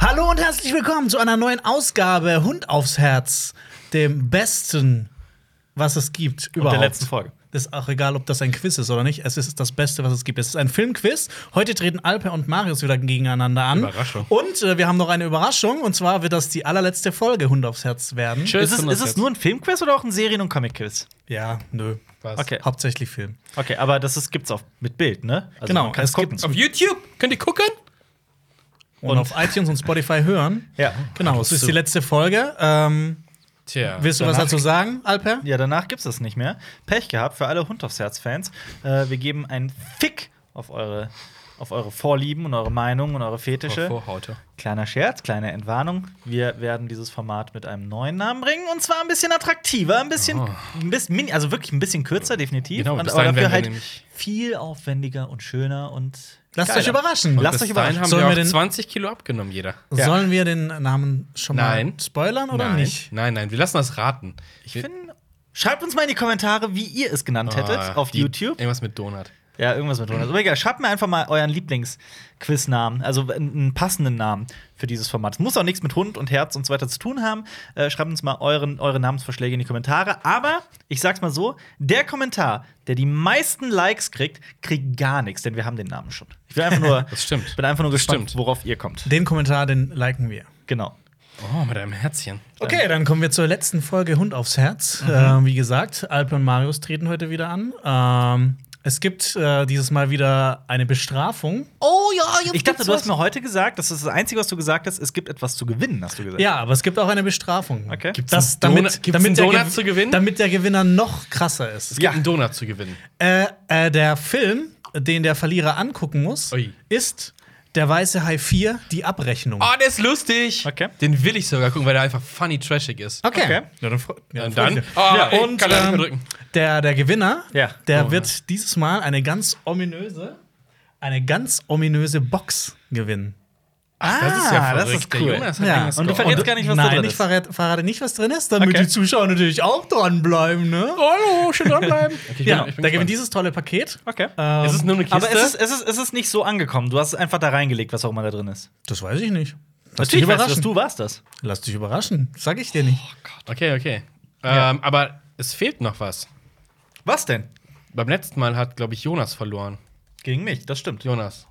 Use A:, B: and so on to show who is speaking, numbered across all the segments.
A: Herzlich willkommen zu einer neuen Ausgabe Hund aufs Herz, dem besten, was es gibt
B: Ab
A: überhaupt.
B: der letzten Folge.
A: Ist auch egal, ob das ein Quiz ist oder nicht. Es ist das Beste, was es gibt. Es ist ein Filmquiz. Heute treten Alper und Marius wieder gegeneinander an.
B: Überraschung.
A: Und äh, wir haben noch eine Überraschung. Und zwar wird das die allerletzte Folge Hund aufs Herz werden.
B: Schön. Ist
C: Ist es,
B: das
C: ist es
B: jetzt?
C: nur ein Filmquiz oder auch ein Serien- und Comic-Quiz?
A: Ja, nö.
B: Was?
C: Okay.
A: Hauptsächlich Film.
C: Okay, aber das ist, gibt's auch mit Bild, ne? Also
A: Genau,
C: man kann es
A: es gibt-
C: gucken.
B: Auf YouTube? Könnt ihr gucken?
A: Und,
C: Und-
A: auf iTunes und Spotify hören.
C: Ja.
A: Genau, es ist die letzte Folge. Ähm,
B: Tja.
A: willst du was
C: danach-
A: dazu sagen, Alper?
C: Ja, danach gibt's das nicht mehr. Pech gehabt für alle Hund aufs Herz-Fans. Äh, wir geben einen Fick auf eure, auf eure Vorlieben und eure Meinungen und eure Fetische.
B: Vorhaute.
C: Kleiner Scherz, kleine Entwarnung. Wir werden dieses Format mit einem neuen Namen bringen und zwar ein bisschen attraktiver, ein bisschen,
B: Oh.
C: ein bisschen mini- also wirklich ein bisschen kürzer, definitiv.
B: Genau,
C: und,
B: bis
C: aber
B: dahin
C: dafür
B: werden wir
C: halt
B: nämlich-
C: viel aufwendiger und schöner und.
A: Lasst
C: geiler.
A: euch überraschen.
C: Lasst euch überraschen.
B: haben
A: Sollen
B: wir auch
A: wir den-
B: 20 Kilo abgenommen, jeder.
C: Ja.
A: Sollen wir den Namen schon mal
B: Nein.
A: spoilern oder
B: nein.
A: nicht?
B: Nein, nein, wir lassen das raten.
C: Ich finde. Schreibt uns mal in die Kommentare, wie ihr es genannt
B: Ah,
C: hättet auf YouTube.
B: Irgendwas mit Donut.
C: Ja, irgendwas mit Donut. Aber egal, schreibt mir einfach mal euren Lieblingsquiznamen, also einen passenden Namen für dieses Format. Es muss auch nichts mit Hund und Herz und so weiter zu tun haben. Äh, schreibt uns mal euren, eure Namensvorschläge in die Kommentare. Aber ich sag's mal so: der Kommentar, der die meisten Likes kriegt, kriegt gar nichts, denn wir haben den Namen schon. Ich bin einfach nur,
B: Das stimmt.
C: Bin einfach nur
B: Das
C: gespannt,
B: stimmt.
C: worauf ihr kommt.
A: Den Kommentar, den liken wir.
C: Genau.
B: Oh, mit einem Herzchen.
A: Okay, dann kommen wir zur letzten Folge Hund aufs Herz. Ähm, wie gesagt, Alpe und Marius treten heute wieder an. Ähm, es gibt äh, dieses Mal wieder eine Bestrafung.
C: Oh ja, jetzt Ich dachte,
A: gibt's
C: du hast
A: was.
C: mir heute gesagt, das ist das Einzige, was du gesagt hast: es gibt etwas zu gewinnen, hast du gesagt.
A: Ja, aber es gibt auch eine Bestrafung.
C: Okay.
A: Gibt's
C: Gibt's
A: das,
B: einen
A: damit,
B: Donut- gibt's einen
A: damit, der,
B: Donut
A: Gew-
B: zu gewinnen?
A: damit der Gewinner noch krasser ist.
B: Es gibt einen Donut zu gewinnen.
A: Äh, äh, der Film, den der Verlierer angucken muss,
B: Ui.
A: ist Der Weiße Hai 4, die Abrechnung.
B: Oh, der ist lustig.
C: Okay.
B: Den will ich sogar gucken, weil der einfach funny trashig ist.
C: okay.
A: Ja, dann, Ah. fre- ja, freu
B: Und
A: ich
B: dann.
A: mich.
B: Oh,
A: ja,
B: ey,
A: und
B: kann er nicht mehr
A: ähm,
B: drücken.
A: der, der Gewinner,
C: Ja.
A: der
B: Oh,
A: wird dieses Mal eine ganz ominöse, eine ganz ominöse Box gewinnen.
B: das
C: Ah,
B: ist ja
C: das
B: verrückt.
C: ist
B: Der
C: cool.
B: Junge, das hat
A: Ja,
B: irgendwas
C: und die
B: geordnet.
C: verrätst gar nicht, was da
A: Nein,
C: drin
A: ich
C: ist.
A: verrate, verrate nicht, was drin ist, damit
C: Okay.
A: die Zuschauer natürlich auch dranbleiben, ne?
B: Hallo, schön dranbleiben. Okay, Oh, ich bin,
A: ja,
B: ich bin
A: da gewinnt
B: gespannt.
A: dieses tolle Paket.
C: Okay.
A: Ähm,
B: Es ist nur eine Kiste.
C: Aber es ist, es, ist, es ist nicht so angekommen. Du hast es einfach da reingelegt, was auch immer da drin ist.
A: das weiß ich nicht. Lass
C: Natürlich
A: dich
C: weißt du, dass
A: überraschen.
C: du warst das.
A: Lass dich überraschen. Sag ich dir nicht.
B: okay, okay. Ähm, aber es fehlt noch was.
C: Was denn?
B: Beim letzten Mal hat, glaube ich, Jonas verloren.
C: Gegen mich, das stimmt.
B: Jonas.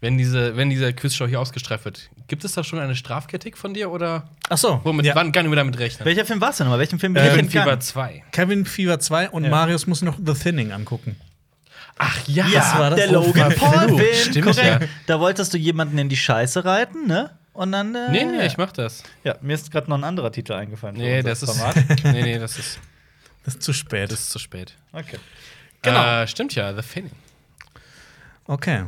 B: Wenn diese, wenn diese Quizshow hier ausgestreift wird, gibt es da schon eine Strafkritik von dir oder
A: Ach so.
B: womit
A: ja.
B: wann kann wir damit rechnen? Äh,
C: Welcher Film war es denn nochmal? Welchen Film bin
B: Kevin
C: ich
B: Fever
C: entgangen?
B: 2.
A: Kevin Fever 2 und
C: Ja.
A: Marius muss noch The Thinning angucken.
B: Ach ja,
C: Ja,
A: Was war das?
C: der
A: Oh,
C: Logan Paul
B: verflucht.
C: Film.
B: Stimmt,
C: korrekt.
B: ja.
C: Da wolltest du jemanden in die Scheiße reiten, ne? Und dann. Äh,
B: Nee, nee, ich mach das.
C: Ja, mir ist gerade noch ein anderer Titel eingefallen. für
B: Nee,
C: unser
B: das ist.
C: Format.
B: Nee, nee, das ist,
A: Das ist zu spät.
B: das ist zu spät.
C: Okay.
B: Genau. Äh, stimmt ja, The Feeling.
A: Okay.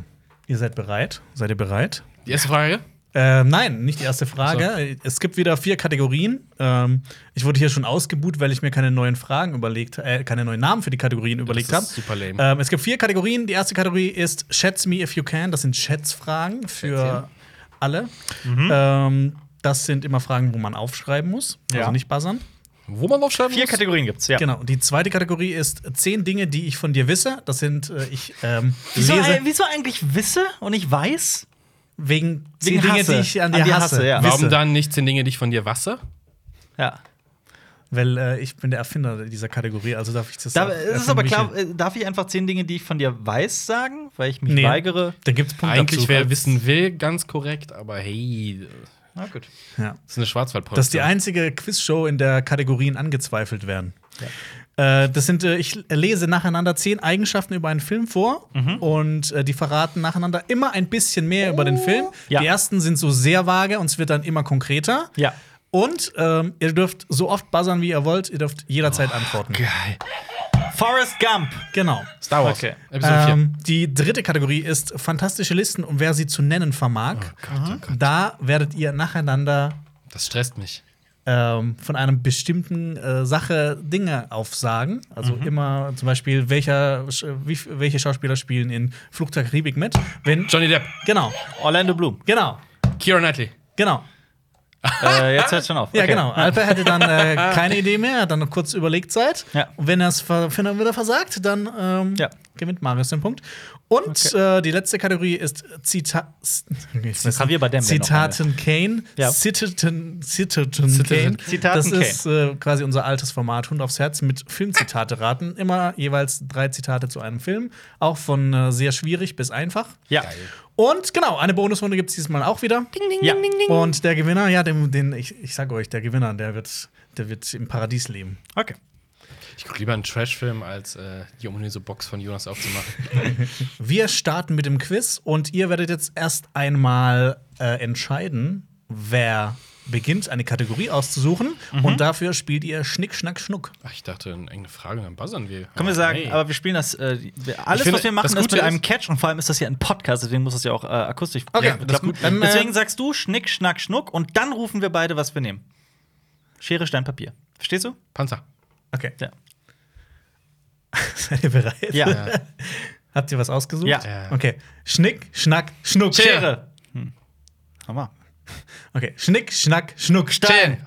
A: Ihr seid bereit? Seid ihr bereit?
B: Die erste Frage?
A: Ähm, nein, nicht die erste Frage. Es gibt wieder vier Kategorien. Ähm, ich wurde hier schon ausgebuht, weil ich mir keine neuen Fragen überlegt, äh, keine neuen Namen für die Kategorien überlegt
B: das
A: habe.
B: ist super lame.
A: Ähm, es gibt vier Kategorien. Die erste Kategorie ist Schätz me if you can. Das sind Schätzfragen für alle.
B: Mhm.
A: Ähm, das sind immer Fragen, wo man aufschreiben muss, also
C: Ja.
A: nicht buzzern.
B: Wo man aufschreiben
C: Vier
B: muss?
C: Kategorien gibt's, ja.
A: Genau. Und die zweite Kategorie ist zehn Dinge, die ich von dir wisse. Das sind äh, ich ähm,
C: Wieso,
A: lese
C: äh, wieso eigentlich wisse und ich weiß?
A: wegen zehn
C: wegen
A: Dinge,
C: Hasse.
A: die ich an dir hasse.
C: ja.
A: wisse.
B: Warum dann nicht zehn Dinge, die ich von dir wasse?
C: Ja.
A: Weil äh, ich bin der Erfinder dieser Kategorie, also darf ich das
C: Da,
A: auch
C: es ist aber
A: erfinden,
C: klar, äh, darf ich einfach zehn Dinge, die ich von dir weiß, sagen, weil ich mich
A: wie ich-
C: weigere?
A: Da gibt's Punkte
B: Eigentlich,
A: dazu.
B: wer wissen will, ganz korrekt, aber hey,
C: Na gut.
A: Ja.
B: das ist eine Schwarzwaldproduktion.
A: Das ist die einzige Quizshow, in der Kategorien angezweifelt werden. Äh, das sind, äh, ich lese nacheinander zehn Eigenschaften über einen Film vor
C: Mhm.
A: und äh, die verraten nacheinander immer ein bisschen mehr über den Film.
C: Oh. Ja.
A: Die ersten sind so sehr vage und es wird dann immer konkreter.
C: Ja.
A: Und ähm, ihr dürft so oft buzzern, wie ihr wollt. Ihr dürft jederzeit
C: Oh,
A: antworten.
B: Geil.
C: Forrest Gump.
A: Genau.
B: Star Wars.
C: Okay.
B: Episode 4.
A: Ähm, die dritte Kategorie ist fantastische Listen und wer sie zu nennen vermag.
B: Gott, oh Gott,
A: Da werdet ihr nacheinander
B: das stresst mich.
A: ähm, von einer bestimmten äh, Sache Dinge aufsagen. Also
B: Mhm.
A: immer zum Beispiel, welcher, Sch- wie, welche Schauspieler spielen in Flucht der Karibik mit. Wenn,
B: Johnny Depp,
A: genau,
C: Orlando Bloom.
A: genau,
B: Kira Knightley.
A: genau.
C: äh, jetzt hört schon auf.
A: Ja,
C: Okay.
A: genau. Alper hätte dann äh, keine Idee mehr, hat dann noch kurz überlegt Zeit.
C: Ja.
A: Und wenn er es ver wenn er wieder versagt, dann ähm,
C: Ja.
A: gewinnt Marius den Punkt. Und äh, die letzte Kategorie ist Zita das
C: haben wir bei dem ja noch eine.
A: Zitaten Kane.
C: Ja.
A: Zitaten, Zitaten Kane.
B: Zitaten-
A: das
C: Zitaten
A: ist äh, quasi unser altes Format, Hund aufs Herz, mit Filmzitate raten. Immer jeweils drei Zitate zu einem Film. Auch von äh, sehr schwierig bis einfach.
C: Ja.
A: Und genau, eine Bonusrunde gibt es diesmal auch wieder.
C: Ja.
A: Und der Gewinner, ja, den, den ich, ich sag euch, der Gewinner, der wird, der wird im Paradies leben.
C: Okay.
B: Ich gucke lieber einen Trash-Film, als äh, die ominöse Box von Jonas aufzumachen.
A: Wir starten mit dem Quiz und ihr werdet jetzt erst einmal äh, entscheiden, wer beginnt, eine Kategorie auszusuchen.
C: Mhm.
A: Und dafür spielt ihr Schnick, Schnack, Schnuck.
B: Ach, ich dachte, eine enge Frage, dann buzzern wir.
C: Können wir sagen, aber wir spielen das. Äh, wir- alles,
B: finde,
C: was wir machen,
B: das
C: ist mit
B: Gute
C: einem
B: ist-
C: Catch und vor allem ist das hier ein Podcast, deswegen muss das ja auch äh, akustisch
A: Okay,
C: klappen.
A: das ist gut. Dann, äh,
C: deswegen sagst du Schnick, Schnack, Schnuck und dann rufen wir beide, was wir nehmen: Schere, Stein, Papier. Verstehst du?
B: Panzer.
A: Okay.
C: Ja.
A: Seid ihr bereit?
C: Ja.
A: Habt ihr was ausgesucht?
C: Ja.
B: Ja.
A: Okay. Schnick, Schnack, Schnuck.
C: Schere. Hm. Hammer.
A: Okay. Schnick, Schnack, Schnuck.
B: Stein.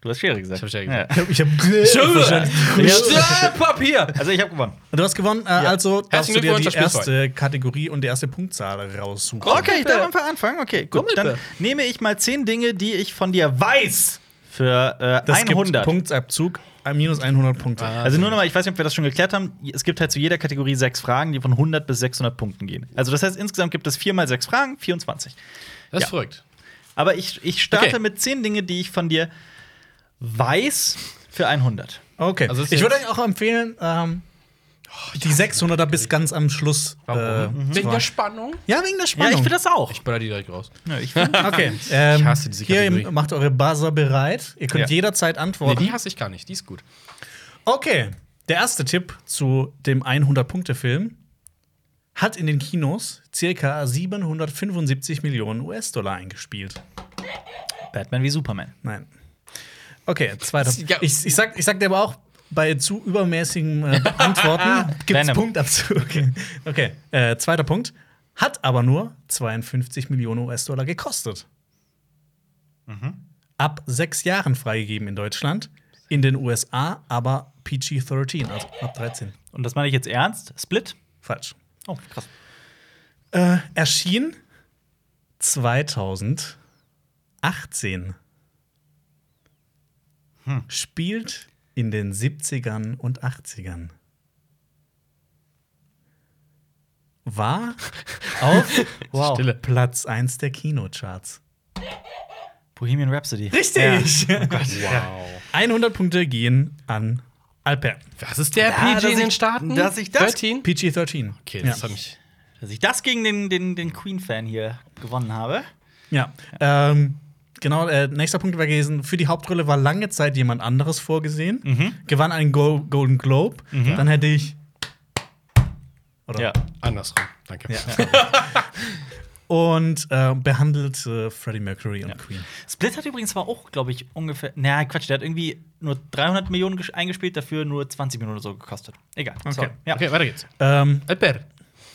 C: Du hast Schere gesagt.
B: Ich hab Schere
C: Ja.
B: gesagt.
A: Ich hab, ich hab
C: Ich hab-
B: Papier!
C: Also, ich habe gewonnen.
A: Du hast gewonnen, äh, also darfst du dir
B: Glückwunsch,
A: die
B: das Spiel ist
A: erste Kategorie und die erste Punktzahl raussuchen.
C: Okay, ich darf einfach anfangen. Okay, gut.
B: Gummibär.
C: Dann nehme ich mal 10 Dinge, die ich von dir weiß. Für äh,
A: Das
C: 100.
A: gibt Punktabzug äh, minus 100 Punkte.
B: Ah.
C: Also nur nochmal, ich weiß nicht, ob wir das schon geklärt haben. Es gibt halt zu jeder Kategorie sechs Fragen, die von 100 bis 600 Punkten gehen. Also das heißt, insgesamt gibt es vier mal sechs Fragen, 24.
B: Das ist
C: Ja. Äh,
B: verrückt.
C: Aber ich, ich starte
B: Okay.
C: mit zehn Dinge, die ich von dir weiß für 100.
A: Okay.
B: Also ist
A: ich würde euch
B: jetzt- Oh,
A: auch empfehlen, ähm, die 600er bis ganz am Schluss. Äh,
B: Warum?
A: zu
B: Wegen der
A: warten.
B: Spannung?
A: ja, wegen der
C: mhm. Ja,
A: Spannung.
C: ich will das auch.
B: Ich baller die direkt raus.
C: Nö, ich will-
A: Okay. Ähm,
B: Ich hasse diese Kategorie.
A: Hier macht eure Buzzer bereit. Ihr könnt
C: Ja.
A: jederzeit
B: Nee,
A: antworten.
B: die hasse ich gar nicht. Die ist gut.
A: okay. Der erste Tipp zu dem 100-Punkte-Film hat in den Kinos circa 775 Millionen US-Dollar eingespielt.
C: Batman wie Superman.
A: Nein. Okay, zweiter.
B: Ja.
A: Ich, ich, sag, ich sag dir aber auch, bei zu übermäßigen äh, Antworten gibt es
C: Venom.
A: Punktabzug. Okay, okay. Äh, zweiter Punkt. Hat aber nur 52 Millionen US-Dollar gekostet. Ab sechs Jahren freigegeben in Deutschland, in den USA aber PG-13, also ab 13.
C: Und das meine ich jetzt ernst. Split.
A: Falsch.
C: Oh, krass.
A: Äh, erschien 2018.
B: Hm.
A: Spielt in den 70ern und 80ern. War auf
C: Wow.
B: Stille.
A: Platz 1 der Kinocharts.
C: Bohemian Rhapsody.
A: Richtig!
B: Oh Wow.
A: 100 Punkte gehen an Alper.
B: Was ist der
C: Ja,
B: PG
C: Ah, dass
B: in den
C: ich-
B: Staaten?
C: dass ich das-
B: 13?
A: PG-13.
B: Okay,
A: ja.
B: das hat mich.
C: Dass ich das gegen den, den, den Queen-Fan hier gewonnen habe.
A: Ja. Ähm, genau, äh, nächster Punkt war gewesen: Für die Hauptrolle war lange Zeit jemand anderes vorgesehen,
C: Mhm.
A: gewann einen Go Golden Globe, dann hätte ich. Oder?
C: Ja.
B: Andersrum. Danke.
A: Und äh, behandelt äh, Freddie Mercury und Queen.
C: Split hat übrigens war auch, glaube ich, ungefähr. Na, Quatsch, der hat irgendwie nur 300 Millionen gesch- eingespielt, dafür nur 20 Millionen oder so gekostet. Egal. sorry. Ja.
B: Okay, weiter geht's.
A: Ähm,
B: Albert.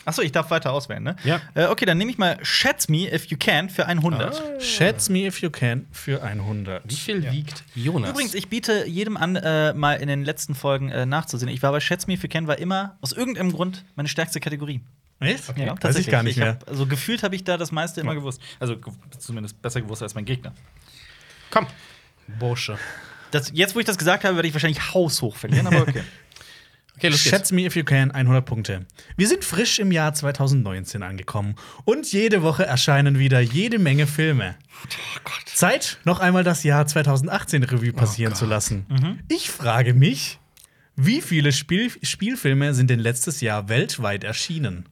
C: Achso, ich darf weiter auswählen, ne?
B: Ja.
C: Äh, okay, dann nehme ich mal Schätz Me If You Can für 100.
A: Schätz me if you can für
B: Wie
A: 100.
B: viel wiegt Jonas?
C: Übrigens, ich biete jedem an, äh, mal in den letzten Folgen äh, nachzusehen. Ich war bei Schätz Me If You Can, war immer aus irgendeinem Grund meine stärkste Kategorie.
A: Echt?
C: Ja,
A: Weiß ich
C: tatsächlich.
A: gar nicht
C: Ich
A: mehr.
C: hab, also gefühlt habe ich da das meiste immer gewusst. Also ge zumindest besser gewusst als mein Gegner.
B: komm. Bursche.
C: Das, jetzt, wo ich das gesagt habe, werde ich wahrscheinlich haushoch verlieren, aber okay.
B: Okay, los geht's.
A: Schätz me if you can, 100 Punkte. Wir sind frisch im Jahr 2019 angekommen und jede Woche erscheinen wieder jede Menge Filme.
C: Oh
A: Zeit, noch einmal das Jahr 2018 Revue passieren
C: Oh
B: Gott.
A: zu lassen.
C: Mhm.
A: Ich frage mich, wie viele Spiel Spielfilme sind denn letztes Jahr weltweit erschienen?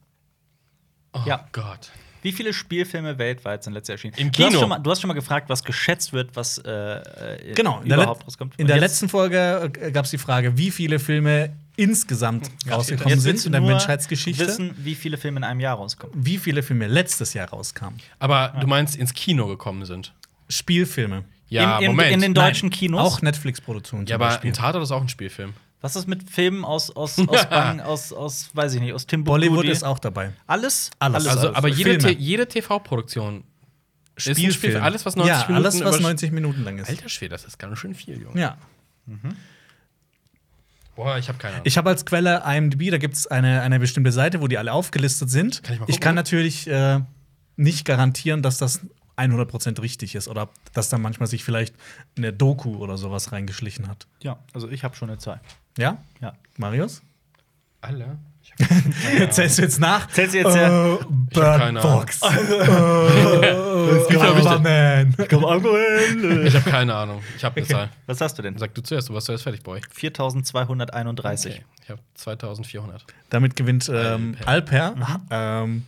B: Oh
C: Ja.
B: Gott.
C: Wie viele Spielfilme weltweit sind letztes Jahr erschienen?
B: Im
C: Du hast,
B: Kino.
C: schon mal, du hast schon mal gefragt, was geschätzt wird, was äh, äh,
A: Genau, in der,
C: überhaupt
A: Let
C: rauskommt.
A: in
C: Und
A: der
C: jetzt-
A: letzten Folge gab es die Frage, wie viele Filme insgesamt rausgekommen
C: jetzt
A: sind
C: willst du
A: in der
C: nur
A: Menschheitsgeschichte.
C: wissen, wie viele Filme in einem Jahr rauskommen.
A: wie viele Filme letztes Jahr rauskamen?
B: Aber du meinst, ins Kino gekommen sind?
A: Spielfilme.
B: Ja,
C: in, in,
B: Moment.
C: in den deutschen Kinos.
A: Auch Netflix-Produktionen zum
B: ja, aber
A: Beispiel.
B: ein Tatort ist auch ein Spielfilm.
C: Was ist mit Filmen aus, aus, aus, Bang, aus, aus weiß ich nicht, aus Timbuktu?
A: Bollywood
C: die-
A: ist auch dabei.
C: Alles?
A: Alles.
B: Also,
A: alles.
B: aber jede,
A: Filme.
B: T- jede TV-Produktion ein Spielfilm.
A: Spielfilm.
B: Alles, was 90
A: ja, alles,
B: Minuten
A: was
B: über-
A: 90 Minuten lang ist.
B: Alter Schwede, das ist ganz schön viel, Junge.
A: Ja.
B: Boah, ich habe keine Ahnung.
A: Ich habe als Quelle IMDb, da gibt es eine, eine bestimmte Seite, wo die alle aufgelistet sind.
B: Kann ich mal gucken?
A: kann natürlich äh, nicht garantieren, dass das 100% richtig ist oder dass da manchmal sich vielleicht eine Doku oder sowas reingeschlichen hat.
C: Ja, also ich habe schon eine Zahl.
A: Ja,
C: Ja.
A: Marius?
B: Alle? Ich hab keine Ahnung.
A: Zählst du jetzt nach?
C: Zählst du jetzt,
A: äh,
C: ja?
A: Bird
B: keine Ahnung.
A: Box. Äh,
B: viel hab ich denn?
A: Bomberman.
C: Ich komm, Alkohol.
B: Ich habe keine Ahnung. Ich habe eine Zahl.
C: Was hast du denn?
B: Sag du zuerst, du warst zuerst fertig, Boy.
C: 4231.
B: Okay. Ich habe 2400.
A: Damit gewinnt ähm, Alper.
B: Mhm.
A: Ähm,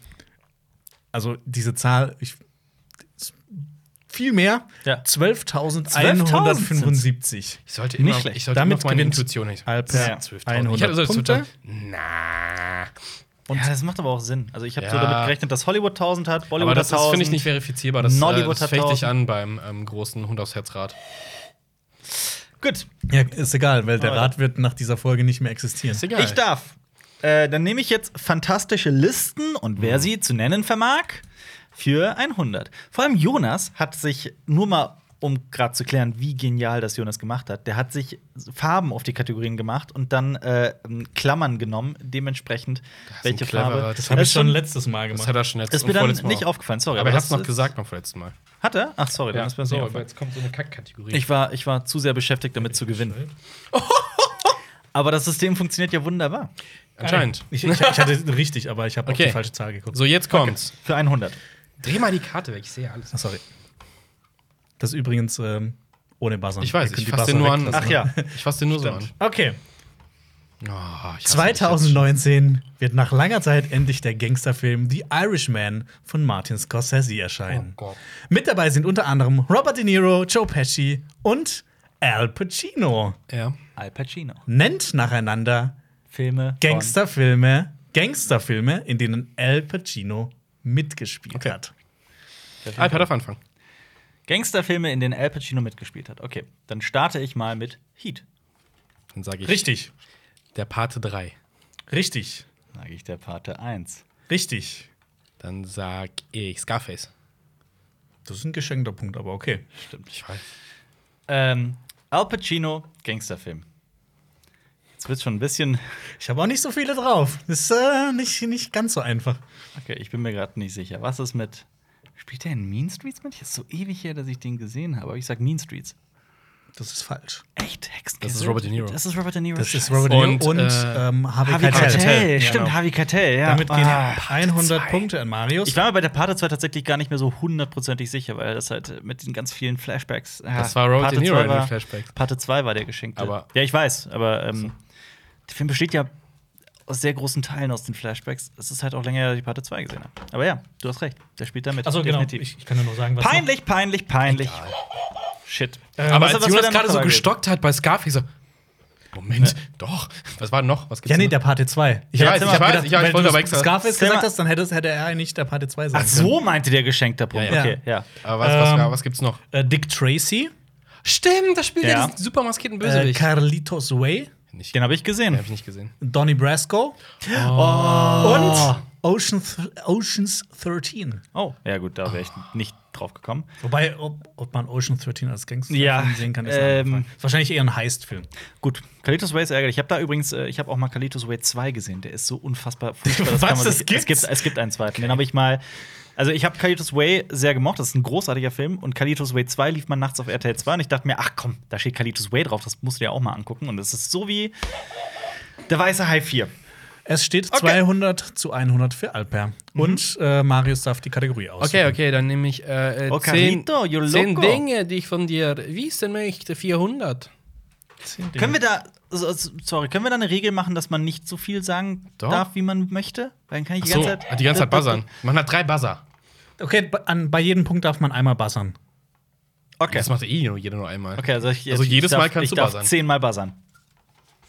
A: also diese Zahl, ich, ist viel mehr.
C: Ja.
A: 12.175.
B: Ich sollte
C: Nicht
B: immer,
C: schlecht.
B: ich sollte
A: Damit
B: immer auf meine
A: gewinnt
B: Intuition nicht.
A: Alper
C: Ja.
B: 12.000. Ich
A: 100
B: hatte so
A: Punkte.
B: 12.000. Na.
A: Und-
C: ja, das macht aber auch Sinn. Also ich habe so
B: Ja.
C: damit gerechnet, dass Hollywood 1000 hat, Bollywood
B: Aber das,
C: hat
B: ist,
C: 1000.
B: finde ich, nicht verifizierbar. Das, äh,
C: Nollywood
B: das
C: hat
B: fecht dich
C: 1000.
B: an beim ähm, großen Hund aufs Herz-Rad.
C: Gut,
A: Ja, ist egal, weil der
C: Aber-
A: Rat wird nach dieser Folge nicht mehr existieren.
B: Ist egal.
C: ich darf. Äh, dann nehme ich jetzt fantastische Listen und
B: Mhm.
C: wer sie zu nennen vermag, für 100. Vor allem Jonas hat sich nur mal um gerade zu klären, wie genial das Jonas gemacht hat. Der hat sich Farben auf die Kategorien gemacht und dann äh, Klammern genommen, dementsprechend
B: ein
C: welche
B: cleverer-
C: Farbe.
B: das
A: hab
C: ist schon-
A: letztes Mal
B: Das hat er schon
C: Das
B: letztes
C: ist mir dann nicht aufgefallen, sorry.
B: Aber ich hab's
C: das
B: noch
C: ist-
B: gesagt beim vorletzten Mal.
C: Hat er? Ach, sorry, dann ist mir das nicht
B: so,
C: aufgefallen.
B: Oh, jetzt kommt so eine Kackkategorie.
C: Ich war, ich war zu sehr beschäftigt, damit zu gewinnen. Aber das System funktioniert ja wunderbar.
B: Anscheinend.
A: Ich, ich, ich hatte richtig, aber ich habe auf
B: Okay.
A: die falsche Zahl geguckt.
B: So, jetzt kommt's.
C: Für 100.
B: Dreh mal die Karte weg, ich sehe alles.
A: Ach, Ah, sorry. Das ist übrigens ähm, ohne Buzzer.
B: Ich weiß,
A: Wir können
B: ich
A: die
B: fass den
A: Buzzer
B: nur an.
A: weglassen.
C: Ach ja.
B: Ich fass den nur so an.
C: Stimmt.
A: Okay.
B: Oh, ich hasse mich jetzt.
A: 2019 wird nach langer Zeit endlich der Gangsterfilm The Irishman von Martin Scorsese
B: Oh
A: erscheinen.
B: Gott.
A: Mit dabei sind unter anderem Robert De Niro, Joe Pesci und Al Pacino.
B: Ja.
C: Al Pacino.
A: Nennt nacheinander
C: Filme.
A: Gangsterfilme, Gangsterfilme, in denen Al Pacino mitgespielt hat.
B: Alper darf anfangen.
C: von Gangsterfilme, in denen Al Pacino mitgespielt hat. Okay, dann starte ich mal mit Heat.
B: Dann sage ich
A: Richtig,
B: der Pate 3.
A: richtig,
C: Sage ich der Pate 1.
A: richtig.
B: Dann sag ich Scarface.
A: Das ist ein geschenkter Punkt, aber okay.
B: Ich weiß.
C: Ähm, Al Pacino, Gangsterfilm. Jetzt wird's schon ein bisschen.
A: Ich habe auch nicht so viele drauf. Ist äh, nicht, nicht ganz so einfach.
C: Okay, ich bin mir gerade nicht sicher. Was ist mit. Spielt der in Mean Streets mit? Ist so ewig her, dass ich den gesehen habe. Aber ich sag Mean Streets.
A: Das ist falsch.
C: Echt? Hexenkessel?
B: Das ist Robert De Niro.
C: Das ist Robert De Niro.
A: Das ist
C: Scheiße.
A: Robert De Niro und,
B: Und, äh,
A: ähm, Harvey,
C: Harvey Keitel.
A: Keitel.
C: Stimmt,
A: Genau.
C: Harvey Keitel, ja.
A: Damit gehen
C: Ah.
A: 100
B: zwei.
A: Punkte an Marius.
C: Ich war mir bei der Pate 2 tatsächlich gar nicht mehr so hundertprozentig sicher, weil das halt mit den ganz vielen Flashbacks. ja,
B: Das war Robert
C: Pate
B: De Niro
C: 2
B: in den
C: war-
B: Flashbacks.
C: Pate 2 war der geschenkte.
B: Aber-
C: ja, ich weiß, aber ähm, der Film besteht ja aus sehr großen Teilen aus den Flashbacks. Es ist halt auch länger, her, dass ich Pate 2 gesehen habe. Aber ja, du hast recht. Der spielt da mit.
A: Achso, genau.
C: definitiv.
A: Ich, ich kann ja nur sagen, was
C: Peinlich, peinlich, peinlich. Shit.
B: Aber
C: was-
B: als
C: was war denn
B: Jonas
C: noch
B: gerade so
C: dabei gewesen?
B: gestockt hat bei Scarface, so. Moment, doch. Was war noch? Was gibt's
A: Ja, nee,
B: noch?
A: der Pate 2. Ich
B: Ja,
A: hab
B: ich weiß, ich weiß, ich wollte aber
A: wenn du
B: extra-
A: Scarface
C: Sag mal-
A: gesagt hast, dann hätte, hätte er eigentlich der Pate 2 sein
C: Ach so meinte der geschenkte Punkt.
B: Ja,
A: ja.
C: Okay, ja.
B: Aber was, was,
A: Ähm,
B: was gibt's noch?
A: können. Äh, Dick Tracy,
B: Stimmt, da spielt
C: Ja.
B: ja. diesen super maskierten
A: äh,
B: Bösewicht.
A: Carlitos Way,
B: nicht.
C: Den habe ich gesehen.
B: Den hab ich nicht gesehen.
A: Donnie Brasco
C: Oh.
A: Oh. und Ocean th Oceans 13.
C: Oh, ja gut, da wäre ich nicht drauf gekommen.
A: Wobei, ob, ob man Ocean 13 als Gangster
C: Ja,
A: sehen kann, ist, eine andere
C: ähm,
A: Frage. ist wahrscheinlich eher ein Heist-Film.
C: Gut, Kalitos Way ist ärgerlich. Ich habe da übrigens, äh, ich habe auch mal Kalitos Way 2 gesehen. Der ist so unfassbar furchtbar.
A: Was? Das
C: sich,
A: gibt's?
C: es gibt es gibt einen zweiten. Den habe ich mal also ich habe Kalitos Way sehr gemocht, das ist ein großartiger Film und Kalitos Way 2 lief man nachts auf RTL 2 und ich dachte mir, ach komm, da steht Kalitos Way drauf, das musst du dir auch mal angucken und es ist so wie der weiße Hai 4.
A: Es steht
C: Okay.
A: 200 zu 100 für Alper. Und äh, Marius darf die Kategorie aus.
B: Mhm. Okay, okay, dann nehme ich äh, äh,
C: Oh,
B: zehn,
C: Carlito, you
B: zehn
C: loco.
B: Dinge, die ich von dir wissen möchte. 400.
C: Können wir da so- so- sorry, können wir da eine Regel machen, dass man nicht so viel sagen
B: Doch.
C: darf, wie man möchte? Weil dann kann ich die
B: So,
C: ganze Zeit Äh,
B: die ganze Zeit buzzern. Man hat drei Buzzer.
A: Okay, bei- an, bei jedem Punkt darf man einmal buzzern.
C: äh, Okay.
B: Das macht eh nur jeder nur einmal.
C: Okay, also, ich,
B: Also
C: ich
B: jedes
C: darf,
B: Mal kannst
C: ich
B: du
C: darf
B: buzzern.
C: Zehnmal buzzern.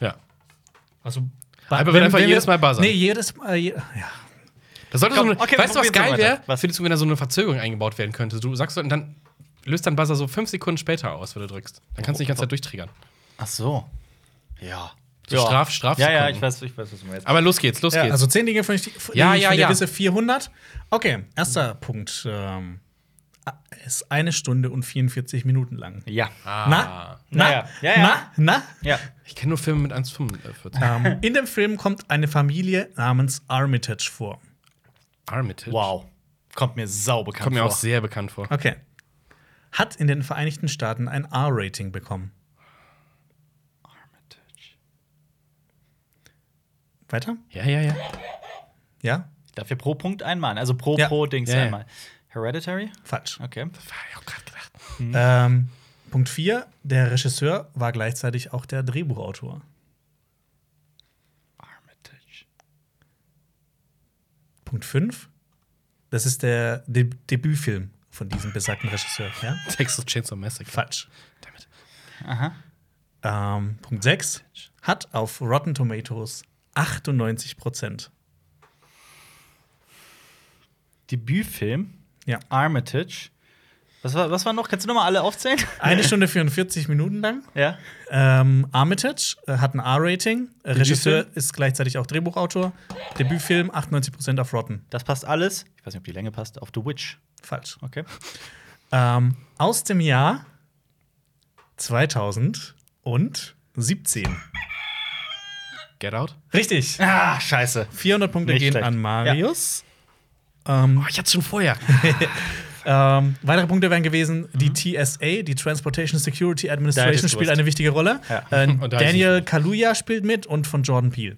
B: Ja.
A: Also,
B: Alper wird einfach jedes Mal buzzern.
A: Nee, jedes Mal. Je ja.
B: Das sollte
C: Komm,
B: so eine,
C: okay,
B: weißt du,
C: probier's
B: was
C: mal
B: geil
C: weiter.
B: wäre?
C: Was?
B: Findest du, wenn da so eine Verzögerung eingebaut werden könnte? Du sagst so, und dann löst dein Buzzer so fünf Sekunden später aus, wenn du drückst. Dann kannst du die ganze Zeit durchtriggern.
C: Ach so. Ja.
B: So Straf- Strafsekunden.
C: Ja, ja, ich weiß, also ich weiß, was du meinst.
B: Aber los geht's, los
A: Ja,
B: geht's.
A: also 10 Dinge von ich,
B: Ja, ja, ja.
A: Wisse 400. Okay, erster Punkt. Ähm, ist eine Stunde und 44 Minuten lang.
C: Ja.
B: Ah.
A: Na? Na?
C: Naja. Ja, ja.
A: Na?
C: Ja.
B: Ich kenne nur Filme mit 1,45.
A: Na? Ähm, in dem Film kommt eine Familie namens Armitage vor.
B: Armitage.
C: Wow. Ah. Kommt mir sau bekannt
B: Kommt mir auch
C: vor.
B: sehr bekannt vor.
A: Okay. Hat in den Vereinigten Staaten ein R-Rating bekommen. Weiter?
B: Ja, ja, ja.
A: Ja?
C: Dafür pro Punkt einmal. Also pro
A: Ja.
C: pro Dings
B: Ja, ja.
C: einmal. Hereditary?
A: Falsch.
C: Okay.
B: Ich hab grad gedacht.
A: Ähm, Punkt 4. Der Regisseur war gleichzeitig auch der Drehbuchautor.
C: Armitage.
A: Punkt 5. Das ist der De Debütfilm von diesem besagten Regisseur. Ja?
B: Texas Chainsaw Massacre.
A: Falsch.
B: Damit.
C: Aha.
A: Ähm, Punkt 6. Hat auf Rotten Tomatoes 98 Prozent.
C: Debütfilm.
A: Ja.
C: Armitage. Was war, was war noch? Kannst du nochmal alle aufzählen?
A: Eine Stunde 44 Minuten lang.
C: ja.
A: Ähm, Armitage äh, hat ein R-Rating. Äh, Regisseur
C: Debütfilm?
A: ist gleichzeitig auch Drehbuchautor. Debütfilm 98 Prozent auf Rotten.
C: Das passt alles. Ich weiß nicht, ob die Länge passt. Auf The Witch.
A: Falsch.
C: Okay.
A: Ähm, aus dem Jahr 2017.
B: Get Out?
A: Richtig.
C: Ah, scheiße.
A: 400 Punkte
C: Nicht
A: gehen
C: schlecht.
A: an Marius.
C: Hm.
B: Oh, ich hatte schon vorher.
A: Ähm, weitere Punkte wären gewesen, die TSA, die Transportation Security
C: Mhm. Da hättest
A: Administration,
C: du
A: spielt
C: was.
A: eine wichtige Rolle.
C: Ja.
A: Äh,
B: Und da ist
A: Daniel Kaluuya spielt mit und von Jordan Peele.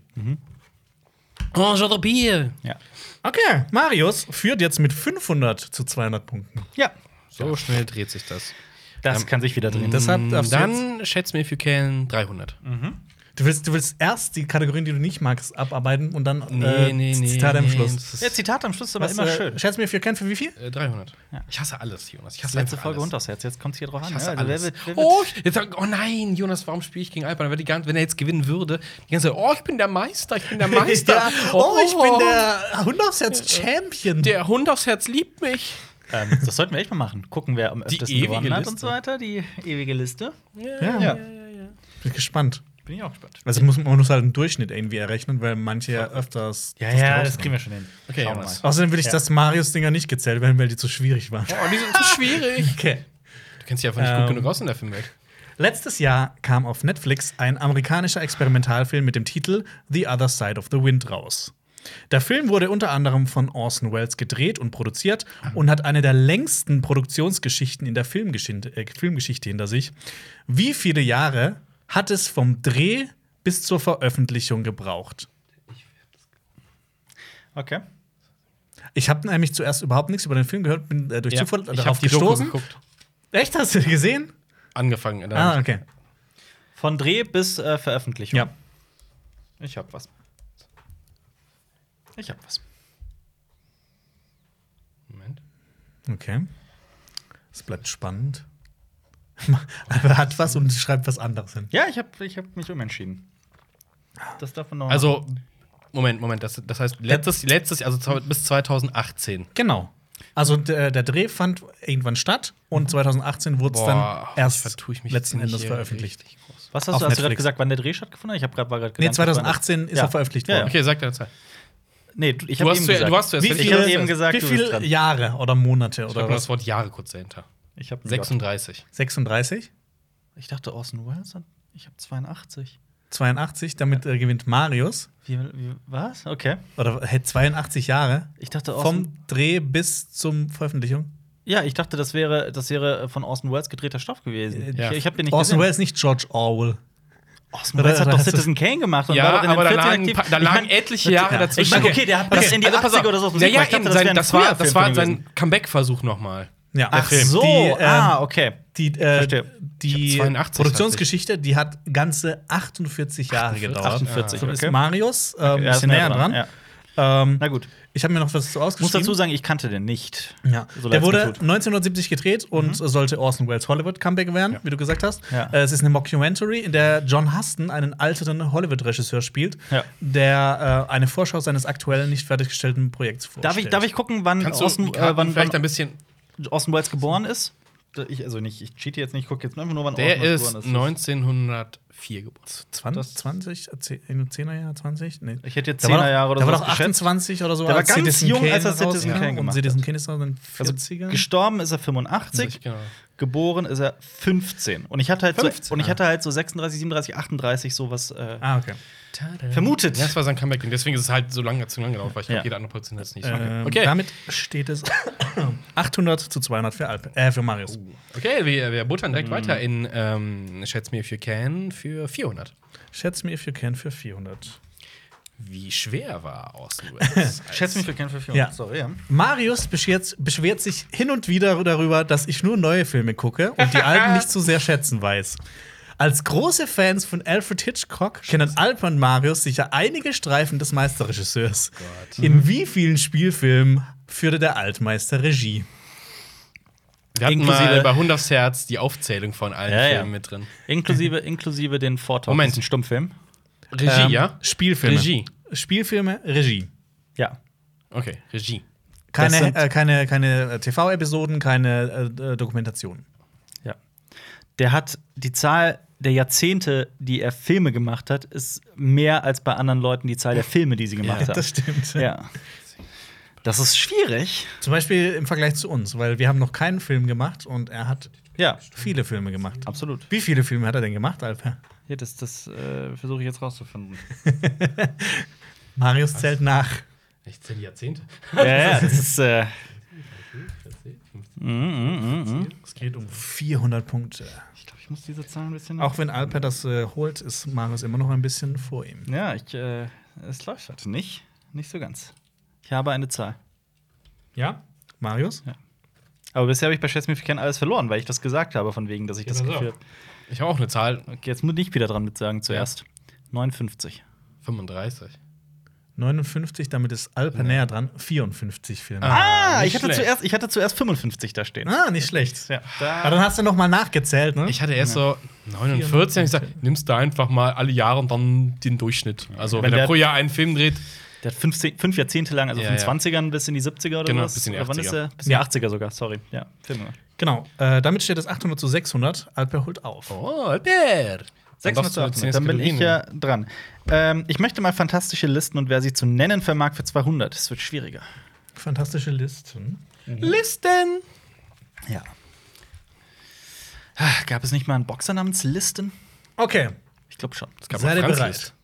B: Oh, Jean Biel.
C: Ja.
A: Okay, Marius führt jetzt mit 500 zu 200 Punkten.
C: Ja.
B: So schnell dreht sich das. Mm,
C: Das kann sich wieder drehen.
A: Deshalb darfst du jetzt,
B: Dann schätz mir, if you can, 300.
C: Äh,
A: du, willst, du willst erst die Kategorien, die du nicht magst, abarbeiten und dann äh, Zitate am Schluss.
B: das
C: Ja,
B: ist-
C: Zitat am Schluss ist aber
A: Was,
C: immer
A: äh,
C: schön.
A: Schätz mir für Ken für wie viel?
B: Äh, 300. Ich hasse alles, Jonas. Ich hasse
C: Letzte
B: einfach
C: Folge
B: alles.
C: runter aufs Herz. Jetzt kommt es hier drauf an. ne? Also,
B: Ich hasse
C: Ja,
B: alles.
C: wer wird- wer wird-
B: Oh, ich- jetzt, sag- oh nein, Jonas, warum spiele ich gegen Alper? Dann wird die ganze, wenn er jetzt gewinnen würde, die ganze Zeit, oh, ich bin der Meister, ich bin der Meister.
A: Ja. Oh, ich bin der Hund aufs Herz Champion.
B: Der Hund aufs Herz liebt mich.
C: Ähm, das sollten wir echt mal machen. Gucken, wer am öftesten
B: ewige
C: gewonnen hat
B: Liste.
C: und so weiter. Die ewige Liste.
A: ja.
C: Ja.
A: Bin gespannt.
C: Bin ich auch gespannt.
A: Also muss, man muss halt einen Durchschnitt irgendwie errechnen, weil manche ja öfters.
C: Ja,
A: das
C: ja,
A: drauf
C: das
A: haben.
C: kriegen wir schon hin.
B: Okay,
C: Schauen wir
B: Jonas.
C: mal.
A: Außerdem will ich,
C: Ja.
A: dass Marius-Dinger nicht gezählt werden, weil die zu schwierig waren.
B: Oh, die sind so schwierig.
A: Okay.
B: Du kennst dich einfach nicht
A: Ähm.
B: gut genug aus in der Filmwelt.
A: Letztes Jahr kam auf Netflix ein amerikanischer Experimentalfilm mit dem Titel The Other Side of the Wind raus. Der Film wurde unter anderem von Orson Welles gedreht und produziert und hat eine der längsten Produktionsgeschichten in der Filmgeschichte, äh, Filmgeschichte hinter sich. Wie viele Jahre hat es vom Dreh bis zur Veröffentlichung gebraucht?
C: Okay.
A: Ich habe nämlich zuerst überhaupt nichts über den Film gehört, bin äh, durch
B: Ja,
A: Zufall
B: ich habe
A: darauf
B: die Doku
A: gestoßen.
B: geguckt.
A: Echt, hast du die gesehen?
B: Angefangen. äh, dann
A: Ah, okay.
C: Von Dreh bis äh, Veröffentlichung.
A: Ja.
C: Ich hab was. Ich hab was.
B: Moment.
A: Okay. Es bleibt spannend. Albert hat was und schreibt was anderes hin.
C: Ja, ich hab, ich hab mich umentschieden. Das darf man noch.
B: Also, Moment, Moment. Das, das heißt, letztes, letztes also zwe- bis 2018.
A: Genau. Also der, der Dreh fand irgendwann statt und 2018 wurde es dann erst
B: vertue ich mich
A: letzten
B: jetzt nicht
A: Endes
B: hier
A: veröffentlicht.
B: richtig groß.
C: was
A: auf
C: hast du, hast du gerade
A: Netflix.
C: gesagt, wann der Dreh stattgefunden hat? Ich hab grad, war gerade
A: Nee, 2018 ist
C: Ja.
A: er veröffentlicht
C: Ja, ja.
A: worden.
B: Okay, sag deine Zahl.
C: Nee, du, ich
B: Du
C: hab
B: hast
C: eben
B: zu-
C: gesagt.
B: du hast zuerst-
A: Wie
B: Ich
C: ich hab
A: viele,
C: eben gesagt,
A: wie
C: du bist
A: viele
C: dran.
A: Jahre oder Monate
B: Ich habe
A: oder
B: das
A: was?
B: Wort Jahre kurz dahinter.
C: Ich hab
B: 36.
A: 36,
C: 36. Ich dachte Orson Welles. hat- Ich hab 82.
A: 82, damit äh, gewinnt Marius.
C: Wie, wie, was? Okay.
A: Oder hätte 82 Jahre.
C: Ich dachte Orson.
A: Vom Dreh bis zum Veröffentlichung.
C: ja, ich dachte, das wäre, das wäre äh, von Orson Welles gedrehter Stoff gewesen.
B: Äh, Ja.
C: Ich, ich hab den nicht
A: Orson
C: gesehen.
A: Welles, nicht George Orwell.
C: Orson Welles hat
A: Oder
C: doch
A: hast du-
C: Citizen Kane gemacht und
B: Ja,
C: war doch in den
B: aber da
C: 40ern
B: lagen
C: aktiv.
B: pa- da
C: Ich mein,
B: lagen etliche Jahre dazwischen.
C: Ich meine, okay, der hat bis in die
B: also pass auf.
C: 80er oder so aus
B: Ja, ja,
C: Ich dachte,
B: eben,
C: das wäre
B: sein,
C: ein
B: das war,
C: früher
B: das
C: Film
B: war
C: von ihm
B: sein Comeback-Versuch nochmal.
A: Ja,
C: Ach so,
A: Die, ähm,
C: ah, okay.
A: die, äh,
C: Verstehe.
A: die
B: Ich hab 82
A: Produktionsgeschichte, die hat ganze 48 Jahre gedauert.
C: 48,
A: So ist
C: okay.
A: Marius ähm, ein
C: Ja, ist
A: bisschen näher dran.
C: Ja.
A: Ähm,
C: Na gut.
A: ich habe mir noch was dazu
C: Ich muss
A: ausgeschrieben.
C: dazu sagen, ich kannte den nicht.
A: ja.
C: so
A: Der
C: leid's mir
A: wurde
C: tut.
A: 1970 gedreht und äh, sollte Orson Welles Hollywood Comeback werden, wie du gesagt hast.
C: Ja.
A: Äh, es ist eine Mockumentary, in der John Huston einen alternden Hollywood-Regisseur spielt,
C: Ja.
A: der äh, eine Vorschau seines aktuellen nicht fertiggestellten Projekts vorstellt.
C: Darf ich, darf ich gucken, wann
B: Kannst du
C: Orson,
B: Karten
C: äh, wann,
B: vielleicht ein
C: wann
B: bisschen.
C: Orson Welles geboren ist? Ich, also nicht, ich cheate jetzt nicht, ich gucke jetzt einfach nur, wann
B: Der
C: Orson Welles
B: ist
C: geboren ist.
B: 1904. 2004 geboren.
A: 20, 20 äh, im 10er-Jahr, 20? Nee.
C: Ich hätte jetzt
A: Da war
C: 10er Jahre
A: doch-
C: oder
A: Da
C: so
A: war doch 28 oder so.
C: Der war ganz jung, als
A: Kane
C: er Citizen
A: rauskam.
C: Kane
A: Und
C: gemacht
A: Citizen
C: hat.
A: Kane ist aus den 40ern.
C: Also, gestorben ist er 85,
B: Genau.
C: geboren ist er 15. Und ich hatte halt,
B: 15,
C: so, und ich
B: ah.
C: hatte halt so 36, 37, 38 sowas äh,
A: ah, okay.
C: vermutet.
B: Ja, das war sein Comeback. Und deswegen ist es halt so lange, zu lange gelaufen, weil ich
C: Ja.
B: glaube, jeder andere Position hat es nicht.
A: Ähm,
B: okay,
A: Damit steht es 800 zu 200 für, Alp, äh, für Marius.
B: okay wir, wir buttern
C: Mhm.
B: direkt weiter in ähm, Schätz mir, if you can, für 400.
A: Schätz mir, if you can, für 400.
B: Wie schwer war Austin Wells?
C: Schätze mich für Ken für 400.
A: Ja.
C: Sorry, ja.
A: Marius beschwert, beschwert sich hin und wieder darüber, dass ich nur neue Filme gucke und die alten nicht so sehr schätzen weiß. Als große Fans von Alfred Hitchcock kennen Alp und Marius sicher einige Streifen des Meisterregisseurs. In wie vielen Spielfilmen führte der Altmeister Regie?
B: wir hatten mal
C: Inklusive-
B: bei Hund aufs Herz die Aufzählung von allen
C: Ja, ja.
B: Filmen mit drin.
C: Inklusive, inklusive den Vortrag.
B: Moment.
C: Das ist ein Stummfilm.
B: Regie,
A: Ähm,
B: ja?
A: Spielfilme.
B: Regie.
A: Spielfilme, Regie.
C: Ja.
B: Okay, Regie.
C: Das
A: Keine,
C: sind-
A: äh, keine, keine äh, TV-Episoden, keine äh, äh, Dokumentationen.
C: Ja. Der hat die Zahl der Jahrzehnte, die er Filme gemacht hat, ist mehr als bei anderen Leuten die Zahl der Filme, die sie gemacht haben.
A: stimmt.
C: ja. Das ist schwierig.
A: Zum Beispiel im Vergleich zu uns, weil wir haben noch keinen Film gemacht und er hat
C: Ja,
A: viele Filme gemacht.
C: absolut.
A: Wie viele Filme hat er denn gemacht, Alper?
C: Hier, das das äh, versuche ich jetzt rauszufinden.
A: Marius zählt nach.
B: 16 Jahrzehnte?
C: ja, ja, das ist. Äh,
B: 14, 15. mhm,
A: Es geht um 400 Punkte.
C: ich glaube, ich muss diese Zahl ein bisschen.
A: Auch wenn Alper das äh, holt, ist Marius immer noch ein bisschen vor ihm.
C: Ja, ich, äh, es läuft halt nicht. Nicht so ganz. Ich habe eine Zahl.
A: Ja? Marius?
C: Aber bisher habe ich bei Schätz mir für keinen alles verloren, weil ich das gesagt habe, von wegen, dass ich das
B: Genau so.
C: Gefühl habe.
B: Ich habe auch eine Zahl.
C: Okay, jetzt muss ich wieder dran mit sagen zuerst. 59.
B: 35.
A: 59, damit ist Alper näher dran. 54 Filme.
C: Ah,
B: nicht
C: ich hatte,
B: schlecht. Hm?
C: zuerst, ich hatte zuerst 55 da stehen.
A: Ah, nicht schlecht.
C: Ja,
B: Ah,
A: Aber dann hast du noch mal nachgezählt, ne?
B: Ich hatte erst so 49 und ich gesagt, nimmst du einfach mal alle Jahre und dann den Durchschnitt. Also, wenn,
C: Wenn
B: er
C: der-
B: pro Jahr einen Film dreht,
C: Der hat fünf, fünf Jahrzehnte lang, also
B: Ja,
C: von
B: ja.
C: 20ern bis in die 70er oder
B: Genau,
C: was?
B: bis in die
C: Oder wann
B: 80er.
C: ist er? Bis in die
A: Ja.
C: 80er sogar, sorry. Ja, Filme.
A: Genau. Äh, damit steht es 800 zu 600. Alper holt auf.
B: oh, Albert! Dann darfst du jetzt die
C: 600
B: nächste
C: ne? Dann bin
B: Kategorie
C: ich ja dran. Ähm, ich möchte mal fantastische Listen und wer sie zu nennen vermag für 200. Es wird schwieriger.
A: Fantastische Listen.
B: nehmen. Listen!
C: Ja. Ah, Gab es nicht mal einen Boxer namens Listen?
A: Okay.
C: Ich glaube schon.
B: gab
A: Seid ihr
B: auch Franz
A: bereit?
B: Liszt.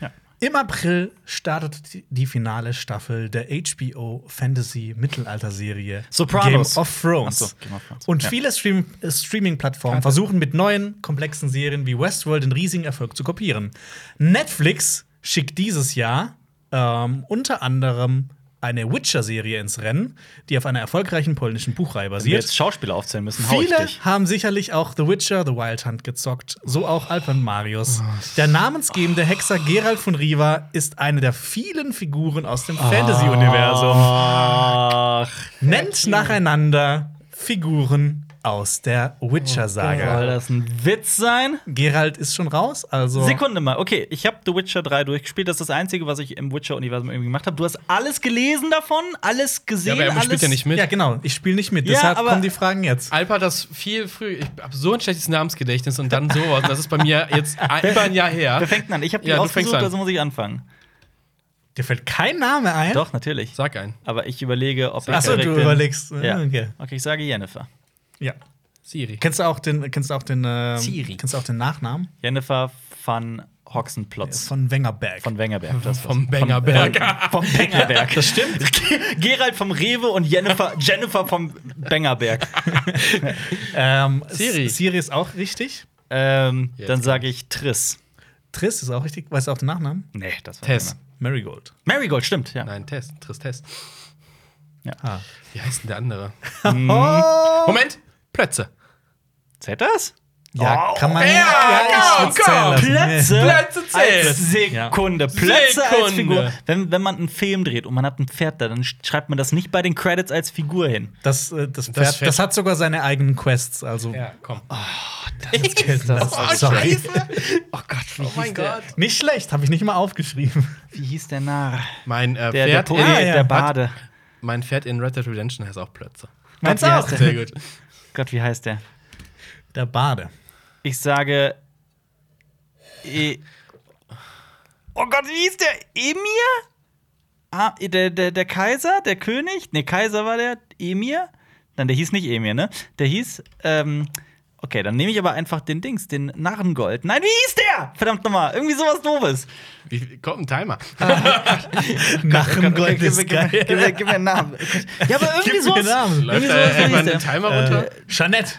C: Ja.
A: Im April startet die- die finale Staffel der HBO Fantasy Mittelalter-Serie
C: Sopranos.
A: Game of Thrones.
C: Ach so, Game of Thrones.
A: Und
C: Ja.
A: viele Stream äh, Streaming-Plattformen versuchen mit neuen, komplexen Serien wie Westworld den riesigen Erfolg zu kopieren. Netflix schickt dieses Jahr ähm, unter anderem eine Witcher-Serie ins Rennen, die auf einer erfolgreichen polnischen Buchreihe
C: Wenn wir
A: basiert.
C: jetzt Schauspieler aufzählen müssen, hau ich
A: Viele
C: dich.
A: haben sicherlich auch The Witcher, The Wild Hunt gezockt, so auch Alpen Marius. Der namensgebende Hexer Gerald von Riva ist eine der vielen Figuren aus dem
C: Ah.
A: Fantasy-Universum.
C: Ach,
A: Nennt nacheinander Figuren aus der
C: soll
A: Witcher-Saga.
C: das ein Witz sein?
A: Gerald ist schon raus, also.
C: Sekunde mal, okay, ich habe The Witcher 3 durchgespielt. Das ist das Einzige, was ich im Witcher-Universum irgendwie gemacht habe. Du hast alles gelesen davon, alles
B: Ja,
C: gesehen.
B: aber er
C: alles
B: spielt ja nicht mit.
A: Ja, genau. Ich spiele nicht mit,
C: Ja,
A: deshalb
C: aber-
A: kommen die Fragen jetzt.
B: Alpa hat das viel früh. Ich habe so ein schlechtes Namensgedächtnis und dann sowas. Und das ist bei mir jetzt ein- über ein Jahr her.
C: Wer fängt denn an? Ich habe die
B: Ja, du fängst
C: ausgesucht,
B: an.
C: also muss ich anfangen.
A: Dir fällt kein Name ein?
C: Doch, natürlich.
B: Sag einen.
C: Aber ich überlege, ob ich.
A: Achso,
C: direkt
A: du
C: bin.
A: überlegst.
C: Ja.
A: Ah, Okay.
C: Okay. ich sage Jennifer.
A: Ja.
B: Siri.
A: Kennst du auch den, kennst du auch den, ähm,
B: Siri.
A: kennst du auch den Nachnamen?
C: Jennifer van Hoxenplotz.
A: Von Wengerberg.
C: Von Wengerberg. Das war's.
B: Vom Bengerberg.
C: Vom Bengerberg. Das stimmt. Gerald vom Rewe und Jennifer, Jennifer vom Bengerberg.
A: Ähm,
B: Siri.
A: Siri. Siri ist auch richtig.
C: Ähm,
B: Jetzt
C: dann sage ich Triss.
A: Triss ist auch richtig. Weißt du auch den Nachnamen?
C: Nee, das war
B: Tess.
C: keiner.
A: Marigold.
C: Marigold, stimmt, ja.
B: Nein, Tess. Tristess.
A: Ah.
B: Wie heißt denn der andere? Hm.
A: Oh!
B: Moment! Plätze.
C: Seht das?
A: Ja,
C: Oh.
A: kann man.
B: Ja,
A: ja,
B: komm, komm.
A: ich würd's
C: Plätze,
A: zählen lassen.
B: Plätze zählen.
C: als Sekunde. Plätze als
B: Sekunde.
C: Figur. Wenn, wenn man einen Film dreht und man hat ein Pferd da, dann sch- schreibt man das nicht bei den Credits als Figur hin.
A: Das, äh, das, Pferd, das,
B: Pferd.
A: hat sogar seine eigenen Quests. Also,
B: Ja, komm.
A: das gilt das.
B: Oh,
A: sorry.
C: Oh Gott, wie,
B: Oh mein Gott.
A: Nicht schlecht, habe ich nicht mal aufgeschrieben.
C: wie hieß der Narr?
B: Mein, äh,
C: Der, der,
B: Pferd
C: Po-
B: in,
A: Ah,
C: der,
A: ja.
C: der Bade.
B: mein Pferd in Red Dead Redemption heißt auch Plötze.
A: Meinst
C: wie
A: du auch?
C: heißt der?
B: Sehr gut.
C: Gott, wie heißt der?
A: Der Bade.
C: Ich sage E oh Gott, wie hieß der? Emir? Ah, der, der, der Kaiser, der König? Ne, Kaiser war der Emir. Nein, der hieß nicht Emir, ne? Der hieß, ähm, okay, dann nehme ich aber einfach den Dings, den Narrengold. Nein, wie hieß der? Verdammt nochmal, irgendwie sowas Doofes.
B: Wie, kommt ein Timer.
A: Narrengold
C: gib,
A: ist
C: mir- gib, mir- gib, mir-
A: geil.
C: gib mir einen Namen. Ja, aber irgendwie
A: Gib mir
C: sowas.
A: einen Namen.
C: Irgendwie
B: Läuft da
C: sowas
B: irgendwann
C: hieß der.
B: ein Timer runter?
A: Äh, Jeanette.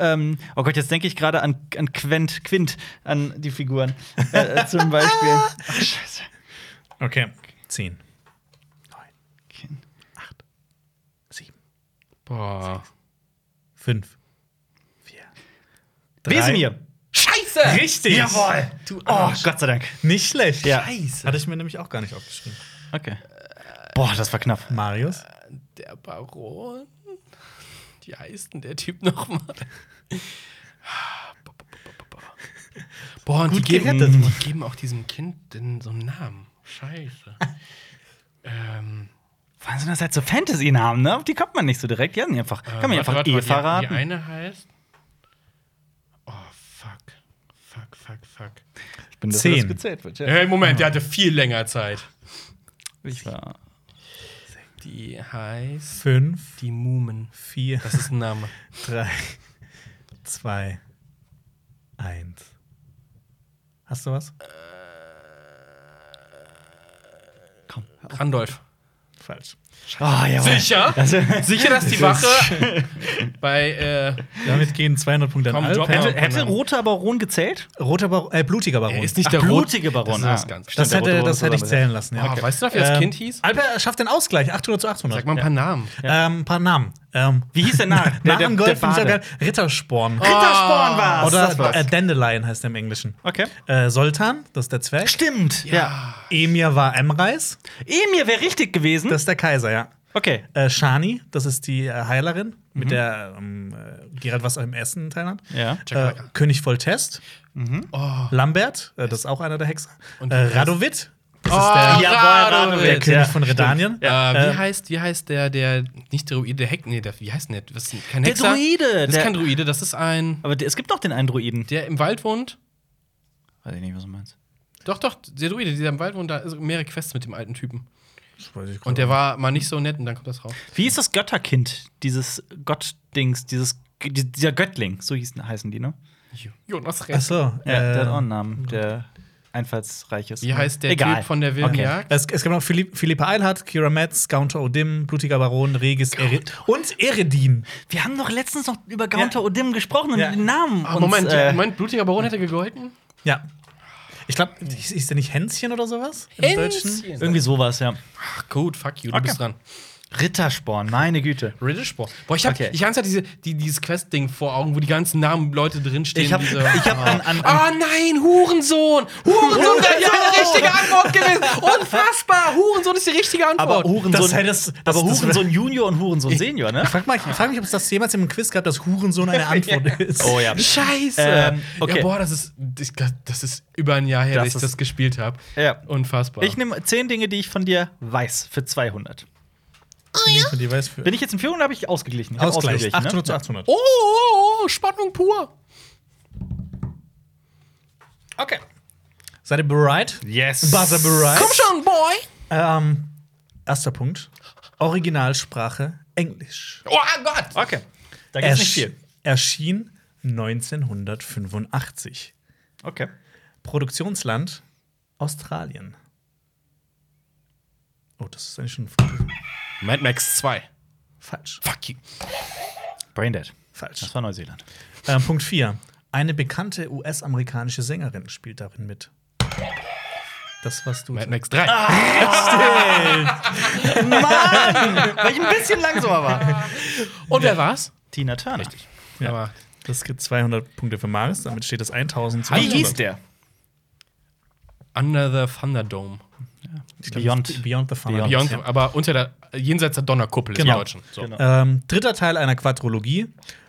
C: Ähm, oh Gott, jetzt denke ich gerade an, an Quent, Quint, an die Figuren. Äh, äh, zum Beispiel. Ach, scheiße.
A: Okay. Zehn, sieben,
B: Boah.
A: fünf, vier. drei.
C: Wesemir.
B: Scheiße!
A: Richtig.
C: Jawohl.
B: Du
C: Oh,
B: Arsch.
C: Gott sei Dank.
A: Nicht schlecht.
C: Ja.
A: Hatte ich mir nämlich auch gar nicht aufgeschrieben.
C: Okay. Boah, das war knapp.
A: Marius.
B: Der Baron? Wie heißt denn der Typ nochmal? Boah, und die
A: Gut
B: geben,
A: gerettet.
B: die geben auch diesem Kind denn so einen Namen. Scheiße. ähm,
C: Vor allem sind das halt so Fantasy-Namen, ne? Auf die kommt man nicht so direkt. Die haben die einfach, kann man die
B: äh, warte,
C: einfach
B: warte,
C: eh
B: warte, die- Die
C: verraten.
B: eine heißt. Oh, fuck. Fuck, fuck, fuck.
C: Ich bin
A: Zehn.
C: gezählt wird, ja.
B: Hey, Moment, der hatte viel länger Zeit.
C: Ich war.
B: Die heißt.
A: Fünf,
B: Die Mumen.
A: vier,
B: Das ist ein Name.
A: drei, zwei, eins. Hast du was?
C: Komm.
B: Randolph.
A: Falsch.
C: Oh, jawohl.
B: Sicher?
C: Also,
B: Sicher, dass die
C: Das
B: Wache bei. Äh,
A: Damit gehen 200 Punkte
B: Komm,
A: an
B: drop
A: Alper.
B: out.
C: hätte, hätte roter Baron gezählt?
A: Roter Baron, äh, blutiger Baron.
B: er ist nicht
C: Ach,
B: der Rot-
C: blutige Baron,
B: Das ist
C: ah.
B: das Ganze.
A: das
C: Stimmt, der Ah,
A: hätte,
C: rote
A: das
C: Baron
A: hätte ich
C: war
A: zählen lassen, ja.
B: Boah, Weißt du noch, wie das
A: Ähm,
B: Kind hieß?
A: Alper schafft den Ausgleich, 800 zu 800.
B: Sag mal ein paar Namen.
A: Ähm, ein paar Namen. Ähm,
C: Wie hieß der Narr? Der- der- der
A: Narrengold finde ich auch
C: Bade.
A: geil. Rittersporn.
C: Rittersporn war's. das
A: Oder
C: war's.
A: äh, Dandelion heißt er im Englischen.
C: Okay.
A: Äh, Soltan, das ist der Zwerg.
C: Stimmt. Ja.
A: Emir war Emreis,
C: Hm? Emir wäre richtig gewesen.
A: das ist der Kaiser, ja.
C: okay.
A: Äh, Shani, das ist die äh, Heilerin, mit der ähm, äh, Gerald was im Essen in Thailand.
C: Mhm. Ja. Mhm.
A: Äh,
B: Jack-
A: König Voltest.
B: Oh.
A: Lambert, äh, das ist auch einer der Hexer.
B: Und
A: Äh,
B: wie heißt-
A: Radovid, das ist der,
B: Oh, ja,
A: der
B: Radovid.
C: Radovid,
A: König
C: ja,
A: von
C: stimmt.
A: Redanien.
B: Äh, wie,
A: Äh,
B: heißt, wie heißt der, der, nicht der Druide, der Heck, nee, der, wie heißt denn der? Was, ist kein
C: Der
B: Hexer?
C: Druide,
B: Das ist
C: der-
B: kein Druide, das ist ein,
C: Aber der- es gibt noch den einen Druiden.
B: der im Wald wohnt.
C: Weiß ich nicht, was du meinst.
B: Doch, doch, der Druide, der im Wald wohnt, da ist mehrere Quests mit dem alten Typen.
A: das weiß ich
B: Und der war mal nicht so nett und dann kommt das raus.
C: Wie hieß das Götterkind? Dieses Gottdings, dieses, die- dieser Göttling, so hießen, heißen die, ne?
B: Jonas
A: Ach so,
C: Ja, der
A: äh,
C: hat auch einen Namen, der einfallsreich ist. Mhm.
B: Wie heißt der
C: Egal.
B: Typ von der wilden
C: Okay.
B: Jagd?
A: Es, es gab noch Philipp, Philippa Eilhardt, Kira Metz, Gaunter Odim, Blutiger Baron, Regis Eri und Eredin.
C: Wir haben doch letztens noch über Gaunter Odim gesprochen und
A: Ja.
C: den Namen.
B: Ah,
C: uns,
B: Moment,
C: äh,
B: Moment, blutiger Baron hätte gegolten?
A: Ja. Ich glaube, hieß der nicht Hänschen oder sowas? Im Deutschen?
C: Irgendwie sowas, ja.
B: Ach, gut, fuck you, du
C: Okay.
B: bist dran.
C: Rittersporn, meine Güte.
B: Riddersport. Boah, ich hab
C: Okay.
B: ich hatte diese die, dieses Quest-Ding vor Augen, wo die ganzen Namen Leute drinstehen.
C: Ich hab-
B: diese,
C: ich hab an- an-
B: Ah nein, Hurensohn! Hurensohn wäre ja die richtige Antwort gewesen! Unfassbar! Hurensohn ist die richtige Antwort!
A: Das hättest- das-
C: aber
A: das-
C: Hurensohn Junior und Hurensohn Senior, ne?
A: Ich frage mich, frag mich, ob es das jemals im Quiz gab, dass Hurensohn eine Antwort ist.
C: Oh ja.
B: Scheiße!
C: Ähm, okay.
B: ja, boah, das ist, ich glaub, das ist über ein Jahr her,
C: Das
B: dass ich
C: ist-
B: das gespielt habe.
C: Ja.
B: Unfassbar.
C: Ich nehme zehn Dinge, die ich von dir weiß, für 200.
A: Nee, für die weiß für
C: Bin ich jetzt in Führung oder habe ich ausgeglichen? Ich hab
A: Ausgleich.
C: ausgeglichen,
A: 800
C: ne?
A: zu 800.
B: oh, oh, oh, Spannung pur!
A: Okay. Seid ihr bereit?
C: Yes.
A: Buzzer bereit?
B: Komm schon, Boy!
A: Ähm, erster Punkt. Originalsprache Englisch.
B: Oh Gott!
C: Okay. Da gibt's nicht
A: Ersch-
C: viel.
A: Erschien 1985.
C: Okay.
A: Produktionsland Australien. Oh, das ist eigentlich schon f-
B: Mad Max 2.
A: falsch.
B: Fuck you.
C: Braindead.
A: Falsch.
C: Das war Neuseeland.
A: Äh, Punkt 4. Eine bekannte US-amerikanische Sängerin spielt darin mit. Das, was du.
B: Mad Max 3.
C: Ah, Mann! Weil ich ein bisschen langsamer war.
B: Und wer war's?
C: Tina Turner. Richtig.
A: Ja.
B: Aber
A: Das gibt 200 Punkte für Marius, damit steht es 1000 zu.
C: Wie
B: Hallo.
C: hieß der?
B: Under the Thunderdome.
A: Ich glaub,
C: Beyond.
A: das ist Beyond the Fun.
C: Beyond.
B: Beyond,
A: Ja.
B: aber unter der, jenseits der Donnerkuppel
A: Genau.
B: im Deutschen. So. Mhm.
C: Genau.
A: Ähm, dritter Teil einer Quadrologie.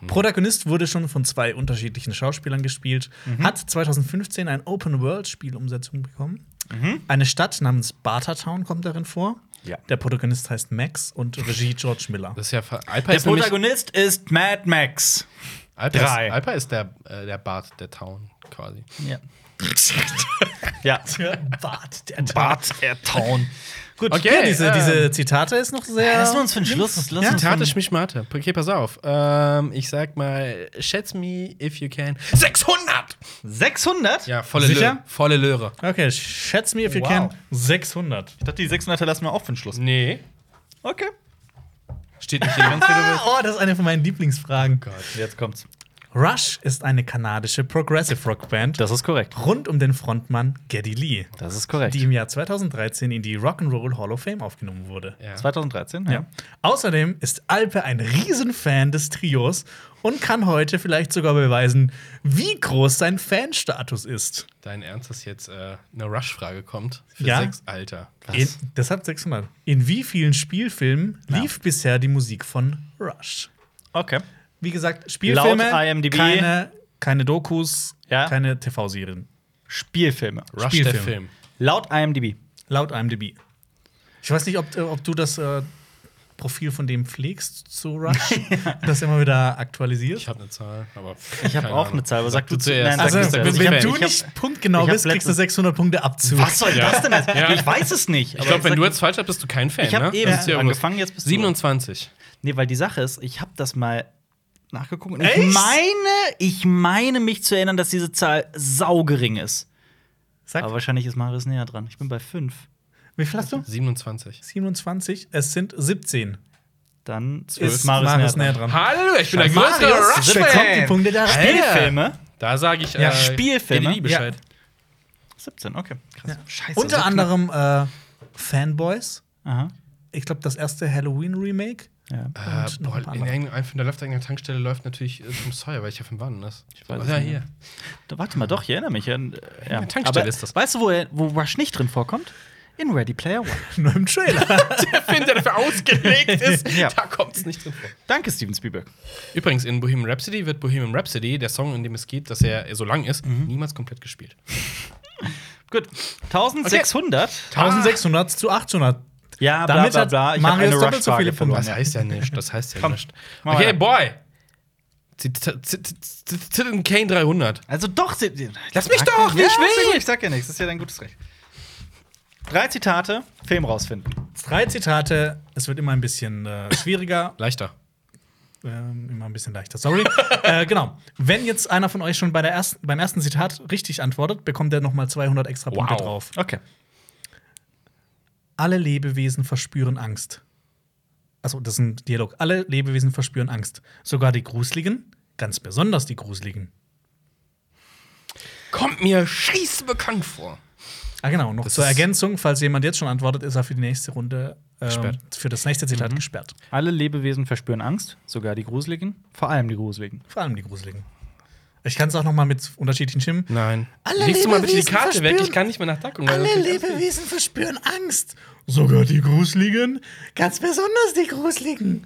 A: Protagonist wurde schon von zwei unterschiedlichen Schauspielern gespielt.
C: Mhm.
A: Hat 2015 ein Open-World-Spiel Umsetzung bekommen. Eine Stadt namens Bartertown kommt darin vor.
C: Mhm. Ja.
A: Der Protagonist heißt Max und Regie George Miller.
B: Das ist ja ver- Alper
C: Der
B: ist nämlich,
C: Protagonist ist Mad Max.
B: Alper ist,
C: drei.
B: Alper ist der, äh, der Bart der Town quasi.
C: Ja. Ja.
A: Der Bart, der
C: Bart ertaun. Gut.
B: Okay.
A: Ja, diese,
B: ähm. Hm.
A: diese Zitate ist noch sehr.
C: Lass uns für den Schluss. Lass uns für
B: Zitate
C: den
B: Schmischmate. Okay, pass auf. Ähm, ich sag mal, schätz me if you can. 600!
C: 600?
B: Ja, volle
A: Sicher?
B: Löhre. Volle Löhre.
A: Okay, schätz mir, if you
C: Wow.
A: can, 600.
C: Ich dachte, die 600er lassen wir auch für den Schluss.
B: Nee.
C: Okay.
B: Steht nicht hier ganz wie du willst.
A: Oh, das ist eine von meinen Lieblingsfragen.
C: Jetzt kommt's.
A: Rush ist eine kanadische Progressive Rock Band
C: Das ist korrekt.
A: rund um den Frontmann Geddy Lee,
C: Das ist korrekt.
A: die im Jahr 2013 in die Rock'n'Roll Hall of Fame aufgenommen wurde.
B: Ja.
C: 2013,
A: Ja. Außerdem ist Alpe ein Riesenfan des Trios und kann heute vielleicht sogar beweisen, wie groß sein Fanstatus ist.
B: Dein Ernst, dass jetzt äh, eine Rush-Frage kommt? Für
A: Ja.
B: sechs Alter.
A: In, deshalb 600. In wie vielen Spielfilmen
C: Ja.
A: lief bisher die Musik von Rush?
C: Okay.
A: Wie gesagt, Spielfilme,
C: Laut IMDb.
A: Keine, keine Dokus,
C: Ja.
A: keine TV-Serien.
C: Spielfilme.
B: Rush, der
A: Spielfilm.
B: Film.
C: Laut IMDb.
A: Laut IMDb. Ich weiß nicht, ob, äh, ob du das äh, Profil von dem pflegst zu Rush, das immer wieder aktualisierst.
B: Ich habe eine Zahl, aber.
C: Ich habe auch ne-
B: keine Ahnung.
C: eine Zahl. Was sagst du
B: du zuerst.
C: Nein,
A: Also,
C: sag
B: du
A: wenn,
B: zuerst.
C: Ich
A: wenn
C: hab-
A: du
C: ich hab-
A: nicht punktgenau
C: ich hab
A: bist, kriegst du
C: letztens-
A: 600 Punkte Abzug.
C: Was soll
B: Ja.
C: das denn? jetzt?
B: Ja.
C: Ich weiß es nicht.
B: Ich glaube, wenn du
C: sag-
B: jetzt falsch hast, bist du kein Fan.
C: Ich hab
B: ne?
C: eben
B: Das ist ja irgendwas-
C: angefangen, jetzt bist du-
B: 27.
C: Nee, weil die Sache ist, ich habe das mal nachgeguckt und
A: Echt?
C: ich meine, ich meine mich zu erinnern, dass diese Zahl saugering ist.
A: Sag,
C: Aber wahrscheinlich ist Marius näher dran. Ich bin bei 5.
A: wie viel hast du?
B: 27.
A: 27, es sind 17.
C: Dann
A: Ist Marius näher dran.
B: Hallo, ich bin der
A: Marius
B: größte
A: bekommt die
B: Rush-Fan.
A: Punkte da rein.
C: Spielfilme?
B: Da sage ich.
A: Ja,
C: Spielfilme.
B: Didi Bescheid.
C: 17, okay. Krass. Scheiße.
A: Unter
C: so
A: anderem äh, Fanboys.
C: knapp. Aha.
A: Ich glaube, das erste Halloween-Remake.
C: Ja.
B: Äh,
A: Und noch
B: boah,
A: ein
B: in
A: paar andere.
B: irgendeinem, da läuft irgendeine Tankstelle läuft natürlich äh, zum Sawyer, welcher Film war denn das? Ich
C: weiß es
B: ne? ja,
C: nicht.
B: hier.
C: Da, warte mal, doch, ich erinnere mich. Ja, äh, ja.
B: Eine Tankstelle ist das.
C: Weißt du, wo, er- wo Rush nicht drin vorkommt? In Ready Player One.
A: Nur im Trailer.
B: Der Film, der dafür ausgelegt ist,
C: Ja.
B: da kommt es nicht drin vor.
C: Danke, Steven Spielberg.
B: Übrigens, in Bohemian Rhapsody wird Bohemian Rhapsody, der Song, in dem es geht, dass er so lang ist, niemals komplett gespielt.
C: Gut. 1600.
A: 1600 zu 800.
C: Ja,
A: Damit hat
C: Ich habe
A: Marius
C: eine
A: doppelt
C: Rush-Frage
A: so viele
C: verloren.
A: Punkte.
B: Das heißt ja nicht, das heißt ja
C: Komm,
B: nicht.
C: mach
B: Okay,
C: weiter.
B: boy. Zit- zit- zit- Citizen Kane 300.
C: Also doch. sie-
B: Lass mich
C: Sag
B: doch,
C: ja,
B: ich will.
C: sehr gut, Ich sag ja nichts, das ist ja dein gutes Recht. Drei Zitate, Film rausfinden.
A: Drei Zitate. Es wird immer ein bisschen äh, schwieriger,
B: Leichter.
A: ähm, immer ein bisschen leichter. Sorry. äh, genau. Wenn jetzt einer von euch schon bei der ersten, beim ersten Zitat richtig antwortet, bekommt er noch mal 200 extra Punkte
B: Wow.
A: drauf.
C: Okay.
A: Alle Lebewesen verspüren Angst. Also, das ist ein Dialog. Alle Lebewesen verspüren Angst. Sogar die Gruseligen, ganz besonders die Gruseligen.
B: Kommt mir scheiß bekannt vor.
A: Ah, genau. Noch
B: Das
A: zur
B: ist-
A: Ergänzung, falls jemand jetzt schon antwortet, ist er für die nächste Runde, ähm,
B: Gesperrt. Mhm.
A: für das nächste Zitat gesperrt.
C: Alle Lebewesen verspüren Angst, sogar die Gruseligen, vor allem die Gruseligen.
A: Vor allem die Gruseligen. Ich kann es auch noch mal mit unterschiedlichen Stimmen.
B: Nein.
A: Alle
B: Legst du mal bitte die
A: Lebewesen
B: Karte weg, ich
A: verspüren-
B: kann nicht mehr nach da gucken. weil
A: Alle
B: das klingt
A: Lebewesen verspüren Angst. Sogar die Gruseligen. Ganz besonders die Gruseligen.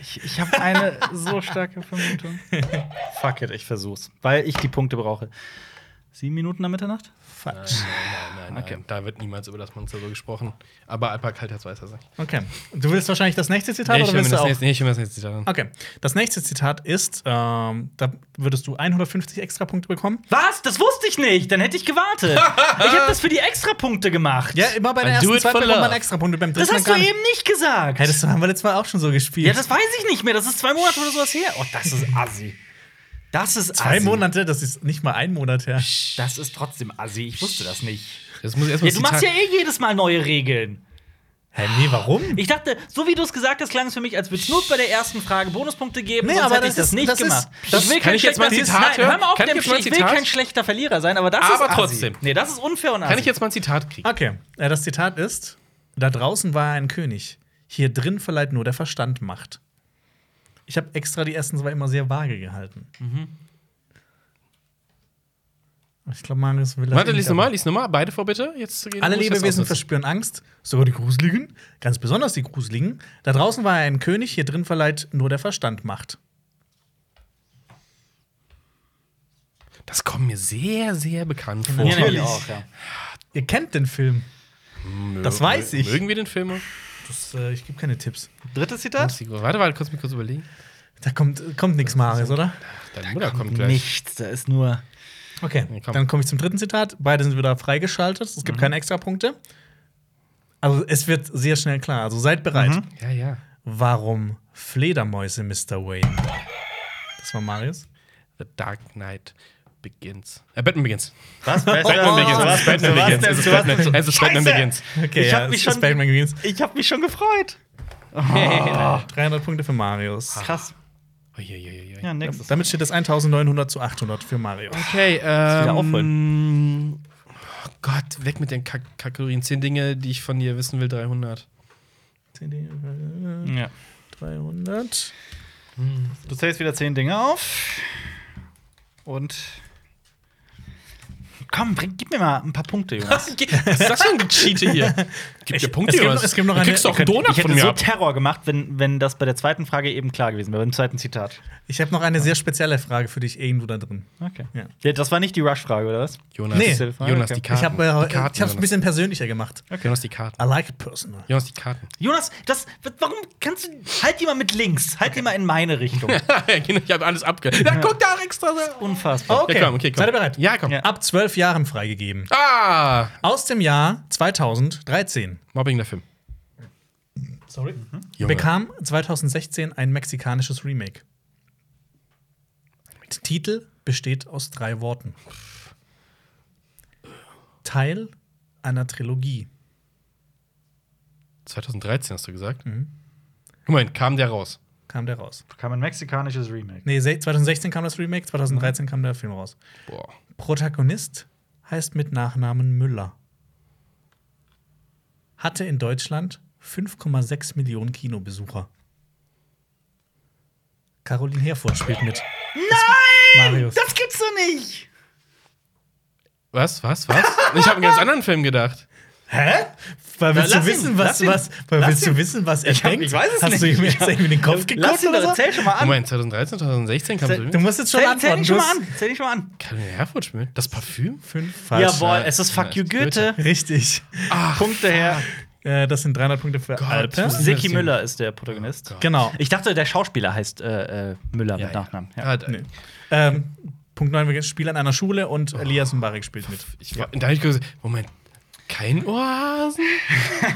C: Ich, ich habe eine so starke Vermutung. Fuck it, ich versuch's. Weil ich die Punkte brauche. Sieben Minuten nach Mitternacht?
A: Falsch.
B: Nein, nein,
C: Okay.
B: nein. Da wird niemals über das Monster so gesprochen. Aber Alpa Kaltherz weiß das nicht.
A: Okay. Du willst wahrscheinlich das nächste Zitat
B: ich
A: oder
B: höre mir
A: willst du
B: das
A: auch?
B: nächste- nee, ich höre mir das nächste Zitat an.
A: Okay. Das nächste Zitat ist, ähm, da würdest du 150 extra Punkte bekommen.
C: Was? Das wusste ich nicht. Dann hätte ich gewartet. ich habe das für die Extrapunkte gemacht.
A: Ja, immer bei der
B: I
A: ersten
B: do it
A: zwei
B: for
A: bekommt man
B: love.
A: extra Punkte, beim dritten
C: das hast du
A: Mal gar nicht.
C: eben nicht gesagt.
A: Hey, das haben wir letztes Mal auch schon so gespielt.
C: ja, das weiß ich nicht mehr. Das ist zwei Monate oder sowas her. Oh, das ist assi. Das ist
A: Zwei
C: assi.
A: Monate, das ist nicht mal ein Monat her.
C: Das ist trotzdem assi. Ich wusste das nicht.
B: Jetzt muss ich erstmal
C: Ja, du machst ja eh jedes Mal neue Regeln.
A: Hä, nee, warum?
C: Ich dachte, so wie du es gesagt hast, klang es für mich, als würde es nur bei der ersten Frage Bonuspunkte geben.
A: Nee,
C: sonst
A: aber
C: hätte ich
A: das
C: das
A: ist-
C: nicht
A: das ist-
C: gemacht.
A: das-
B: kann ich jetzt mal ein
C: schlechter-
B: Zitat
C: Nein, hör
B: hören?
C: mal auf,
B: Kann
C: mit
B: ich
C: dem
B: jetzt mal ein
C: Schle- ich will
B: Zitat?
C: kein schlechter Verlierer sein, aber das ist
B: Aber
C: assi.
B: trotzdem.
C: Nee, das ist unfair und assi.
B: Kann ich jetzt mal ein Zitat kriegen?
A: Okay, äh, das Zitat ist: Da draußen war er ein König. Hier drin verleiht nur der Verstand Macht. Ich habe extra die ersten zwei immer sehr vage gehalten.
B: Mhm.
A: Ich glaube, Marius will das.
B: Warte,
A: eh
B: lies
A: nicht,
B: nochmal,
A: aber-
B: lies nochmal. Beide vor, bitte. Jetzt geht-
A: Alle
B: muss ich das
A: Lebewesen
B: aussetzen.
A: verspüren Angst, sogar die Gruseligen, ganz besonders die Gruseligen. Da draußen war er ein König, hier drin verleiht nur der Verstand Macht.
B: Das kommt mir sehr, sehr bekannt vor.
C: Mir nämlich
A: Natürlich.
C: auch, ja.
A: Ihr kennt den Film.
B: Mö-
A: Das weiß ich.
B: Mögen wir den Film?
A: Das, äh, ich gebe keine Tipps.
C: Drittes Zitat?
B: Warte, warte, kurz mich kurz überlegen.
A: Da kommt, kommt nichts, Marius, oder?
B: Deine Mutter kommt gleich.
C: Nichts, da ist nur
A: Okay,
B: Nee, komm.
A: dann komme ich zum dritten Zitat. Beide sind wieder freigeschaltet. Es
C: Mhm.
A: gibt keine Extrapunkte. Also es wird sehr schnell klar. Also seid bereit.
C: Mhm.
B: Ja, ja.
A: Warum Fledermäuse, Mr. Wayne? Das war Marius.
B: The Dark Knight Begins. Äh, Batman Begins.
A: Oh,
C: Was?
B: Batman Begins. Es ist Batman Begins. Es ist Batman- es ist Batman Begins.
A: Okay,
C: Ich hab
A: ja,
C: mich
A: es ist
C: schon-
A: Batman gewesen.
C: Ich habe mich schon gefreut.
A: 300 Punkte für Marius.
C: Oh, Krass.
B: Uiuiuiui.
C: Ja, nächstes.
A: Damit steht es 1900 zu 800 für Marius.
B: Okay,
C: wieder
B: ähm. Oh Gott, weg mit den Ka Kategorien. Zehn Dinge, die ich von dir wissen will, 300.
A: 300.
C: Ja. Du zählst wieder zehn Dinge auf. Und. Komm, bring, gib mir mal ein paar Punkte, Jonas.
B: Was ist das für ein Gecheate hier? Gib dir
A: es
B: Punkte,
A: gibt
B: Jonas.
A: noch- es gibt noch
B: Du
A: eine-
B: kriegst doch
A: ihr
B: einen
A: könnt-
B: Donut
C: Ich
B: von
C: hätte
B: mir
C: so
B: ab.
C: Terror gemacht, wenn, wenn das bei der zweiten Frage eben klar gewesen wäre, beim zweiten Zitat.
A: Ich habe noch eine sehr spezielle Frage für dich irgendwo da drin.
B: Ah,
C: Okay.
A: Ja.
C: Ja, das war nicht die Rush-Frage, oder was?
B: Jonas,
A: Nee.
B: Jonas, die
C: Ich
B: Karten.
A: Ich habe äh,
B: die
A: ich Ah. habe es ein bisschen persönlicher gemacht.
B: Jonas. Jonas, die Karten.
A: I like it personal.
B: Jonas, die Karten.
C: Jonas, das, warum kannst du. Halt die mal mit links, halt die mal in meine Richtung.
A: genau,
B: ich habe alles abge. Na, guck da auch extra.
C: Unfassbar.
A: Okay. Seid ihr bereit?
B: Ja, komm.
C: Ja.
A: Ab zwölf Jahren freigegeben.
B: Ah!
A: Aus dem Jahr 2013
B: Mobbing der Film.
A: Sorry.
C: Mhm.
B: Junge.
A: bekam 2016 ein mexikanisches Remake. Der Titel besteht aus drei Worten. Teil einer Trilogie.
B: 2013 hast du gesagt?
A: Mhm.
B: Moment, kam der raus?
A: Kam der raus.
C: Kam ein mexikanisches Remake.
A: Nee, se- 2016 kam das Remake, 2013 kam der Film raus.
B: Boah.
A: Protagonist heißt mit Nachnamen Müller. Hatte in Deutschland 5,6 Millionen Kinobesucher. Caroline Herfurth spielt mit. Nein! Marius.
C: Das gibt's doch nicht!
B: Was, was, was? ich habe einen ganz anderen Film gedacht.
A: Hä? Weil willst
C: Na,
A: du
C: lass ihn,
A: wissen, was,
C: lass ihn,
A: was, weil
C: lass
A: willst du wissen, was er
C: Ich hab-
A: denkt?
C: ich weiß es
A: Hast du
C: nicht.
A: ihm jetzt irgendwie den Kopf
C: Lass
A: geguckt
C: ihn
A: oder
C: doch,
A: so?
C: zähl schon mal an.
B: Moment, 2013, 2016 kam der
A: Du
B: Film.
A: musst jetzt schon
C: zähl, zähl
A: antworten.
C: dich schon mal
A: Du
C: an. Zähl dich schon mal an.
B: Kann der Herford spielen? Das Parfüm?
A: hast Fünf falsch.
C: Jawohl, es ist Fuck You Goethe.
A: Richtig.
C: Punkte her.
A: Äh, das sind 300 Punkte für Alpe.
B: das ist-
C: Siki Müller ist der Protagonist.
A: Genau.
C: Ich dachte, der Schauspieler heißt äh, äh, Müller mit Nachnamen. Ja.
B: Ah, da-
A: Nee. Ähm, Punkt 9, wir spielen an einer Schule und Elias Mbarek spielt mit.
B: Ich war, da hab ich gesagt, Moment, kein Oasen?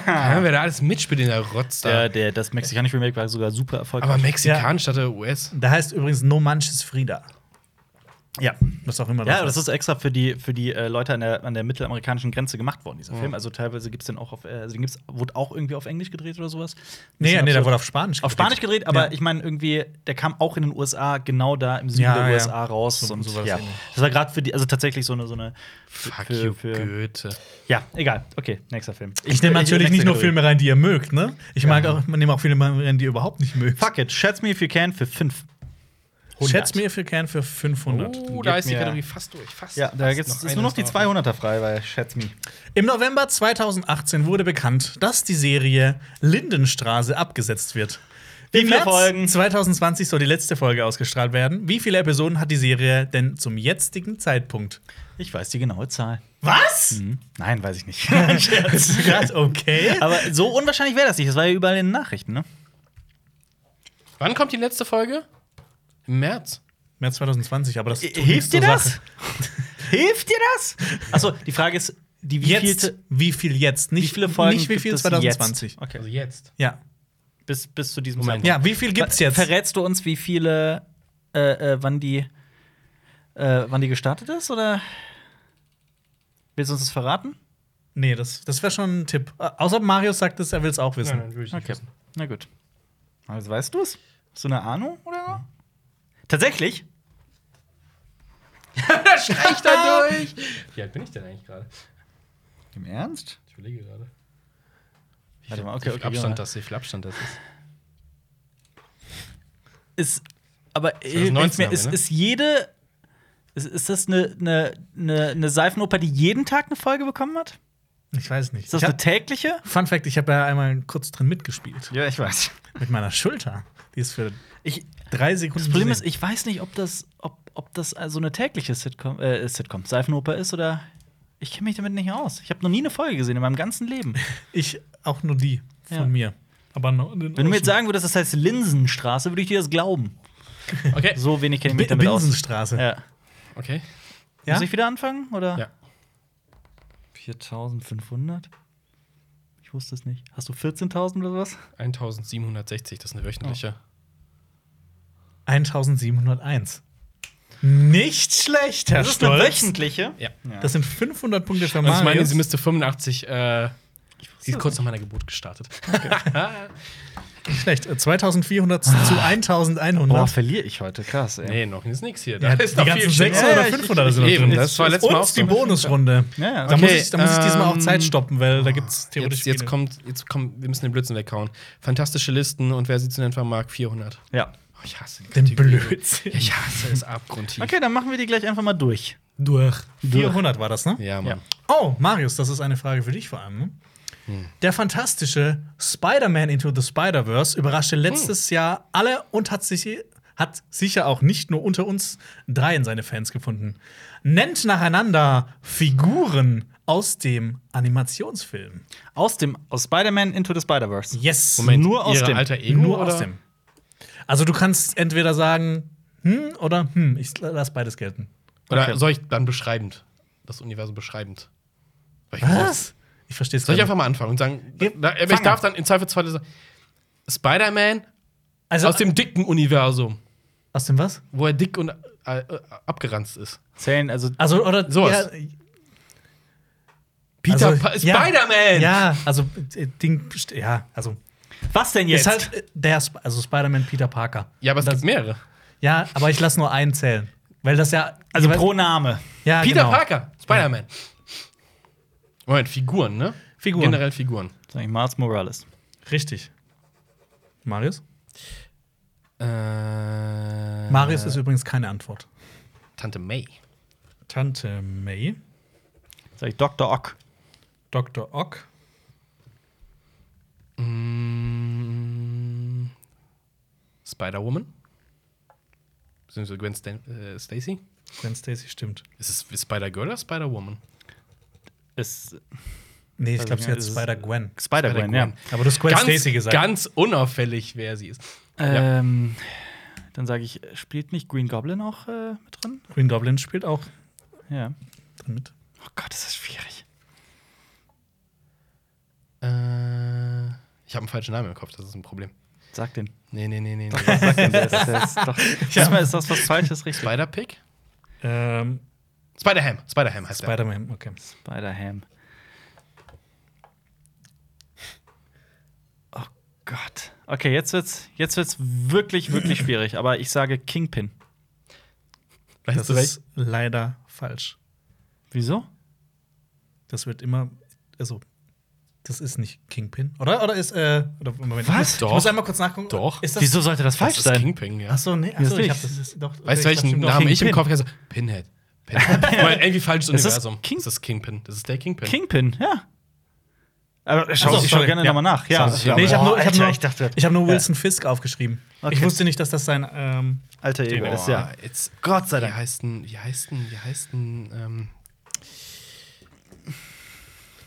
B: ja, wer da alles mitspielt in der Rotz da.
C: Der, der, das mexikanische Remake war sogar super erfolgreich.
B: Aber mexikanisch statt der US.
A: Da heißt übrigens No Manches Frida.
C: ja.
A: Was auch immer das
C: Ja, das ist extra für die, für die äh, Leute an der, an der mittelamerikanischen Grenze gemacht worden,
A: Oh.
C: dieser Film. Also teilweise gibt es den auch auf, äh, also den gibt's, wurde auch irgendwie auf Englisch gedreht oder sowas.
A: Nee,
C: Bisschen
A: nee, da
C: absurd.
A: wurde auf Spanisch
C: auf Spanisch gedreht, aber
A: Ja.
C: ich meine irgendwie, der kam auch in den USA, genau da im Süden
A: Ja,
C: der
A: ja.
C: USA raus.
A: So-
C: und
A: sowas Oh.
C: ja.
A: ähnlich.
C: Das war gerade für die, also tatsächlich so eine, so eine.
B: Fuck
C: für-
B: you,
C: für-
B: Goethe.
C: Ja, egal. Okay, nächster Film.
A: Ich nehme natürlich
C: nächste
A: nicht nur
C: Kategorie.
A: Filme rein, die ihr mögt, ne? Ich mag auch, nehme auch Filme rein, die ihr überhaupt nicht mögt.
C: Fuck it, schätz me if you can für fünf. 100.
A: Schätzt mir für Kern für 500.
B: Oh, da
C: Gib
B: ist die
C: mir-
B: Kategorie fast durch. Fast.
C: Ja, da
B: fast.
C: gibt's,
B: eine
C: ist nur noch die
B: drauf.
C: 200er frei bei Schätz me.
A: Im November 2018 wurde bekannt, dass die Serie Lindenstraße abgesetzt wird.
C: Wie
A: Im
C: viele
A: März
C: Folgen?
A: 2020 soll die letzte Folge ausgestrahlt werden. Wie viele Episoden hat die Serie denn zum jetzigen Zeitpunkt?
C: Ich weiß die genaue Zahl.
A: Was?
C: Hm? Nein, weiß ich nicht.
A: Ist grad okay.
C: Aber so unwahrscheinlich wäre das nicht. Das war ja überall in den Nachrichten, ne?
B: Wann kommt die letzte Folge? Im März.
A: März 2020, aber das tut nichts
C: Hilft dir
A: zur
C: das?
A: Sache.
C: Hilft dir das? Achso, die Frage ist, die
A: Jetzt,
C: wievielte-
A: wie viel jetzt? Nicht
C: wie viele Folgen
A: Nicht wie viel
C: gibt es
A: 2020.
C: Jetzt? Okay.
B: Also jetzt.
A: Ja.
C: Bis, bis zu diesem
B: Moment.
A: ja, wie viel gibt's jetzt?
C: Verrätst du uns, wie viele, äh, äh, wann die, äh, wann die gestartet ist, oder? Willst du uns das verraten?
A: Nee, das, das wäre schon ein Tipp. Äh, Außer Marius sagt es, er will es auch wissen.
B: will ich
C: Okay, na gut. Also weißt du es? Hast du eine Ahnung, oder? Tatsächlich?
B: da schrei ich da durch. Wie alt bin ich denn eigentlich gerade?
C: Im Ernst?
B: Ich überlege gerade. Wie
C: Warte
B: viel,
C: mal, okay,
B: wie viel
C: okay, genau.
B: Abstand
C: ja.
B: das, wie viel Abstand das ist.
C: Ist, aber äh, hilf
B: 2019
C: mir, ist,
B: haben wir, ne?
C: ist jede. Ist, ist das eine, eine, eine, eine Seifenoper, die jeden Tag eine Folge bekommen hat?
A: Ich weiß nicht.
C: Ist das
A: Ich
C: eine
A: hab,
C: tägliche?
A: Fun Fact: Ich habe ja einmal kurz drin mitgespielt.
C: Ja, ich weiß.
A: Mit meiner Schulter. Die ist für
C: Ich,
A: drei Sekunden.
C: das Problem
A: zu
C: ist,
A: sehen.
C: ich weiß nicht, ob das, ob, ob das so also eine tägliche Sitcom, äh, Sitcom, Seifenoper ist oder. Ich kenne mich damit nicht aus. Ich habe noch nie eine Folge gesehen in meinem ganzen Leben.
A: ich auch nur die von
C: Ja.
A: mir. Aber no,
C: Wenn du mir jetzt sagen würdest, das heißt Linsenstraße, würde ich dir das glauben.
B: Okay.
C: So wenig kenne ich mich damit aus.
A: Binsenstraße.
C: Ja.
B: Okay.
A: Ja?
C: Muss ich wieder anfangen? Oder?
B: Ja.
C: 4500? Ich wusste es nicht. Hast du 14.000 oder was?
B: 1760, das ist eine wöchentliche.
A: 1701. Nicht schlecht, Herr Stolz.
C: wöchentliche.
B: Ja.
A: Das sind 500 Punkte für
B: Und
A: Marius.
B: Also ich meine, sie müsste 85, äh, sie ist
C: es
B: kurz nach meiner Geburt gestartet.
A: Nicht schlecht. Äh, 2400 zu 1100.
C: Ah. Boah, verliere ich heute. Krass, ey.
B: nee, noch ist nichts hier. Da
A: ja,
B: ist
A: die
B: noch
A: ganzen
B: viel Shit.
A: 600 oder
C: Ja, ich-
A: 500 sind
B: Eben,
A: drin.
B: das war letztes Mal auch
A: Und die
B: so.
A: Bonusrunde.
C: Ja, ja.
A: Da, muss ich, da muss ich
B: Okay,
A: diesmal auch
B: ähm,
A: Zeit stoppen, weil da gibt es theoretisch.
B: Jetzt, jetzt
A: viele.
B: kommt, jetzt kommt, wir müssen den Blödsinn weghauen. Fantastische Listen und wer sie zu nennen vermag, 400.
C: Ja.
B: Oh, ich hasse die
A: Den
B: Kategorie.
A: Blödsinn.
B: Ja, ich hasse es abgrundtief.
C: Okay, dann machen wir die gleich einfach mal durch.
A: Durch. 400 war das, ne?
B: Ja, Mann.
A: Oh, Marius, das ist eine Frage für dich vor allem. Ne?
B: Hm.
A: Der fantastische Spider-Man Into the Spider-Verse
B: Hm.
A: überraschte letztes Jahr alle und hat sich hat sicher auch nicht nur unter uns dreien seine Fans gefunden. Nennt nacheinander Figuren aus dem Animationsfilm.
C: Aus dem aus Spider-Man into the Spider-Verse.
A: Yes.
B: Moment,
C: Nur aus
B: ihre
C: dem.
B: alter Ego
A: Nur
B: oder?
A: aus dem. Also du kannst entweder sagen, hm oder hm, ich lasse beides gelten.
B: Oder
C: Okay.
B: soll ich dann beschreibend? Das Universum beschreibend. Soll ich-
A: Ich verstehe es
B: Soll ich einfach mal anfangen und sagen, da, aber ich
C: fang
B: darf dann im Zweifelsfall sagen, Spider-Man
A: also,
B: aus dem dicken Universum,
A: aus dem was?
B: wo er dick und äh, äh, abgeranzt ist.
C: Zählen, also
A: Also oder
B: Sowas.
A: Ja,
B: Peter
A: Also,
B: Pa-
A: ja.
B: Spider-Man!
A: Ja, also äh, Ding, best- ja, also
C: was denn jetzt?
A: ist halt äh, der, Sp also Spider-Man Peter Parker.
B: Ja, aber es
A: Das- Ah,
B: gibt mehrere.
A: Ja, aber ich lasse nur einen zählen, weil das ja
C: also
A: jeweils-
C: pro Name.
A: ja,
B: Peter
A: genau.
B: Parker, Spider-Man. Moment, Figuren, ne?
A: Figuren.
B: Generell Figuren.
C: Sag ich Miles Morales.
A: richtig. Marius?
B: Äh,
A: Marius ist übrigens keine Antwort.
B: Tante May.
A: Tante May,
C: Sag ich Dr. Ock.
A: Dr. Ock,
B: Mm, Spider-Woman. Beziehungsweise Gwen Stan äh, Stacy.
A: Gwen Stacy stimmt.
B: Ist es ist Spider-Girl oder Spider-Woman?
C: Ist
A: Nee, ich glaube,
C: Also,
A: sie hat
C: es ist-
A: Spider-Gwen.
C: Spider-Gwen, ja.
A: Aber du hast Gwen Stacy gesagt.
B: ganz unauffällig, wer sie ist. Ja.
C: Ähm, dann sage ich, spielt nicht Green Goblin auch äh, mit drin?
A: Green Goblin spielt auch
C: Ja.
A: drin mit.
C: Oh Gott, das ist schwierig.
B: Äh, ich habe einen falschen Namen im Kopf, das ist ein Problem.
C: Sag den.
B: Nee, nee, nee, nee. nee.
C: Sag den. Der ist, der ist doch, Diesmal ist das was Falsches, richtig?
B: Spider-Pig?
A: Ähm,
B: Spider-Ham. Spider-Ham heißt er.
A: Spider-Man, okay.
C: Spider-Ham. Oh Gott. Okay, jetzt wird's, jetzt wird's wirklich, wirklich schwierig. Aber ich sage Kingpin.
B: Weißt
A: Das
B: du
A: ist leider falsch.
C: Wieso?
A: Das wird immer, also das ist nicht Kingpin, oder? Oder ist äh, oder, Moment,
C: Was?
A: Ich muss, ich
B: Doch.
A: muss einmal kurz nachgucken.
B: Doch.
A: Ist das?
C: Wieso sollte das falsch
B: das ist
C: sein?
B: Kingpin, ja.
A: Ach so, nee, ach so, ich
C: Hier ist
A: hab
C: nicht.
A: das ist doch.
B: Weißt du,
A: ich glaub,
B: welchen
A: stimmt doch.
B: Namen ich im
C: Kingpin.
B: Kopf habe? Pinhead. Pinhead. Weil irgendwie falsches
C: Ist das
B: Universum.
C: King-
B: das ist Kingpin. Das ist der Kingpin.
C: Kingpin, ja. Aber schau,
A: Ach so,
C: ich schau
A: sorry.
C: gerne
A: Ja.
C: nochmal nach. Ja.
B: Sorry, ja.
A: Nee, ich habe
C: Boah,
A: nur, ich hab
C: Alter,
A: nur,
C: ich dachte,
A: ich hab nur Wilson Fisk aufgeschrieben. Ich
C: Okay.
A: wusste nicht, dass das sein. Ähm,
C: Alter Ego
B: Boah,
C: ist ja.
B: Jetzt,
C: Gott sei
B: wie
C: Dank.
B: heißt denn, wie heißt denn, wie heißt denn, ähm,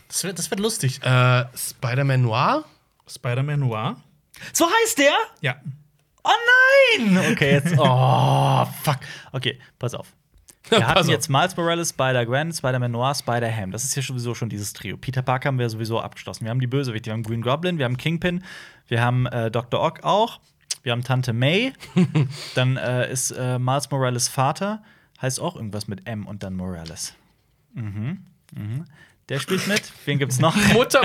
A: das, wird, das wird lustig.
B: äh, Spider-Man Noir?
A: Spider-Man Noir.
C: So heißt der?
A: Ja.
C: Oh nein! Okay, jetzt. Oh, fuck. Okay, pass auf. Wir
B: Pass
C: hatten
B: auf.
C: jetzt Miles Morales, Spider-Gwen, Spider-Man Noir, Spider-Ham. Das ist ja sowieso schon dieses Trio. Peter Parker haben wir sowieso abgeschlossen. Wir haben die Bösewichte, wir haben Green Goblin, wir haben Kingpin, wir haben äh, Dr. Ock auch, wir haben Tante May. dann äh, ist äh, Miles Morales Vater, heißt auch irgendwas mit M und dann Morales. Mhm. Mhm. Der spielt mit. Wen gibt's noch?
B: Mutter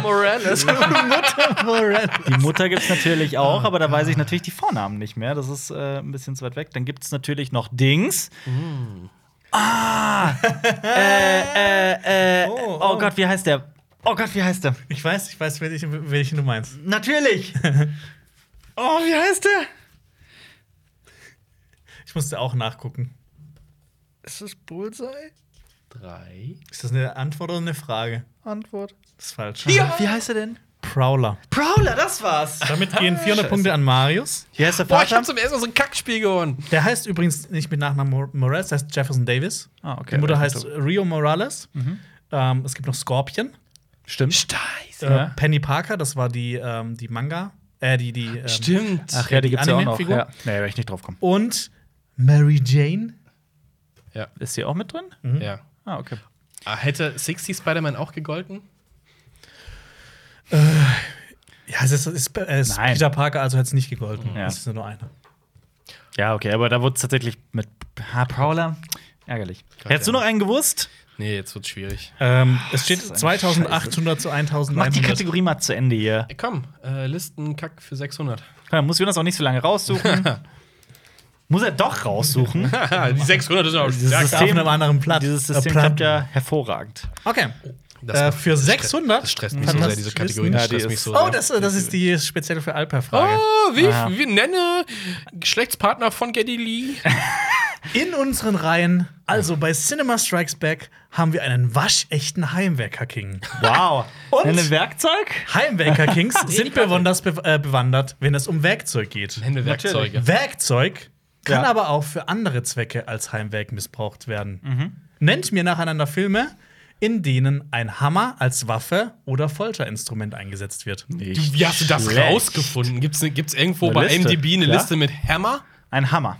B: Morales.
C: Die Mutter gibt es natürlich auch, aber da weiß ich natürlich die Vornamen nicht mehr. Das ist äh, ein bisschen zu weit weg. Dann gibt es natürlich noch Dings. Mm. Ah! äh, äh, äh,
A: Oh,
C: oh,
A: oh.
C: Gott, wie heißt der? Oh Gott, wie heißt der?
A: Ich weiß, ich weiß, welchen, welchen du meinst.
C: Natürlich! oh, wie heißt der?
A: Ich musste auch nachgucken.
C: Ist das Bullseye?
B: Drei.
A: Ist das eine Antwort oder eine Frage?
C: Antwort.
A: Das ist falsch.
C: Ja. Wie heißt er denn?
A: Prowler.
C: Prowler, das war's.
A: Damit gehen
C: Ah,
A: 400 Punkte an Marius.
C: Wie heißt der
B: Boah, ich
C: Vater?
B: hab zum ersten Mal so ein Kackspiel gewonnen.
A: Der heißt übrigens nicht mit Nachnamen Mor Morales, der heißt Jefferson Davis.
C: Ah, okay. Mhm.
A: Die Mutter
C: Welche
A: heißt Rio Morales. Ähm, es gibt noch Scorpion.
C: Stimmt.
B: Scheiße.
A: Äh,
C: Ja.
A: Penny Parker, das war die, ähm, die Manga. Äh, die, die. Ähm,
B: Stimmt.
C: Ach ja, die gibt's ja auch noch.
A: Anime-Figur.
C: Ja. Nee, werde ich nicht drauf kommen.
A: Und Mary Jane.
B: Ja.
C: Ist die auch mit drin?
A: Mhm.
B: ja.
C: Ah, okay.
B: Ah, Hätte 60 Spider-Man auch gegolten?
A: Ja, es ist, es ist, es ist
C: Nein.
A: Peter Parker, also hat es nicht gegolten.
C: Ja.
A: Es ist nur einer.
C: Ja, okay, aber da wurde es tatsächlich mit H. Prowler ärgerlich.
B: Gott,
C: Hättest
B: ja.
C: du noch einen gewusst?
B: Nee, jetzt wird's schwierig.
A: Ähm, es steht
C: ist eine
A: 2800 zu
C: Mach die
A: 1900.
C: Kategorie mal zu Ende hier.
B: Ey, komm, äh, Listenkack für 600.
C: Komm, Dann muss Jonas auch nicht so lange raussuchen. muss er doch raussuchen.
B: die 600 sind auch
A: Das ist auf einem anderen Platz.
C: Dieses
A: Äh,
C: System
A: Plan-
C: klappt ja hervorragend.
A: Okay.
B: Das
A: äh,
B: macht-
A: für 600?
B: Das stresst mich so sehr, diese
A: Fantastisch
B: Kategorien.
A: wissen.
B: Das
C: Ja, die
B: stresst mich
C: ist-
B: so sehr.
A: Oh, das, äh, das ist die spezielle für Alper-Frage.
B: Oh, wie, wie nenne Geschlechtspartner von Geddy Lee?
A: In unseren Reihen, also bei Cinema Strikes Back, haben wir einen waschechten Heimwerker-King.
C: Wow.
A: Und?
C: Ein Werkzeug?
A: Heimwerker-Kings
B: die
A: sind
B: Karte.
A: besonders be äh, bewandert, wenn es um Werkzeug geht.
B: Hände Werkzeuge.
A: Werkzeug kann
C: Ja.
A: aber auch für andere Zwecke als Heimwerk missbraucht werden.
C: Mhm.
A: Nennt mir nacheinander Filme, in denen ein Hammer als Waffe oder Folterinstrument eingesetzt wird.
B: Wie hast du das
C: Schlecht.
B: rausgefunden? Gibt's, ne- gibt's irgendwo
C: Eine
B: bei
C: Liste,
B: MDB eine
C: klar.
B: Liste mit Hammer?
C: Ein Hammer.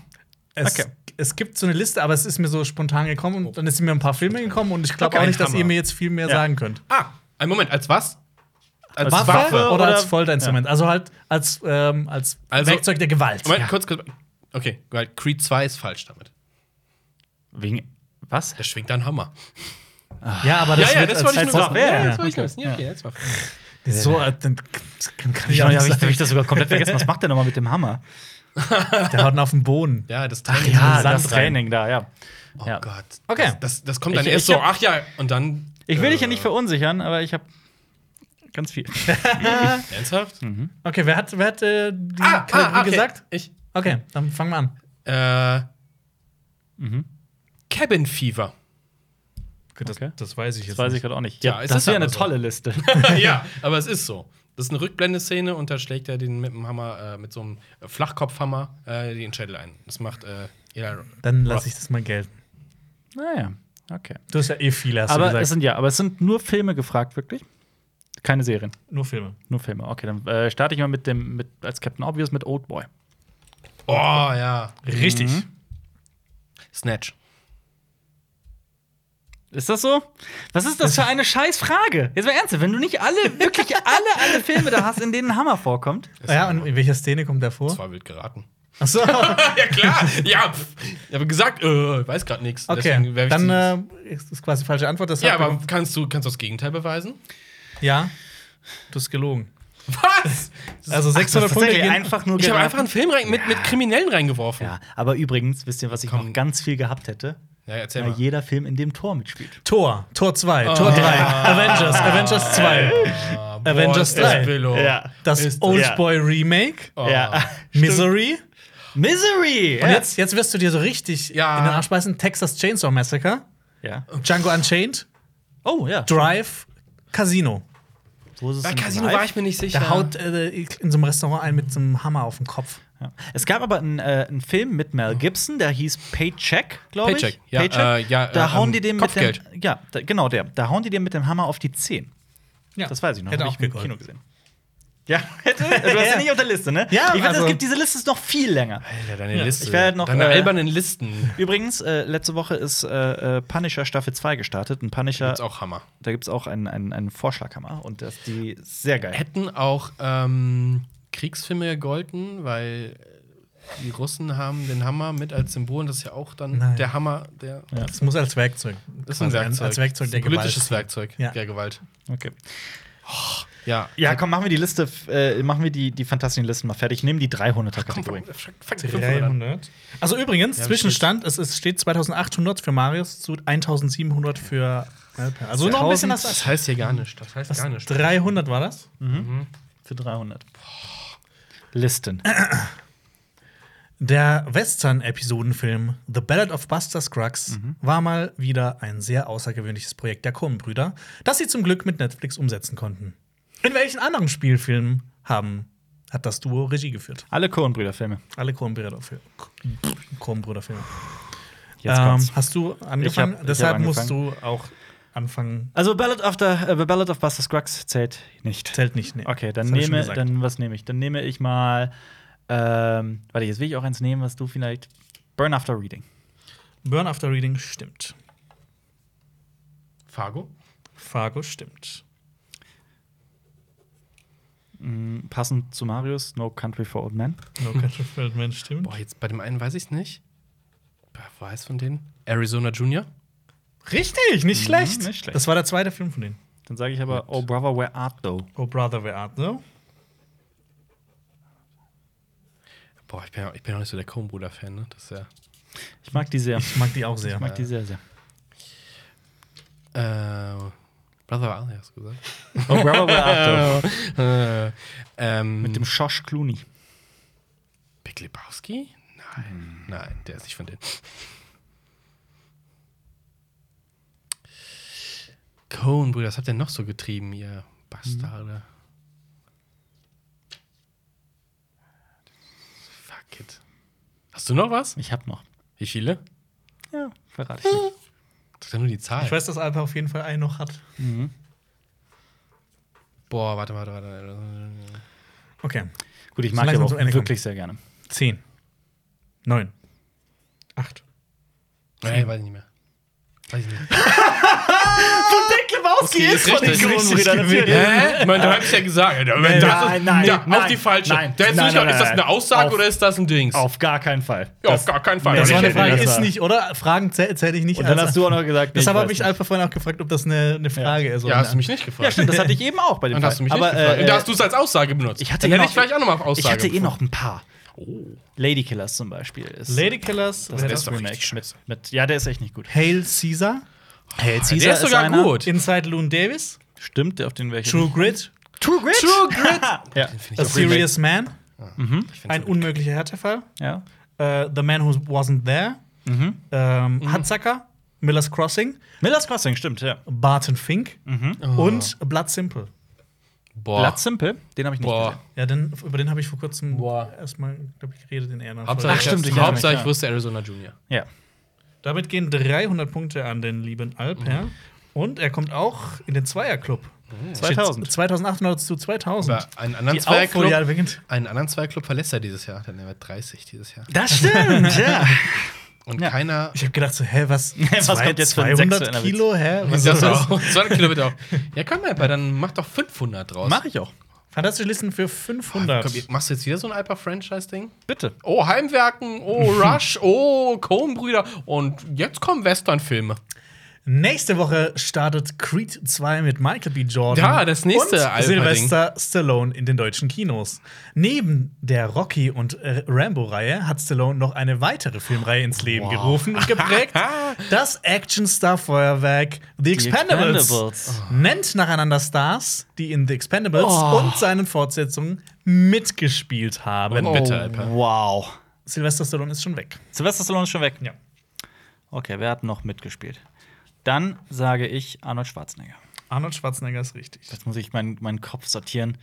A: Es,
C: Okay. Oh.
A: es gibt so eine Liste, aber es ist mir so spontan gekommen und dann sind mir ein paar Filme gekommen und ich glaube
B: Okay,
A: auch nicht, dass
B: Hammer.
A: ihr mir jetzt viel mehr
C: Ja.
A: sagen könnt.
B: Ah, einen Moment, als was? Als
C: Waffe?
A: oder,
C: oder-
A: als Folterinstrument. Also halt als, ähm, als
B: Also-
A: Werkzeug der Gewalt.
B: Moment,
A: Ja.
B: kurz, kurz. Okay, weil Creed 2 ist falsch damit.
C: Wegen. Was?
B: Der schwingt einen Hammer.
A: Ja, aber das,
B: ja, ja,
A: wird
B: das
A: als,
B: wollte ich
A: als,
B: nur
C: als-
B: wissen.
C: ja, ja,
B: das wollte ich nur wissen. Ja, okay, jetzt war
A: so, äh, dann kann ich
C: Ja,
A: auch
C: habe
A: nicht
C: ich, hab
A: sagen.
C: ich das sogar komplett vergessen. Was macht der nochmal mit dem Hammer?
A: Der haut ihn auf den Boden.
B: Ja, das
A: Ach
B: Training.
A: ja,
B: ist
A: Sand
C: Ah, das
A: rein.
C: Training da, ja.
B: Oh
C: ja.
B: Gott.
A: Okay.
B: Das, das, das kommt dann
C: Ich-
B: erst
C: ich
B: so,
C: hab-
B: ach ja, und dann.
C: Ich will dich ja
B: äh,
C: nicht verunsichern, aber ich habe ganz viel.
B: äh, Ernsthaft?
C: Mhm.
B: Ah,
A: Okay, wer hat, wer hat äh, die Kategorie gesagt?
B: Ich.
A: Okay, dann fangen wir an.
B: Äh. Mhm. Cabin Fever.
A: das,
C: Okay.
A: weiß ich
C: Das weiß ich gerade auch nicht. halt
B: Ja, es ist
C: das wäre
B: aber
C: eine
B: so.
C: tolle Liste.
B: ja, aber es ist so. Das ist eine Rückblendeszene und da schlägt er den mit dem Hammer, äh, mit so einem Flachkopfhammer, äh, den Schädel ein. Das macht äh, Eli
A: Dann lasse ich das mal gelten.
C: naja, okay.
A: Du hast ja eh viele, hast
C: aber
A: du
C: es
A: gesagt.
C: sind ja, aber es sind nur Filme gefragt, wirklich. Keine Serien,
A: Nur Filme.
C: nur Filme. Okay, dann äh, starte ich mal mit dem mit, als Captain Obvious mit Old Boy.
B: Oh ja. Mhm.
A: Richtig.
B: Snatch.
C: Ist das so? Was ist das für eine Scheißfrage? Jetzt mal ernsthaft, wenn du nicht alle, wirklich alle, alle Filme da hast, in denen ein Hammer vorkommt.
A: Ah Ja, und in welcher Szene kommt der
B: Das
A: vor?
B: war wild geraten.
A: Achso,
B: ja, klar. Ja, pff. ich habe gesagt, äh, ich weiß gerade nichts.
A: okay.
B: Deswegen werf ich
A: Dann
B: die-
A: äh, ist das quasi falsche Antwort. Das
B: ja,
A: hat-
B: aber kannst du, kannst du das Gegenteil beweisen?
A: ja, du hast gelogen.
B: Was?
A: Also 600 Punkte gehen.
C: nur
B: Ich habe
C: geraten.
B: einfach einen Film rein, mit, mit Kriminellen reingeworfen. Ja,
C: Ja, aber übrigens, wisst ihr, was ich
B: Komm.
C: noch ganz viel gehabt hätte?
B: erzähl
C: Weil
B: mal.
C: jeder Film, in dem Tor mitspielt.
A: Tor, Tor
B: Oh.
A: 2, Tor 3, Avengers, Avengers 2,
B: Ah,
A: Avengers
B: boah, ist
A: 3.
B: Willow.
C: Ja.
A: das
B: Ist-
A: Oldboy Remake,
B: Oh.
C: Ja.
A: Misery.
C: Misery!
A: Und jetzt, jetzt wirst du dir so richtig
B: Ja.
A: in den Arsch beißen: Texas Chainsaw Massacre,
C: Ja.
A: Django Unchained,
C: Oh, ja.
A: Drive, Casino.
C: Wo ist es
B: Bei
C: denn
B: Casino
C: live?
B: war ich mir nicht sicher.
A: Der haut äh, in so einem Restaurant ein mit so einem Hammer auf den Kopf.
C: Ja. Es gab aber einen, äh, einen Film mit Mel Gibson, der hieß Paycheck, glaube ich.
B: Paycheck, ja, äh, ja,
C: da
B: äh,
C: hauen
B: ähm,
C: die dem
B: Kopfgeld.
C: mit dem, Ja, da, genau der. Da hauen die dem mit dem Hammer auf die Zehen.
A: Ja,
C: Das weiß ich noch.
A: Hätte
C: hab
A: auch
C: ich im
A: gegolten.
C: Kino gesehen. Ja, hätte. Du hast
A: Ja.
C: ja nicht auf der Liste, ne?
A: Ja,
C: ich finde,
A: also-
C: es gibt diese Liste ist noch viel länger.
B: Alter, deine Liste.
C: ich werd noch,
B: deine
C: äh,
B: albernen Listen.
C: Übrigens, äh, letzte Woche ist äh, äh, Punisher Staffel 2 gestartet. Und Punisher,
B: Ist auch Hammer.
C: da gibt es auch einen, einen, einen Vorschlaghammer. Und das, die ist sehr geil.
B: Hätten auch ähm, Kriegsfilme gegolten, weil äh, die Russen haben den Hammer mit als Symbol. und Das ist ja auch dann
A: Nein.
B: der Hammer, der.
A: Das muss als Werkzeug.
B: Das ist ein
A: quasi,
B: Werkzeug.
A: Als Werkzeug
B: Das ist
A: der
B: ein politisches
A: Gewalt.
B: Werkzeug
A: Ja.
B: der Gewalt.
C: Okay.
B: Ja.
C: Ja, komm, machen wir die Liste, f- äh, machen wir die, die fantastischen Listen mal fertig. Nehmen die 300er-Kategorie.
B: Fuck,
A: Also übrigens,
B: Ja,
A: Zwischenstand, es ist, steht 2800 für Marius zu 1700 für Alper. Also noch ein bisschen
B: das,
A: das.
B: heißt hier gar nicht. Das heißt gar nicht.
A: 300 war das?
C: Für 300. Listen.
A: Der Western-Episodenfilm The Ballad of Buster Scruggs
C: Mhm.
A: war mal wieder ein sehr außergewöhnliches Projekt der Coen-Brüder, das sie zum Glück mit Netflix umsetzen konnten. In welchen anderen Spielfilmen haben, hat das Duo Regie geführt?
C: Alle Coen-Brüder-Filme.
A: Alle Coen-Brüder-Filme. Coen-Brüder-Filme.
C: Jetzt
A: ähm,
C: kommt's.
A: hast du angefangen?
C: Ich hab- ich
A: Deshalb
C: hab
A: musst du auch anfangen.
C: Also Ballad of, the, äh, Ballad of Buster Scruggs zählt nicht.
A: Zählt nicht. Nee.
C: Okay, dann
A: Das hab ich schon
C: nehme,
A: gesagt.
C: dann was nehme ich? Dann nehme ich mal, ähm, warte, jetzt will ich auch eins nehmen, was du vielleicht, Burn After Reading.
A: Burn After Reading stimmt.
B: Fargo?
A: Fargo stimmt.
C: Mhm, passend zu Marius, No Country for Old Men.
A: No Country for Old Men stimmt.
B: Boah, jetzt bei dem einen weiß ich es nicht. Boah, Wo heißt von denen? Arizona Junior?
A: Richtig, nicht schlecht.
C: Mhm, nicht schlecht.
A: Das war der zweite Film von denen.
C: Dann sage ich aber, Oh Brother, Where Art Thou?
A: Oh Brother, Where Art Thou?
B: Boah, ich bin ja ich bin ja auch nicht so der Coen-Bruder-Fan, ne? Das ist ja.
C: Ich mag die sehr.
A: Ich mag die auch sehr.
C: Ich mag die sehr, sehr.
B: Äh, Brother Ali hast du gesagt.
C: Oh Brother, Where Art Thou?
B: äh, ähm,
C: Mit dem Josh Clooney.
B: Big Lebowski? Nein, nein, der ist nicht von denen. Cohen, Brüder, was habt ihr noch so getrieben, ihr Bastarde? Fuck it. Hast du noch was?
C: Ich hab noch.
B: Wie viele?
C: Ja, verrate ich nicht.
B: Das ist ja nur die Zahl.
A: Ich weiß, dass Alper auf jeden Fall einen noch hat.
B: Boah, warte, warte, warte.
A: Okay.
C: Gut, ich
A: So
C: mag die
A: langsam
C: aber auch
A: zum Ende
C: wirklich sehr gerne.
A: Zehn. Neun. Acht.
B: Nee, weiß ich nicht mehr. Weiß ich nicht.
A: Lebowski
B: Okay, ist richtig,
A: den
C: ist
A: Coen-Brüdern,
C: richtig
A: natürlich.
B: Hä? Ich meine, da hab ich ja gesagt. Nein,
C: nein, nein,
B: ja, auf
C: nein,
B: die falsche.
C: nein,
B: da hättest du
C: nein,
B: nicht
C: nein,
B: auch- ist das
C: nein,
B: eine Aussage
C: auf-
B: oder ist das ein Dings?
C: Auf gar keinen Fall.
B: Ja, auf gar keinen Fall.
A: Das war eine
C: Nee,
A: Frage,
C: das
A: ist
C: war-
A: nicht, oder? Fragen zäh- zähle ich nicht.
C: Und dann
A: als-
C: hast du auch noch gesagt,
A: Deshalb
C: nee, ich
A: habe
C: weiß
A: ich
C: nicht.
A: Alper vorhin auch gefragt, ob das eine, eine Frage ist.
B: ja,
A: oder
B: hast du
A: nicht.
B: mich nicht gefragt.
C: Ja, stimmt, das hatte ich eben auch bei dem
B: Dann
C: Fall.
B: hast du mich
C: aber,
B: nicht gefragt.
C: äh,
B: Und da hast du es als Aussage benutzt.
C: ich hatte
B: Dann
C: ja
B: hätte
C: noch-
B: ich vielleicht auch nochmal auf Aussage
C: ich hatte eh
B: gefunden.
C: noch ein paar.
B: Oh,
C: Ladykillers zum Beispiel ist.
A: Lady Killers,
C: das
A: wer
B: ist
C: ist
B: doch
C: das Remake
B: richtig
C: mit, mit, Ja, der ist echt nicht gut.
A: Hail Caesar,
C: Hail
B: der ist sogar
C: einer.
B: gut.
A: Inside Loon Davis,
C: Stimmt, der auf den welchen.
A: True Grit,
C: True Grit.
B: True Grit.
C: Ja.
A: A Serious Man,
C: Ah,
B: Ich find's
A: ein
B: gut.
A: unmöglicher Härtefall,
C: ja.
A: äh, The Man Who Wasn't There,
C: Mhm.
A: ähm,
B: Mhm.
A: Hatzacker, Miller's Crossing,
C: Miller's Crossing, stimmt, ja.
A: Barton Fink
C: Mhm.
A: und
B: Oh.
A: Blood Simple.
B: Boah.
C: Blood Simple, den habe ich nicht
B: Boah.
C: gesehen.
A: Ja, den, über den habe ich vor kurzem
B: Boah.
A: erstmal, glaube ich, geredet in einer
B: Hauptsache,
A: Folge.
C: Ach, stimmt, ich
B: ich,
C: erinnere
B: Hauptsache
C: mich,
B: ich wusste Arizona Junior.
C: Ja.
A: Damit gehen 300 Punkte an den lieben Alper.
C: Mhm.
A: Und er kommt auch in den Zweierclub.
C: 2000.
A: Steht 2800 zu 2000.
B: Aber einen anderen
A: Die Aufholjagd
B: Zweierclub
A: beginnt.
B: einen anderen Zweierclub verlässt er dieses Jahr. Dann er wird 30 dieses Jahr.
C: Das stimmt, ja.
B: Und
C: Ja.
B: keiner.
A: Ich habe gedacht so, hä, was?
C: Was
A: zwei-
C: kommt jetzt für ein
A: 200
C: sexueller Witz? genau.
A: Kilo, hä? Was
B: Das
A: ist das?
B: auch. 200 Kilometer auch. Ja, komm mal, aber dann mach doch 500 draus.
C: Mach ich auch.
A: Fantastische Listen für 500.
B: Komm, ihr- machst du jetzt wieder so ein Alpha-Franchise-Ding?
C: Bitte.
B: Oh, Heimwerken, oh, Rush, oh, Coen-Brüder. Und jetzt kommen Western-Filme.
A: Nächste Woche startet Creed 2 mit Michael B. Jordan.
B: Ja, das nächste
A: und
B: Alpha-Ding.
A: Sylvester Stallone in den deutschen Kinos. Neben der Rocky- und äh, Rambo-Reihe hat Stallone noch eine weitere Filmreihe ins Leben gerufen und geprägt. das Action-Star-Feuerwerk The Expendables,
C: Expendables.
A: nennt nacheinander Stars, die in The Expendables
C: Oh.
A: und seinen Fortsetzungen mitgespielt haben.
B: Oh. Bitte, Alper.
C: Wow.
A: Sylvester Stallone ist schon weg.
C: Sylvester Stallone ist schon weg.
A: Ja.
C: Okay, wer hat noch mitgespielt? Dann sage ich Arnold Schwarzenegger.
A: Arnold Schwarzenegger ist richtig.
C: Jetzt muss ich meinen meinen Kopf sortieren.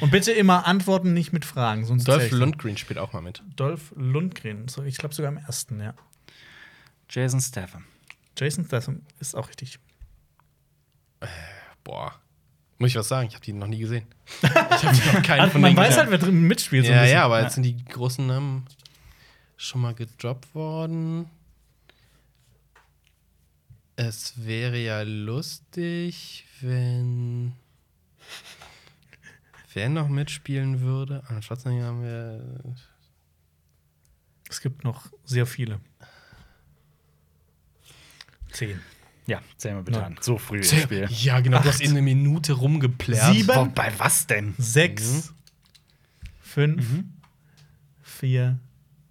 A: Und bitte immer antworten, nicht mit Fragen, sonst zähl
B: Dolph
A: ich nicht.
B: Lundgren spielt auch mal mit.
A: Dolph Lundgren. So, ich glaube sogar am ersten, ja.
C: Jason Statham.
A: Jason Statham ist auch richtig.
B: Boah. Muss ich was sagen? Ich habe die noch nie gesehen. ich habe noch keinen
A: Also,
B: von
A: man
B: denen
A: weiß
B: gesehen.
A: halt, wer drin mitspielt. so ein
B: Ja,
A: bisschen.
B: ja, aber jetzt sind die großen Namen schon mal gedroppt worden. Es wäre ja lustig, wenn. Wer noch mitspielen würde? Arnold Schwarzenegger haben wir.
A: Es gibt noch sehr viele. Zehn.
C: Ja, zählen wir bitte
A: Na.
C: an. So früh im Spiel.
B: Ja, genau. Du hast in einer Minute rumgeplärt.
A: Sieben.
C: Boah, bei was denn?
A: Sechs.
B: Mhm.
A: Fünf. Vier.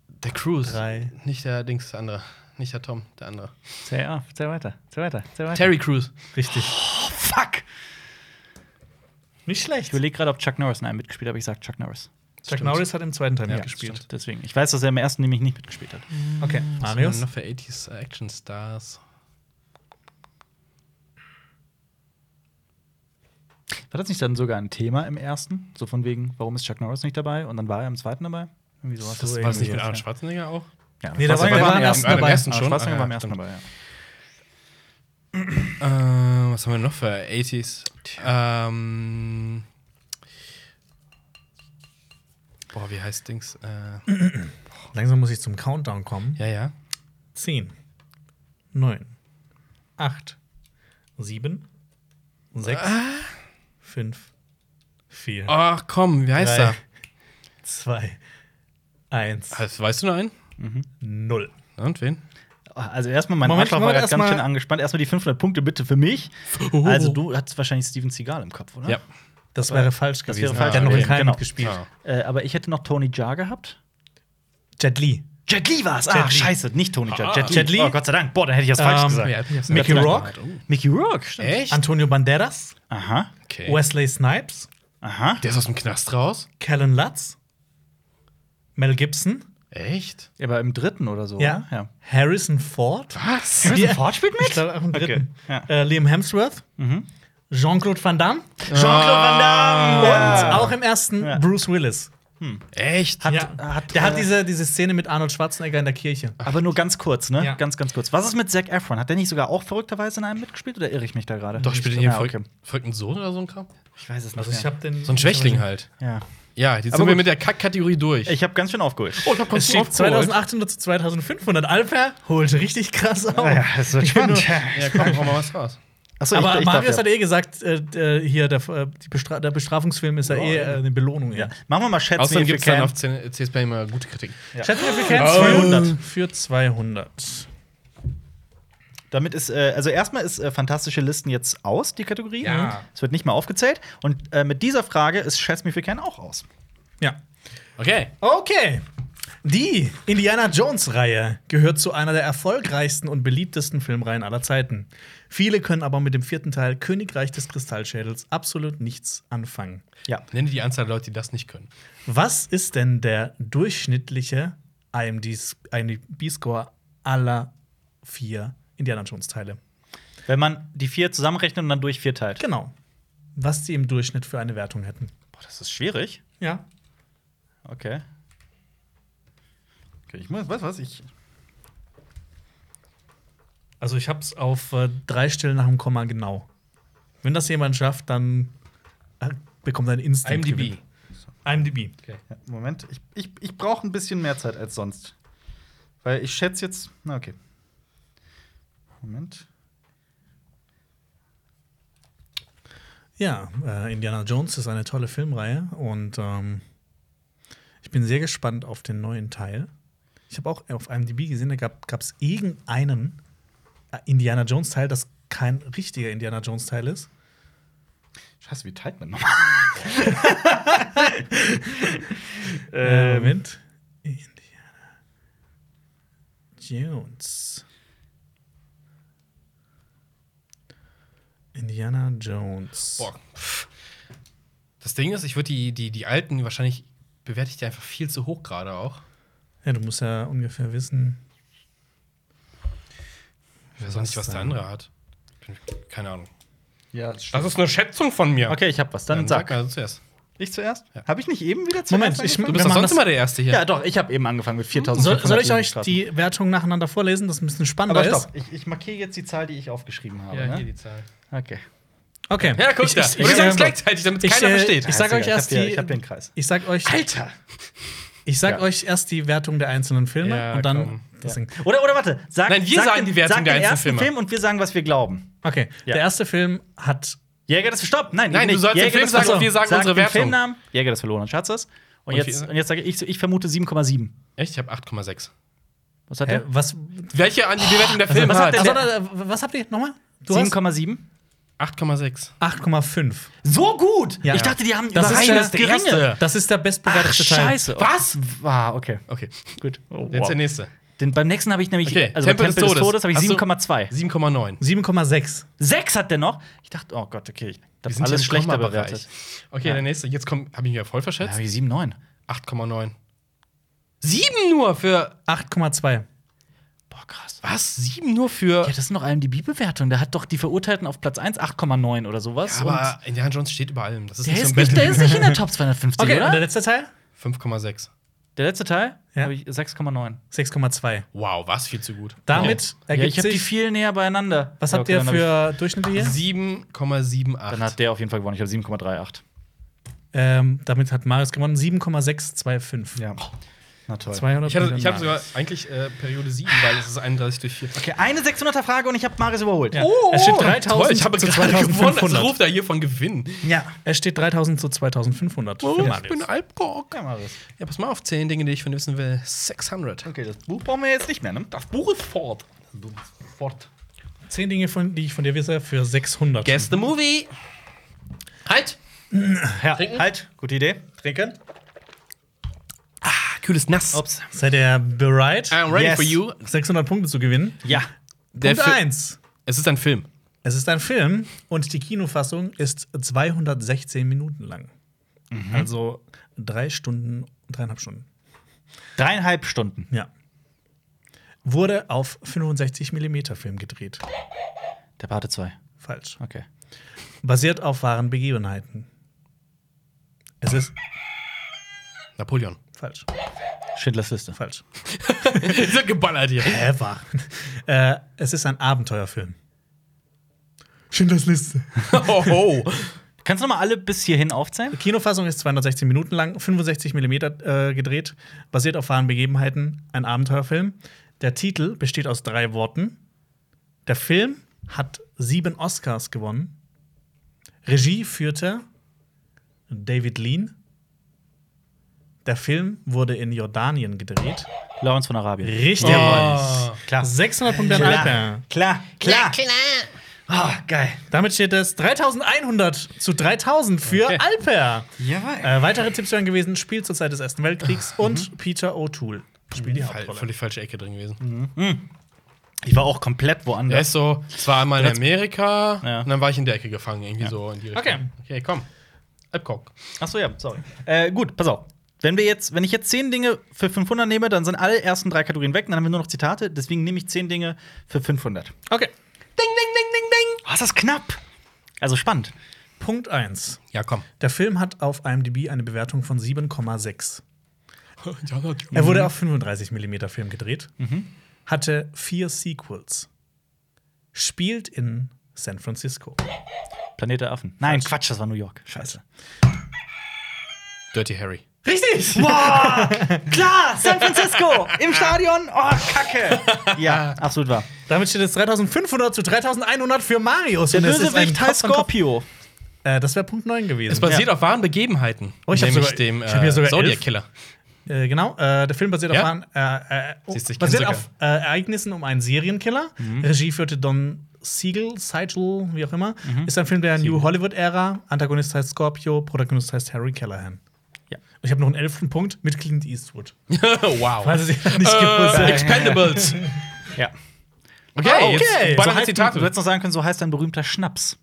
B: Der Cruise.
A: Drei.
B: Nicht der Dings, der andere. Nicht der Tom, der andere.
C: Zähl auf, zähl weiter, zähl weiter, zähl weiter.
B: Terry Cruise.
A: Richtig.
C: fuck!
A: Nicht schlecht.
C: Ich überlege gerade, ob Chuck Norris in einem mitgespielt hat, aber ich sag Chuck Norris.
A: Chuck Norris hat im zweiten Teil
B: Ja,
A: mitgespielt.
C: Deswegen. Ich weiß, dass er im ersten nämlich nicht mitgespielt hat.
A: Okay.
B: Was haben wir
A: Marius.
B: noch für 80s Action Stars.
C: War das nicht dann sogar ein Thema im ersten? So von wegen, warum ist Chuck Norris nicht dabei? Und dann war er im zweiten dabei? Irgendwie sowas.
A: So
B: War das nicht
A: irgendwie.
B: mit Arnold Schwarzenegger auch?
C: Ja,
A: Nee, da war-
C: Schwarzenegger
A: da war
C: im
A: er erst
B: dabei.
C: ersten
B: Ah,
C: schon.
B: Schwarzenegger
C: Schwarzenegger
B: war
C: war
B: im
C: im ersten
B: ersten
C: dabei, ja.
B: Äh, was haben wir noch für 80s? Ähm, boah, wie heißt Dings? Äh,
A: Langsam muss ich zum Countdown kommen.
B: ja, ja.
A: 10, 9, 8, 7, 6,
B: Ah.
A: 5, 4,
B: Ach komm, wie heißt er?
A: 3, 2, 1,
C: Halt.
B: Also, weißt du noch einen?
A: 0.
B: Na, und wen?
C: Also erstmal, mein
A: Moment,
C: Moment, Anschlag war
A: Moment,
C: grad ganz
A: erstmal-
C: schön angespannt. Erstmal die 500 Punkte bitte für mich.
A: Oh.
C: Also du hattest wahrscheinlich Steven Seagal im Kopf, oder?
B: Ja.
A: Das wäre falsch
C: Das
A: gewesen.
C: wäre falsch
A: Hat ja noch in
C: gewesen,
A: keinem
C: genau.
A: mitgespielt.
B: Ah.
C: Äh, aber ich hätte noch Tony Jaa gehabt.
A: Jet Li.
C: Jet Li war's.
A: Jet
C: Ah,
A: Li.
C: scheiße, nicht Tony Jaa.
B: Ah.
C: Jet, Li.
A: Jet Li?
C: Oh, Gott sei Dank. Boah, dann hätte ich das falsch
A: Ähm,
C: gesagt.
B: Ja, hab ich jetzt
A: Mickey
B: gedacht.
A: Rourke?
B: Oh,
C: Mickey Rourke, stimmt.
B: Echt?
A: Antonio Banderas,
C: Aha,
B: Okay.
A: Wesley Snipes,
C: aha.
B: Der ist aus dem Knast raus?
A: Callan Lutz, Mel Gibson,
B: Echt?
C: Ja, aber im dritten oder so.
A: ja,
C: oder? Oh, ja.
A: Harrison Ford.
B: Was?
C: Harrison
A: Ja.
C: Ford spielt mit?
A: Ich glaube, auch im
C: Okay,
A: dritten.
C: ja. Mhm.
A: Äh, Liam Hemsworth, Jean-Claude Van Damme
C: Jean-Claude Van Damme.
A: und auch im ersten
C: Ja.
A: Bruce Willis.
B: Echt?
A: Hat,
C: hat-
A: der hat
C: äh,
A: diese, diese Szene mit Arnold Schwarzenegger in der Kirche.
C: Aber nur ganz kurz, ne?
A: Ja.
C: Ganz, ganz kurz. Was ist mit Zac Efron? Hat der nicht sogar auch verrückterweise in einem mitgespielt oder irre ich mich da gerade?
B: Doch, spielt
C: Ja,
B: er hier
C: okay.
B: verrückt- verrückten Sohn oder so ein Kram?
C: Ich weiß es nicht.
A: Also ich
C: mehr.
A: habe den
B: So ein Schwächling halt.
C: ja.
B: Ja, jetzt
C: Aber
B: sind wir
C: gut.
B: mit der Kack-Kategorie durch.
C: Ich habe ganz schön aufgeholt.
B: Oh, da
A: Es
B: kommst du
A: steht
B: aufgeholt.
A: 2800 zu 2500. Alper holt richtig krass auf.
C: Ja, das wird spannend.
B: Ja, komm, hau mal was raus.
C: Achso,
A: Aber
C: ich, ich darf,
A: Marius
C: ja.
A: hat eh gesagt, äh, d- äh, hier der, äh, die Bestra der Bestrafungsfilm ist ja eh äh, eine Belohnung. Ja.
C: Machen wir mal Schätzen,
B: Außerdem
C: wie viel
B: gibt es dann
C: Cam-
B: auf C- CSP immer gute Kritik.
C: Ja.
A: Schätzen wir für Ken
C: 200.
A: Für 200.
C: Damit ist, äh, also erstmal ist äh, fantastische Listen jetzt aus, die Kategorie.
B: Ja.
C: Es wird nicht mehr aufgezählt. Und äh, mit dieser Frage ist Schätz mich für Ken auch aus.
A: Ja.
B: Okay.
A: Okay. Die Indiana Jones-Reihe gehört zu einer der erfolgreichsten und beliebtesten Filmreihen aller Zeiten. Viele können aber mit dem vierten Teil Königreich des Kristallschädels absolut nichts anfangen.
C: Ja.
B: Nenne die Anzahl der Leute, die das nicht können.
A: Was ist denn der durchschnittliche IMDb-Score aller vier Indiana Jones-Teile?
C: Wenn man die vier zusammenrechnet und dann durch vier teilt.
A: Genau. Was die im Durchschnitt für eine Wertung hätten.
C: Boah, das ist schwierig.
A: Ja.
C: Okay. okay ich muss, was, was? Ich.
A: Also ich hab's auf äh, drei Stellen nach dem Komma genau. Wenn das jemand schafft, dann äh, bekommt er einen Instant.
B: IMDb.
A: IMDb.
D: Ja, Moment, ich, ich, ich brauche ein bisschen mehr Zeit als sonst. Weil ich schätze jetzt. Na, okay. Moment.
A: Ja, äh, Indiana Jones ist eine tolle Filmreihe und ähm, ich bin sehr gespannt auf den neuen Teil. Ich habe auch auf IMDb gesehen, da gab es irgendeinen äh, Indiana Jones Teil, das kein richtiger Indiana Jones Teil ist.
D: Scheiße, wie teilt man nochmal?
A: Äh, Moment. Indiana Jones. Indiana Jones.
B: Boah. Pff. Das Ding ist, ich würde die, die, die alten wahrscheinlich bewerte ich die einfach viel zu hoch gerade auch.
A: Ja, du musst ja ungefähr wissen.
B: Ich weiß auch nicht, was der
A: denn?
B: andere hat. Keine Ahnung.
D: Ja,
B: Das ist eine Schätzung von mir.
C: Also, Okay, ich hab was. Dann sag.
B: Also zuerst.
D: Ich zuerst? Habe ich nicht eben wieder zuerst?
A: Moment, ich-
D: angefangen?
B: Du bist
A: Wir
B: doch
A: machen
B: sonst
A: das-
B: immer der Erste hier.
C: Ja, doch, ich habe eben angefangen mit 4000.
A: Soll, soll ich euch die Wertung nacheinander vorlesen, das ein bisschen spannender
D: Aber
A: ist?
D: stopp, ich, ich markiere jetzt die Zahl, die ich aufgeschrieben habe.
B: Ja, hier
D: ne?
B: die Zahl.
C: Okay.
A: Okay.
B: Ja, guck
A: ich,
B: da.
A: ich,
B: Oder
A: ich,
B: sag's
A: äh,
B: gleichzeitig, damit
A: ich,
B: keiner
A: äh,
B: versteht.
A: Ich sag
C: Ja,
A: euch
C: ist egal.
A: erst
C: ich hab
A: die-
C: Hier, ich hab hier einen Kreis.
A: ich sag euch,
B: Alter!
A: ich sag
C: Ja.
A: euch erst die Wertung der einzelnen Filme
B: Ja,
A: und dann
B: komm.
A: das Ding.
C: Oder, oder warte, sag,
B: Nein, wir
C: sag
B: sagen
C: den-
B: die Wertung
C: sag
B: der
C: den
B: einzelnen
C: ersten
B: Filme.
C: Film und wir sagen, was wir glauben.
A: Okay,
C: Ja.
A: der erste Film hat
C: Jäger des Stopp! Nein,
B: Nein,
C: eben
B: du sollst den
C: Jäger
B: Film
C: des-
B: sagen und
C: Achso,
B: wir sagen
C: sag
B: unsere
C: den
B: Wertung.
C: Filmnamen. Jäger des verlorenen Schatzes. Und,
B: Und
C: jetzt,
B: wir-
C: und jetzt sage ich, ich vermute 7,7.
B: Echt? Ich habe 8,6.
C: Was hat
A: äh,
C: der?
A: was
B: Welche an die Bewertung der Ah, Film
C: was hat
B: hat?
A: also,
C: der-
A: äh, was habt ihr nochmal? Du hast
C: 7,7?
B: 8,6.
A: 8,5.
C: So gut!
A: Ja.
C: Ich dachte, die haben
A: Das ist
C: überraschend
A: der-
C: das
A: der
C: Geringe.
B: erste. Ja.
A: Das ist der
C: Ach,
A: bestbewertete Teil.
C: scheiße. Was? War, okay.
B: Okay,
C: Gut. Oh,
B: jetzt
C: wow.
B: der nächste.
C: Den, beim nächsten habe ich nämlich,
B: Okay,
C: also Tempel, Tempel des Todes, habe ich
B: Hast du-
C: 7,2.
B: 7,9.
A: 7,6.
C: Sechs hat der noch. Ich dachte, oh Gott, okay, ich
B: Wir
C: habe
B: sind hier
C: alles
B: im
C: schlechter
B: Komma-Bereich.
C: bewertet.
B: Okay, der nächste. Jetzt habe ich mich ja voll
C: Da
B: verschätzt.
C: habe ich 7,9.
B: 8,9. 7 nur für.
A: 8,2.
C: Boah, krass.
B: Was? 7 nur für.
C: Ja, das sind noch IMDb-Bewertungen. Da hat doch die Verurteilten auf Platz 1 8,9 oder sowas.
B: aber Indiana Jones steht über allem. Das ist
C: und der,
B: nicht
C: ist
B: so ein
C: nicht, der
B: Battle.
C: ist nicht in der Top 250,
A: Okay, und der
C: oder?
A: letzte Teil?
B: 5,6.
C: Der letzte Teil
A: Ja.
C: habe ich 6,9.
A: 6,2.
B: Wow, was viel zu gut.
A: Damit
C: Ja,
A: ergibt
C: ich habe die
A: sich.
C: viel näher beieinander.
A: was
C: Ja,
A: habt
C: okay,
A: ihr
C: dann hab ich-
A: für Durchschnitte hier?
B: 7,78.
C: Dann hat der auf jeden Fall gewonnen. Ich habe 7,38.
A: Ähm, damit hat Marius gewonnen. 7,625.
D: Ja. Na toll.
A: 200
B: Ich, hatte-
A: Prozent.
B: ich habe sogar eigentlich äh, Periode 7, weil es ist 31 durch 4.
C: Okay, eine 600er Frage und ich habe Marius überholt. Oh!
A: Ja. es steht 3000
B: Oh, Toll, ich habe
A: zu
B: gerade gewonnen. Also
A: 2500.
B: ruft er hier von Gewinn.
C: ja.
A: Es steht 3000 zu 2500. für
B: Oh, ich
A: Marius.
B: bin Alpkork.
D: Ja, Marius.
B: Ja, pass mal auf, 10 Dinge, die ich von dir wissen will. 600.
D: Okay, das Buch brauchen wir jetzt nicht mehr, ne?
B: Das Buch ist fort. Fort.
A: Zehn Dinge, von, die ich von dir wisse, für 600.
B: Guess the movie. Halt.
C: Ja,
B: Trinken?
C: Halt, gute Idee. Trinken.
B: Ah, kühl ist nass.
C: Ups.
A: Seid ihr bereit,
B: I'm ready
C: Yes.
B: for you.
A: 600 Punkte zu gewinnen?
C: Ja.
B: Der
A: Punkt
B: Fi-
A: 1.
B: Es ist ein Film.
A: Es ist ein Film und die Kinofassung ist 216 Minuten lang.
B: Mhm.
A: Also drei Stunden, dreieinhalb Stunden.
C: Dreieinhalb Stunden.
A: Ja. Wurde auf 65 mm Film gedreht.
C: Der Pate 2.
A: Falsch.
C: Okay.
A: Basiert auf wahren Begebenheiten. Es ist
B: Napoleon.
A: falsch.
C: Schindlers Liste.
A: Falsch.
B: ist er geballert hier.
A: Ever. äh, es ist ein Abenteuerfilm. Schindlers Liste.
B: Oh, oh.
C: Kannst du noch mal alle bis hierhin aufzählen?
A: Kinofassung ist 216 Minuten lang, 65 mm äh, gedreht, basiert auf wahren Begebenheiten, ein Abenteuerfilm. Der Titel besteht aus drei Worten. Der Film hat sieben Oscars gewonnen. Regie führte David Lean. Der Film wurde in Jordanien gedreht.
C: Lawrence von Arabien.
A: Richtig.
B: Oh.
C: Klar.
A: 600 Punkte an Alper.
C: Klar, klar. Oh, geil.
A: Damit steht es 3100 zu 3000 für
B: Okay.
A: Alper.
C: Jawohl.
A: Äh, weitere Tipps wären gewesen: Spiel zur Zeit des Ersten Weltkriegs und Peter O'Toole. Spielt die
B: Fall,
A: Hauptrolle.
B: völlig falsche Ecke drin gewesen.
C: Ich war auch komplett
B: Der
C: woanders.
B: ist so, es war einmal in
C: Jetzt-
B: Amerika
C: Ja.
B: und dann war ich in der Ecke gefangen, irgendwie so in die Richtung.
A: Okay.
B: Okay, komm. Alpkork.
C: Achso, ja, sorry. Äh, gut, pass auf. Wenn, wir jetzt, wenn ich jetzt 10 Dinge für 500 nehme, dann sind alle ersten drei Kategorien weg, dann haben wir nur noch Zitate. Deswegen nehme ich 10 Dinge für 500. Ding,
A: Okay.
C: ding, ding, ding, ding. Oh, ist das knapp. Also spannend.
A: Punkt 1.
B: Ja, komm.
A: Der Film hat auf IMDb eine Bewertung von 7,6. Er
B: Er
A: wurde auf 35 mm Film gedreht, hatte vier Sequels, spielt in San Francisco.
C: Planet der Affen. Nein, Quatsch, das war New York. Scheiße.
B: Dirty Harry.
A: Richtig!
C: Boah! Klar! San Francisco! Im Stadion! Oh, Kacke! Ja, absolut wahr.
A: Damit steht es 3500 zu 3100 für Marius.
C: Der
A: Und es ist ein
C: Bösewicht heißt
A: Kopf an Kopf-
C: Scorpio.
A: Äh, das wäre Punkt 9 gewesen.
B: Es basiert auf wahren Begebenheiten.
A: Oh, ich hab
B: nämlich
A: sogar-
B: dem
A: ich hab hier
B: äh,
A: sogar elf.
B: Zodiac-Killer.
A: Äh, genau, äh, der Film basiert auf,
B: Ja?
A: wahren, äh, äh,
B: Siehst du, ich
A: basiert
B: kenn's
A: auf
B: Mhm.
A: äh, Ereignissen um einen Serienkiller. Regie führte Don Siegel, Seigel, wie auch immer.
B: Mhm.
A: Ist ein Film der New Hollywood-Ära. Antagonist heißt Scorpio, Protagonist heißt Harry Callahan.
C: Ja.
A: Und ich habe noch einen elften Punkt mit Clint Eastwood.
B: wow.
A: Falls ihr nicht gewusst
B: äh,
A: habt.
B: Expendables.
C: Ja.
B: Okay,
A: Ah, okay.
B: jetzt
C: So
B: ballern
C: heißt, du
B: Zitate.
C: hättest noch sagen können, so heißt ein berühmter Schnaps.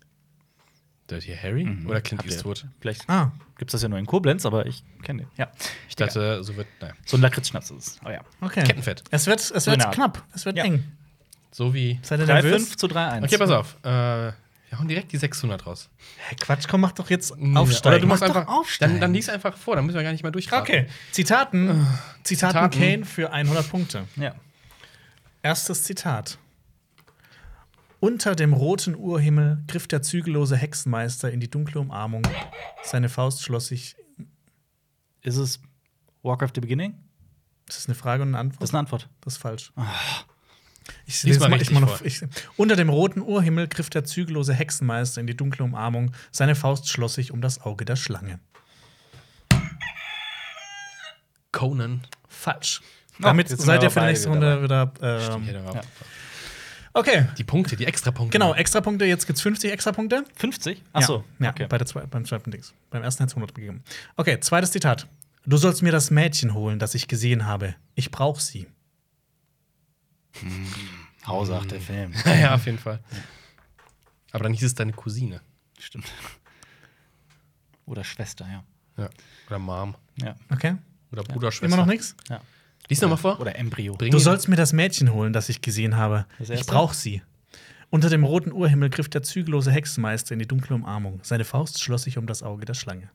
B: Dirty Harry
A: Mhm.
B: oder Clint Eastwood?
C: Vielleicht
A: Ah,
C: gibt's das ja nur in Koblenz, aber ich kenne den. Ja.
B: Ich dachte, so wird, naja,
C: So ein Lakritzschnaps ist es. Oh ja.
A: okay.
B: Kettenfett.
A: Es wird, es
C: So
A: wird
C: eine Art.
A: knapp, es wird
C: Ja.
A: eng.
B: so wie.
A: Seid ihr
C: 3,5
A: nervös?
C: zu 3,1.
B: Okay, pass auf. Äh, wir hauen direkt die 600 raus.
A: Hey, Quatsch, komm, mach doch jetzt
B: Hm, Oder du
A: aufsteigen.
B: musst
C: Mach doch
B: einfach
C: aufsteigen.
B: Dann, dann lies einfach vor, dann müssen wir gar nicht mal durchraten.
A: okay, Zitaten. Zitaten,
B: Zitaten.
A: Kane für 100 Punkte.
C: ja.
A: Erstes Zitat. Unter dem roten Urhimmel griff der zügellose Hexenmeister in die dunkle Umarmung. Seine Faust schloss sich.
C: Ist es Walk of the Beginning?
A: Ist das eine Frage und eine Antwort?
C: Das Ah. ist eine Antwort.
A: Das ist falsch. Ich
B: Lies
A: lese
B: mal
A: mal, ich
B: richtig
A: mal noch,
B: vor.
A: ich, Unter dem roten Urhimmel griff der zügellose Hexenmeister in die dunkle Umarmung. Seine Faust schloss sich um das Auge der Schlange.
B: Conan.
A: Falsch.
C: Oh,
A: Damit
C: jetzt sind
A: seid
C: wir
A: ihr für die
C: beide
A: nächste
C: wieder
A: Runde wieder. Ähm,
B: Hier, da war-
C: ja.
A: okay,
B: Die Punkte, die Extrapunkte.
A: genau. Extrapunkte. Jetzt gibt's 50 Extrapunkte.
C: 50? Achso.
A: Ja, ja
C: okay.
A: bei der zwei, beim zweiten Dings. Beim ersten hat es 100 gegeben. Okay, zweites Zitat. Du sollst mir das Mädchen holen, das ich gesehen habe. Ich brauche sie.
C: Hausach, der Film.
B: ja, auf jeden Fall. Aber dann hieß es deine Cousine.
C: Stimmt. Oder Schwester, ja.
B: Ja. Oder Mom.
C: Ja.
A: Okay?
B: Oder Bruder, Schwester.
A: Immer noch nichts?
C: ja.
B: Lies nochmal vor.
C: Oder Embryo.
B: Bring
A: Du
B: ihn.
A: sollst mir das Mädchen holen, das ich gesehen habe.
C: Das
A: Ich
C: erste?
A: brauche sie. Unter dem roten Urhimmel griff der zügellose Hexenmeister in die dunkle Umarmung. Seine Faust schloss sich um das Auge der Schlange.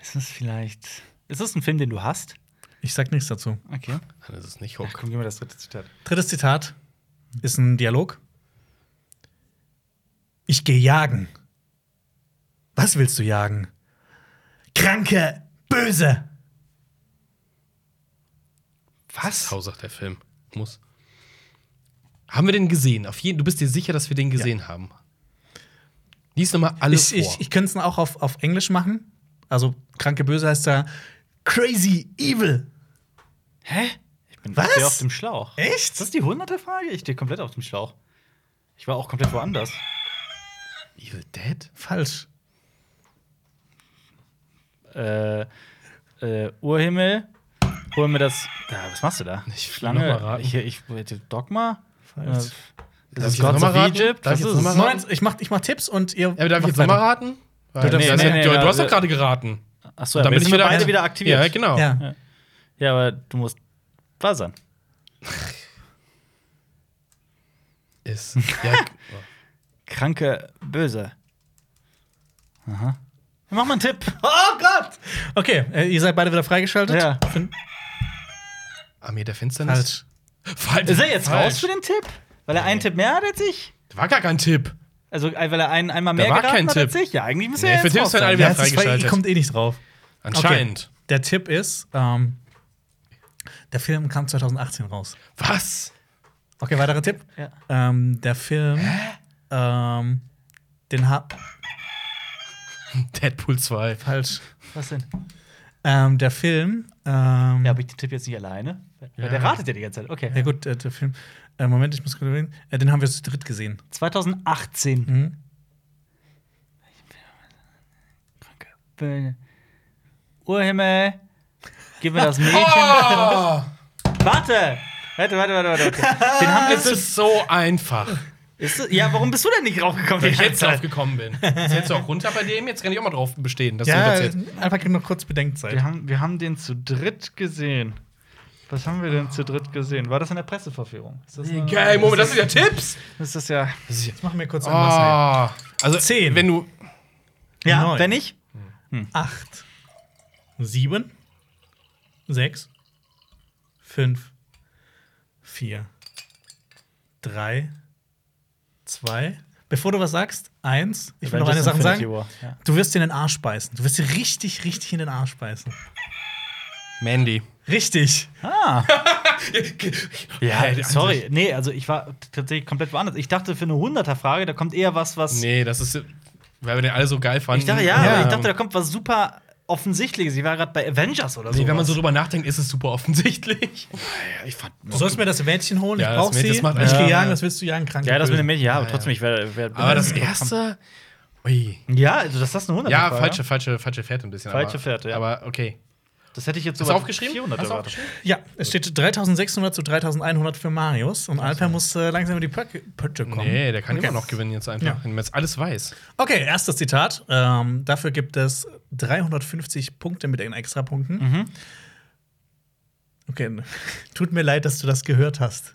C: Ist es vielleicht. Ist es ein Film, den du hast?
A: Ich sag nichts dazu.
C: Okay.
B: Dann ist es nicht Hook.
D: Komm, gib mir das dritte Zitat.
A: Drittes Zitat ist ein Dialog. Ich gehe jagen. Was willst du jagen? Kranke, böse.
C: Was?
B: Tau sagt der Film. Muss. Haben wir den gesehen? Auf jeden, du bist dir sicher, dass wir den gesehen haben. Lies nochmal alles
A: Ich, ich,
B: vor.
A: ich könnte es auch auf, auf Englisch machen. Also, kranke Böse heißt da Crazy Evil.
C: Hä? Ich bin
A: Was?
C: sehr auf dem Schlauch.
A: Echt?
C: Ist das die hunderte Frage? Ich stehe komplett auf dem Schlauch. Ich war auch komplett woanders.
B: Evil Dead?
A: Falsch.
C: Äh, äh, Urhimmel. Hol mir das. Da, was machst du da?
B: Ich will
C: Schlange.
B: noch mal raten.
C: Ich, ich, ich, Dogma?
A: Falsch.
C: Äh,
B: Darf
C: Das
B: ich
C: ist
B: jetzt noch
C: Gods
B: mal
C: of
B: raten?
C: Egypt.
B: Darf ich
C: Das
B: jetzt noch
C: ist
B: mal
A: Nein,
B: raten?
A: ich mach, ich mach Tipps und ihr.
B: Ja, aber darf ich
A: macht
B: jetzt nochmal
A: weiter.
B: raten? Weil-
A: darfst-
B: das ist-
C: nee, nee,
B: du,
C: ja,
B: du hast doch
C: wir-
B: gerade geraten.
C: Achso, ja, damit sind wir
B: wieder-
C: beide wieder aktiviert.
B: Ja, genau.
A: Ja.
C: Ja. ja, aber du musst wahr sein.
B: Ist. Ja, oh.
C: Kranke Böse. Aha. Mach mal einen Tipp.
A: Oh Gott! Okay, äh, ihr seid beide wieder freigeschaltet.
C: Ja.
A: Fin-
B: Armee der Finsternis.
A: Falsch.
B: Falsch.
C: Ist er jetzt
B: Falsch.
C: raus für den Tipp? Weil er einen Tipp mehr hat als ich?
B: War gar kein Tipp.
C: Also, äh, weil er einen einmal
B: Da
C: mehr
B: war
C: geraten
B: kein
C: hat als
B: Tipp.
C: ich? Ja, eigentlich müssen
B: Nee,
C: wir
B: für
C: jetzt
B: Tipps
C: raus
B: werden
C: sein.
B: alle
A: Ja,
B: wieder
A: es ist- weil
B: freigeschaltet.
A: ihr kommt eh nicht drauf.
B: Anscheinend.
A: Okay. Der Tipp ist, ähm, der Film kam 2018 raus.
B: Was?
A: Okay, weiterer Tipp.
B: halt-
C: Ja.
A: Ähm, der Film, ähm, den hab
B: Deadpool 2.
A: falsch.
C: Was denn?
A: Ähm, der Film, ähm,
C: Ja,
A: ja,
C: aber ich tippe jetzt nicht alleine. Weil
B: Ja.
C: der ratet ja die ganze Zeit. Okay.
A: gut, äh, der Film. Äh, Moment, ich muss gerade überlegen. Äh, den haben wir zu dritt gesehen.
C: 2018.
A: Mhm.
C: Böhne. Urhimmel. Gib mir das Mädchen.
B: Oh,
C: Warte! Warte, warte, warte, warte. Okay. Den haben wir
B: das
C: zu.
B: ist so einfach.
C: Ist, das- ja, warum bist du denn nicht raufgekommen?
B: Wenn
C: die
B: ich
C: ganze
B: jetzt
C: Zeit?
B: drauf gekommen bin. Jetzt hättest du auch runter bei dem, jetzt kann ich auch mal drauf bestehen. Dass
A: Ja,
B: du das jetzt
A: einfach noch kurz Bedenkzeit.
D: Wir haben, wir haben den zu dritt gesehen. Was haben wir denn zu dritt gesehen? War das in der Presseverführung? Ist das eine-
C: äh,
B: Geil, Moment, das sind ja Tipps.
D: ist das ja.
B: Das ist ja
A: Jetzt machen wir kurz ein Wasser.
B: Oh. Also,
A: Zehn.
B: wenn du.
C: Ja,
A: Neun.
C: wenn nicht?
A: Oh. Acht, sieben, sechs, fünf, vier, drei, zwei. Bevor du was sagst, eins. Ich will noch eine
C: Avengers
A: Sache
C: Infinity
A: sagen.
C: War. Ja.
A: Du wirst dir in den Arsch beißen. Du wirst dir richtig, richtig in den Arsch beißen.
B: Mandy.
A: Richtig.
C: Ah.
B: Ja,
C: Ja, sorry. Nee, also ich war tatsächlich komplett woanders. Ich dachte, für eine 100er-Frage, da kommt eher was, was.
B: Nee, das ist. Weil wir den alle so geil fanden.
C: Ich dachte, ja,
A: Ja.
C: aber ich dachte, da kommt was super Offensichtliches. Ich war gerade bei Avengers oder so.
B: Nee, wenn man so drüber nachdenkt, ist es super offensichtlich. Ich fand.
A: Du sollst mir das Mädchen holen,
B: Ja,
A: ich
B: das
A: brauch
B: Mädchen-
A: sie.
B: das macht
A: ich
B: echt-
A: geh
B: Ja.
A: jagen, was willst du jagen, krank?
C: ja, das mit
A: böse.
C: dem Mädchen, ja, aber trotzdem, ich wäre. Wär,
B: Aber das erste. Ui.
C: Ja, also das ist eine 100er.
B: Ja,
C: Frage.
B: falsche, falsche, falsche Fährte ein bisschen.
C: Falsche
B: aber,
C: Fährte, ja.
B: Aber okay.
C: Das hätte ich jetzt
B: Hast
C: sogar
B: du aufgeschrieben?
C: 400
B: Hast du
C: erwartet.
B: aufgeschrieben?
A: Ja, es steht 3600 zu 3100 für Marius und Alper muss äh, langsam in die Pötte Pötte kommen.
B: Nee, der kann
A: Okay.
B: immer noch gewinnen jetzt einfach,
A: Ja.
B: wenn man jetzt alles weiß.
A: Okay, erstes Zitat. Ähm, dafür gibt es 350 Punkte mit den Extrapunkten.
B: Mhm.
A: Okay, n- tut mir leid, dass du das gehört hast.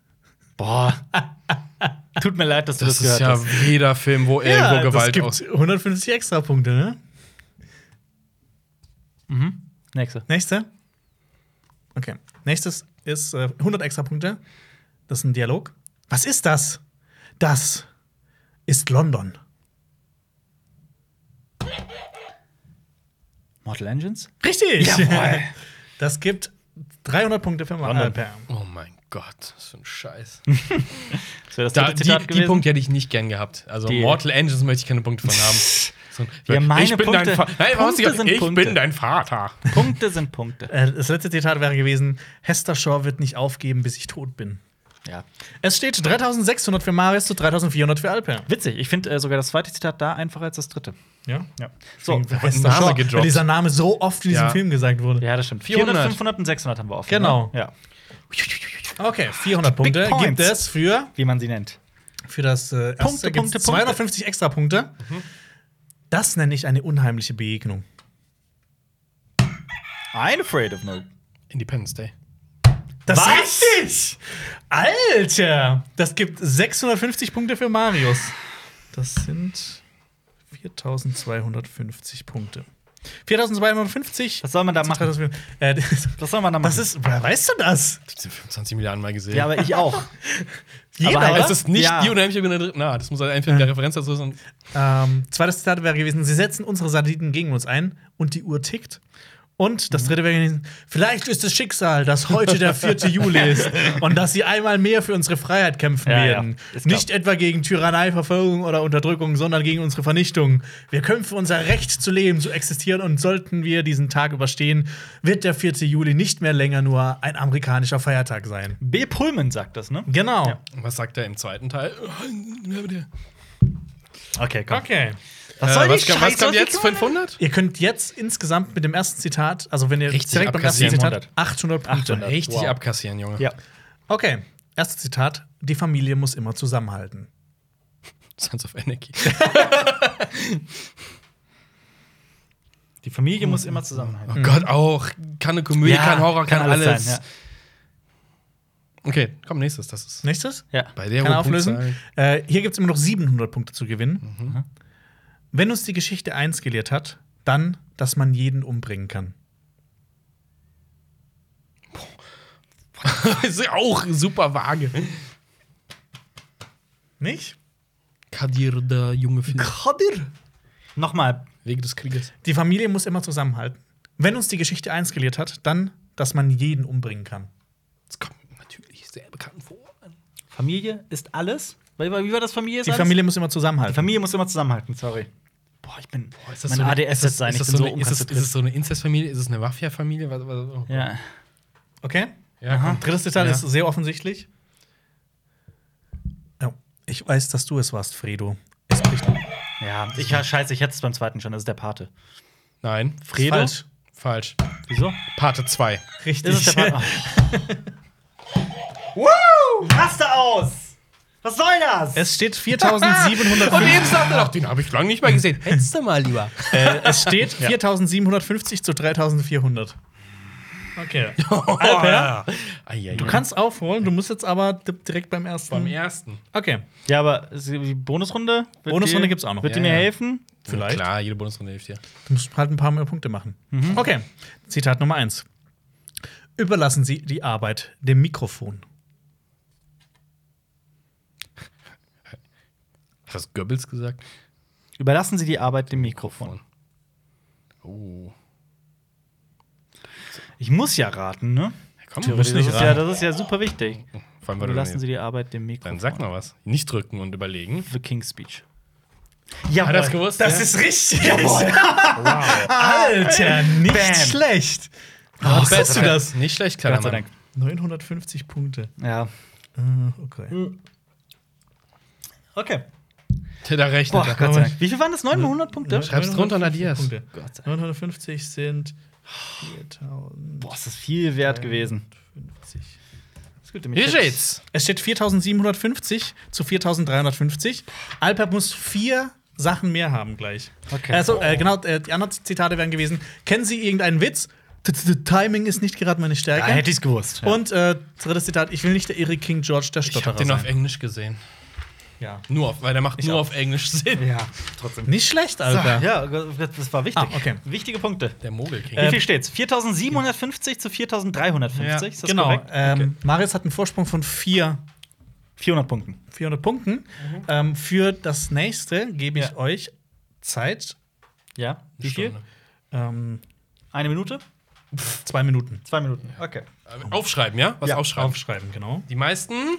C: Boah. Tut mir leid, dass du das,
B: Das, ist
C: gehört
B: ja
C: hast.
B: jeder Film, wo irgendwo
A: das
B: Gewalt
A: gibt
B: aus.
A: 150 Extrapunkte, ne?
C: Nächste.
A: Nächste. Okay, nächstes ist äh, 100 Extrapunkte. Das ist ein Dialog. Was ist das? Das ist London.
C: Mortal Engines?
A: Richtig! Das gibt 300 Punkte für
C: London.
A: Alper.
B: Oh mein Gott, was für ein Scheiß.
C: Das wäre das
B: Da,
C: dritte Zitat
B: die, die
C: gewesen.
B: Punkte hätte ich nicht gern gehabt. Also
C: Die-
B: Mortal Engines möchte ich keine Punkte von haben. So ein-
C: Ja, meine
B: ich bin
C: Punkte-
B: dein Vater. Nein, warum hast
C: Punkte
B: du gesagt,
C: sind
B: ich
C: Punkte.
B: bin dein Vater.
C: Punkte sind Punkte.
A: Äh, Das letzte Zitat wäre gewesen: Hester Shaw wird nicht aufgeben, bis ich tot bin.
C: Ja.
A: Es steht 3600 für Marius zu 3400 für Alper.
C: Witzig, ich finde äh, sogar das zweite Zitat da einfacher als das dritte.
A: Ja.
C: Ja. So,
A: So, Hester
B: Name
A: Shaw,
B: gedroppt.
A: weil dieser Name so oft in diesem
B: Ja.
A: Film gesagt wurde.
C: ja, das stimmt.
B: 400.
C: 400, 500 und 600 haben wir offen.
A: Genau.
C: Ne? Ja.
A: Okay, 400 Punkte
C: points.
A: gibt es für,
C: Wie man sie nennt.
A: für das äh, erste
C: Punkte,
A: gibt's
C: Punkte, Mhm. Punkte.
A: 250 extra Punkte. Das nenne ich eine unheimliche Begegnung.
C: I'm afraid of no.
B: Independence Day.
A: Das ist
C: Was?
A: richtig! Alter! Das gibt 650 Punkte für Marius. Das sind 4250 Punkte. 4250?
C: Was soll man da
A: zu
C: machen?
A: 3000. Äh,
C: Was soll man da machen?
A: das ist, woher weißt du das?
B: Ich habe 25 Milliarden Mal gesehen.
C: ja, aber ich auch.
A: Jeder.
C: halt-
B: es ist nicht
C: Ja.
B: die unheimliche Begegnung der dritten Art. Das muss halt einfach der Referenz dazu sein.
A: Ähm, zweites Zitat wäre gewesen: Sie setzen unsere Satelliten gegen uns ein und die Uhr tickt. Und
C: Mhm.
A: das dritte wäre gewesen, vielleicht ist es Schicksal, dass heute der 4. Juli ist und dass sie einmal mehr für unsere Freiheit kämpfen
C: Ja, ja,
A: werden.
C: ist klar.
A: Nicht etwa gegen Tyrannei, Verfolgung oder Unterdrückung, sondern gegen unsere Vernichtung. Wir kämpfen für unser Recht zu leben, zu existieren und sollten wir diesen Tag überstehen, wird der 4. Juli nicht mehr länger nur ein amerikanischer Feiertag sein.
C: B. Pullman sagt das, ne?
A: Genau.
B: Und Was sagt er im zweiten Teil? Oh,
C: Okay, komm.
A: Okay.
C: Was soll
B: Äh,
C: die
B: was, kam- was
C: Scheiße?
B: kommt jetzt? 500?
A: Ihr könnt jetzt insgesamt mit dem ersten Zitat, also wenn ihr
B: Richtig
A: direkt beim ersten
B: abkassieren.
A: Zitat, 800 Punkte.
C: 800.
B: Richtig
C: Wow.
B: abkassieren, Junge.
C: Ja.
A: Okay, erstes Zitat. Die Familie muss immer zusammenhalten.
B: Sons of Anarchy.
C: Die Familie muss immer zusammenhalten.
B: Oh Gott, auch. Kann eine Komödie, kann Horror, kann, alles.
C: sein,
B: Okay, komm, nächstes. Das ist
A: Nächstes?
C: ja. Ja.
B: bei der
A: Kann
B: hohen
A: auflösen.
B: Punktzahl.
A: Äh, hier gibt es immer noch 700 Punkte zu gewinnen. Wenn uns die Geschichte eins gelehrt hat, dann, dass man jeden umbringen kann.
B: ist auch super vage.
A: Nicht?
B: Kadir, der junge Film.
A: Kadir.
C: Nochmal.
B: Wege des Krieges.
A: Die Familie muss immer zusammenhalten. Wenn uns die Geschichte eins gelehrt hat, dann, dass man jeden umbringen kann.
B: Das kommt mir natürlich sehr bekannt vor.
C: Familie ist alles. Wie war wie war das Familie? ist
A: Die
C: alles?
A: Familie muss immer
C: Die
A: zusammenhalten.
C: Familie muss immer zusammenhalten, sorry. Boah, ich bin. Boah,
B: das
C: mein
B: so eine-
C: ADS
B: Oh, ist
C: ist sein,
B: ist
C: ich bin so,
B: das so
C: so
B: eine, ist, es, ist es so eine Inzestfamilie? Ist es eine Mafia-Familie? Was- was- oh.
C: Ja.
A: Okay?
B: Ja, komm.
A: Drittes Detail
B: Ja.
A: ist sehr offensichtlich. Ja, ich weiß, dass du es warst, Fredo. Es bricht
C: Ja, ich ja, scheiße, ich hätte es beim zweiten schon, das ist der Pate.
B: Nein.
C: Fredo?
A: falsch.
B: Falsch.
C: Wieso?
B: Parte 2.
A: Richtig.
C: Das ist der Pate. Oh. Woo! Raste aus! Was soll das?
A: es steht 4750.
B: Und eben sagt er doch, den habe ich lange nicht mehr gesehen. Hättest du mal lieber.
A: Äh, es steht 4750 zu 3400. Okay.
C: Oh,
B: Oh,
A: Alper, du kannst aufholen, du musst jetzt aber di- direkt beim ersten.
B: Beim ersten.
A: Okay.
C: ja, aber die Bonusrunde? Wird
A: Bonusrunde
C: die-
A: gibt's auch noch.
C: Wird die
B: Ja,
C: mir
B: ja.
C: helfen?
A: Vielleicht.
B: Klar, jede Bundesrunde hilft dir.
A: Du musst halt ein paar mehr Punkte machen. Okay. Zitat Nummer 1. Überlassen Sie die Arbeit dem Mikrofon.
B: Hat das Goebbels gesagt?
C: Überlassen Sie die Arbeit dem Mikrofon.
B: Oh.
C: Ich muss ja raten, ne?
B: Ja, komm,
A: Du
B: muss
A: musst nicht
B: nicht
C: Das ist
A: raten.
C: ja,
B: ran.
C: das ist ja super wichtig.
B: Vor allem, weil du
C: Überlassen
B: dann,
C: Sie die Arbeit dem Mikrofon.
B: dann sag mal was. Nicht drücken und überlegen.
C: The King's Speech. Ja,
B: Hat er das gewusst? ja?
A: ist richtig. Alter, nicht
C: Bam.
A: schlecht. Warum
B: Gott
A: hast du
B: sei Dank.
A: das?
B: Nicht schlecht, kleiner
C: Gott sei
B: Mann.
C: Dank.
A: 950 Punkte.
C: Ja.
A: Okay.
C: Okay.
B: Der da rechnet.
C: Boah,
B: er.
C: Gott sei Dank. Wie viel waren das? 900 Punkte?
B: Schreib's drunter und addiers.
A: Punkte.
C: Gott sei
A: 950 sind 4000.
C: Boah, ist das viel wert gewesen. Das gibt nämlich
B: Hier
C: Tipps.
B: steht's.
A: Es steht 4750 zu 4350. Alper muss vier Sachen mehr haben gleich.
C: Okay.
A: Also, äh, genau, äh, die anderen Zitate wären gewesen: Kennen Sie irgendeinen Witz? T -t -t Timing ist nicht gerade meine Stärke.
C: Ja, hätte ich's gewusst. Ja.
A: Und äh, drittes Zitat: Ich will nicht der irre King George der
B: Ich hab
A: Stotterer
B: den auf
A: sein.
B: Englisch gesehen.
A: Ja.
B: Nur auf, weil der macht nur
A: auch.
B: auf Englisch Sinn.
C: ja, trotzdem.
A: Nicht schlecht, Alper.
C: Ja, das war wichtig.
A: Ah, okay.
C: Wichtige Punkte.
B: Der Mogelking.
C: Wie viel steht's? 4750 zu 4350.
B: Ja,
C: Ist das
A: Genau.
C: korrekt?
A: Ähm, Marius hat einen Vorsprung von vier
C: 400 Punkten.
A: 400 Punkten. Ähm, für das nächste gebe ich
C: Mhm. Ja.
A: euch Zeit.
C: Ja. Wie viel?
B: Stunde.
A: Ähm,
C: Eine Minute?
A: zwei Minuten.
C: Zwei Minuten. Okay.
B: Äh, Aufschreiben, ja? Was
C: Ja,
B: aufschreiben?
A: Aufschreiben, genau.
B: Die meisten.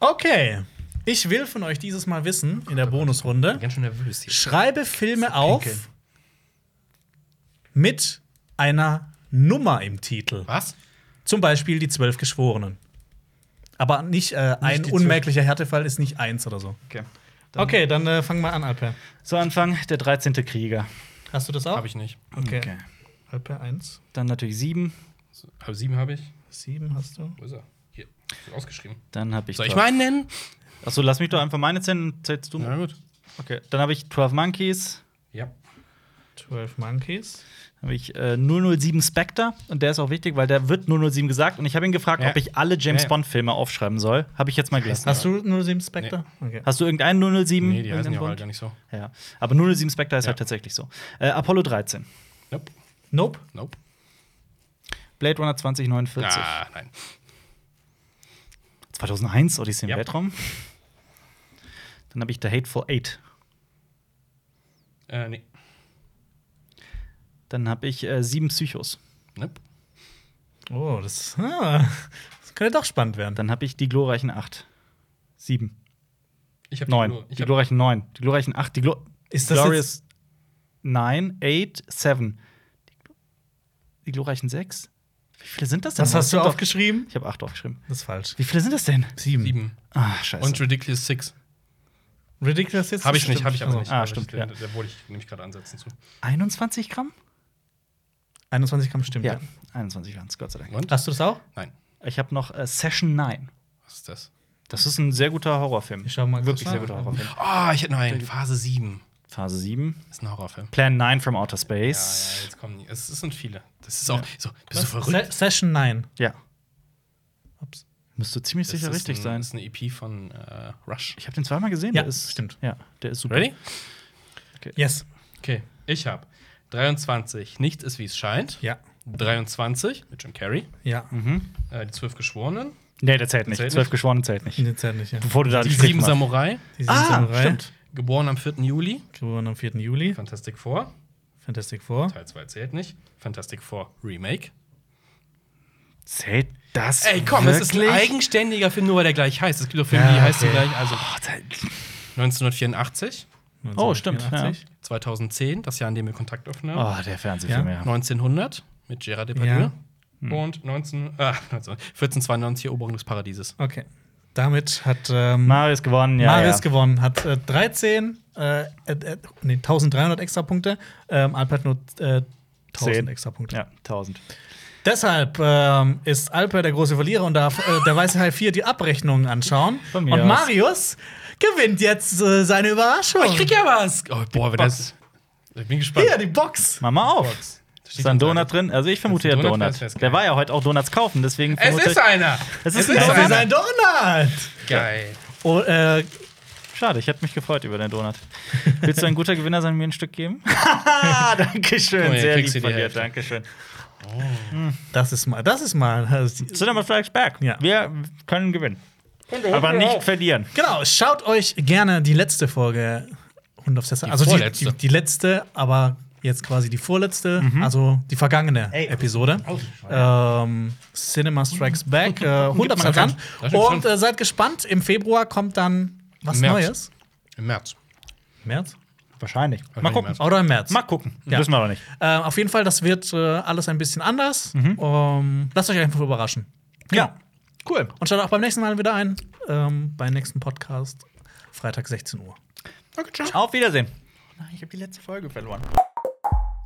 A: Okay. Ich will von euch dieses Mal wissen, in der Bonusrunde,
B: Ganz schön nervös hier.
A: schreibe Filme auf
C: pinkeln.
A: mit einer Nummer im Titel.
C: Ah.
B: Was?
A: Zum Beispiel die zwölf Geschworenen. Aber nicht, äh, ein
B: die Zwölf.
A: unmerklicher Härtefall ist nicht eins oder so.
C: okay. Dann-
A: Okay, dann äh, fang mal an, Alper.
C: So Anfang der 13. Krieger.
A: Hast du das auch?
B: Habe ich nicht.
A: Okay. Alper 1,
C: Dann natürlich 7.
B: So, hab- Sieben habe ich.
A: 7 hast du.
B: Wo ist er? Hier. Ist Ausgeschrieben.
C: Dann habe ich.
B: Soll ich
C: 12.
B: meinen nennen?
C: Achso, lass mich doch einfach meine zählen. Zählst du?
B: Na gut.
C: Okay. Dann habe ich 12 Monkeys.
B: Ja.
C: Hm,
A: 12 Monkeys.
C: Dann habe ich äh, 007 Spectre. Und der ist auch wichtig, weil der wird 007 gesagt. Und ich habe ihn gefragt,
B: Ja.
C: ob ich alle James
B: Ja, ja.
C: Bond-Filme aufschreiben soll. Habe ich jetzt mal gelassen.
A: Hast du 07 Spectre? Okay.
C: Hast du irgendeinen 007?
B: Nee, die heißen
C: Irgendeinen
B: ja auch alle
C: Bond?
B: gar nicht so.
C: Ja. Aber 007 Spectre ist
B: Ja.
C: halt tatsächlich so. Äh, Apollo 13.
B: Nope.
A: Nope.
B: Nope.
C: Blade Runner 2049.
B: Ah, nein.
C: 2001, Odyssee im
B: Ja.
C: Weltraum. Dann habe ich The Hateful Eight.
B: Äh, nee.
C: Dann habe ich äh, sieben Psychos.
B: Nope.
A: Oh, das, ah, das könnte doch spannend werden.
C: Dann habe ich die glorreichen acht. Sieben.
B: Ich hab die
C: Neun.
B: Glo-
C: Die
B: Ich hab,
C: glorreichen neun. Die glorreichen acht. Die Glo
A: Ist das
C: Glorious nine, eight, seven. Die Glo- Die glorreichen sechs. Wie viele sind das denn?
A: Was hast du
C: Sind doch-
A: aufgeschrieben?
C: Ich habe acht aufgeschrieben.
A: Das ist falsch.
C: Wie viele sind das denn?
A: Sieben.
B: sieben.
C: Ah, scheiße.
B: Und Ridiculous Six.
A: Ridiculous jetzt?
B: Habe ich nicht, habe ich aber
A: Also,
B: nicht.
C: ah,
B: Hab ich-
C: stimmt,
B: Da,
C: ja.
B: da wollte ich nämlich gerade ansetzen zu.
C: 21 Gramm?
A: 21 Gramm Also, stimmt. Ja.
C: 21 waren es, Gott sei Dank.
B: Und?
A: Hast du das auch?
B: Nein.
C: Ich habe noch äh, Session 9.
B: Was ist das?
C: Das ist ein sehr guter Horrorfilm.
A: Ich schau mal kurz
C: Wirklich sehr
A: nach.
C: guter Horrorfilm.
B: Oh, ich hätte noch einen. Phase 7.
C: Phase 7.
B: Ist ein Horrorfilm.
C: Plan 9 from Outer
B: Ja, ja,
C: Space.
B: jetzt kommen die. Es es sind viele. Das ist auch. So, bist
A: Se
B: du verrückt?
A: Session 9.
C: Ja,
A: Ups.
C: Müsste ziemlich sicher
B: Das ist
C: richtig
B: ein,
C: sein.
B: Das ist eine EP von äh, Rush.
C: Ich habe den zweimal gesehen.
A: Ja,
C: der ist,
A: stimmt.
C: Ja, der ist super.
B: Ready?
A: Yes.
B: Okay, ich habe 23. Nichts ist wie es scheint.
A: Ja.
B: 23 mit Jim Carrey.
A: Ja.
B: Äh, die zwölf Geschworenen.
C: Nee, der zählt nicht.
B: Zählt
C: Zwölf
B: nicht?
C: Geschworene zählt nicht.
A: Nee, zählt nicht, ja.
C: Bevor du da
B: Die
C: einen Strich
B: sieben
C: machst.
B: Samurai.
A: Die sind
C: Ah,
A: Samurai,
C: stimmt.
B: Geboren am 4. Juli.
A: Geboren am 4. Juli.
B: Fantastic Four.
A: Fantastic Four.
B: Teil 2 zählt nicht. Fantastic Four Remake.
C: Zählt das?
B: Ey, komm,
C: wirklich?
B: es ist ein eigenständiger Film, nur weil der gleich heißt. Es gibt doch Filme,
A: Ja,
B: die heißen
A: okay.
B: gleich. Also
C: Oh, zählt-
B: 1984,
C: Oh, stimmt,
A: 1984.
B: 2010, das Jahr, in dem wir Kontakt aufnahmen.
C: Oh, der Fernsehfilm, ja.
B: 1900 mit Gerard Depardieu. Und 19, äh, 19, 1492 Eroberung des Paradieses.
A: Okay. Damit hat ähm,
C: Marius gewonnen, ja.
A: Marius
C: ja.
A: gewonnen. Hat äh, 13, äh, äh, äh, nee, 1300 extra Punkte. Ähm, Alpert nur äh, 1000
C: Zehn.
A: extra Punkte.
C: Ja, 1000.
A: Deshalb ähm, ist Alper der große Verlierer und darf äh, der weiße Hai 4 die Abrechnungen anschauen.
C: Von
A: Und
C: mir aus.
A: Marius gewinnt jetzt äh, seine Überraschung.
B: ja was! Oh, boah, wenn das. Ich bin gespannt.
A: Hier, die Box.
C: Mach mal auf.
B: Box. Da steht
C: Ist da ein
B: ein
C: Donut drin? Also ich vermute ja
B: Donut drin?
C: Donut.
B: Das ist
C: Der war ja heute auch Donuts kaufen, deswegen
B: Es
C: vermute
B: ist einer!
C: Es ist
A: Es
C: ein
A: ist
C: Donut.
A: ein Donut.
B: Geil.
A: Oh, äh,
C: Schade, ich hätte mich gefreut über den Donut. Willst du ein guter Gewinner sein und mir ein Stück geben? Dankeschön,
B: Oh, ja,
C: sehr lieb
B: kriegst du
C: von
B: die
C: dir.
B: Hälfte.
C: Dankeschön.
A: das ist mal, das ist mal. also,
C: Cinema Flags Back.
A: Ja.
C: Wir können gewinnen. Aber nicht verlieren.
A: Genau, schaut euch gerne die letzte Folge Hund auf Sessel. Also die,
B: vorletzte. Mhm.
A: die, die letzte, aber jetzt quasi die vorletzte, also die vergangene
C: Ey.
A: Episode. Ähm, Cinema Strikes Back, äh, Hund am
B: Mhm. Gibt's
A: Sessel.
B: noch keinen? Da steht's
A: Und äh, seid gespannt, im Februar kommt dann was
B: Im März.
A: Neues.
B: Im März.
A: März?
C: Wahrscheinlich. Mal
B: Wahrscheinlich
C: gucken.
B: März.
A: Oder im März.
C: Mal gucken.
A: Ja.
C: Wissen wir aber nicht.
A: Äh, auf jeden Fall, das wird äh, alles ein bisschen anders.
B: Mhm.
A: Ähm, lasst euch einfach überraschen.
C: Ja. Genau. Cool.
A: Und schaut auch beim nächsten Mal wieder ein, ähm, beim nächsten Podcast, Freitag 16 Uhr.
C: Auf Wiedersehen. Ich habe die letzte Folge verloren.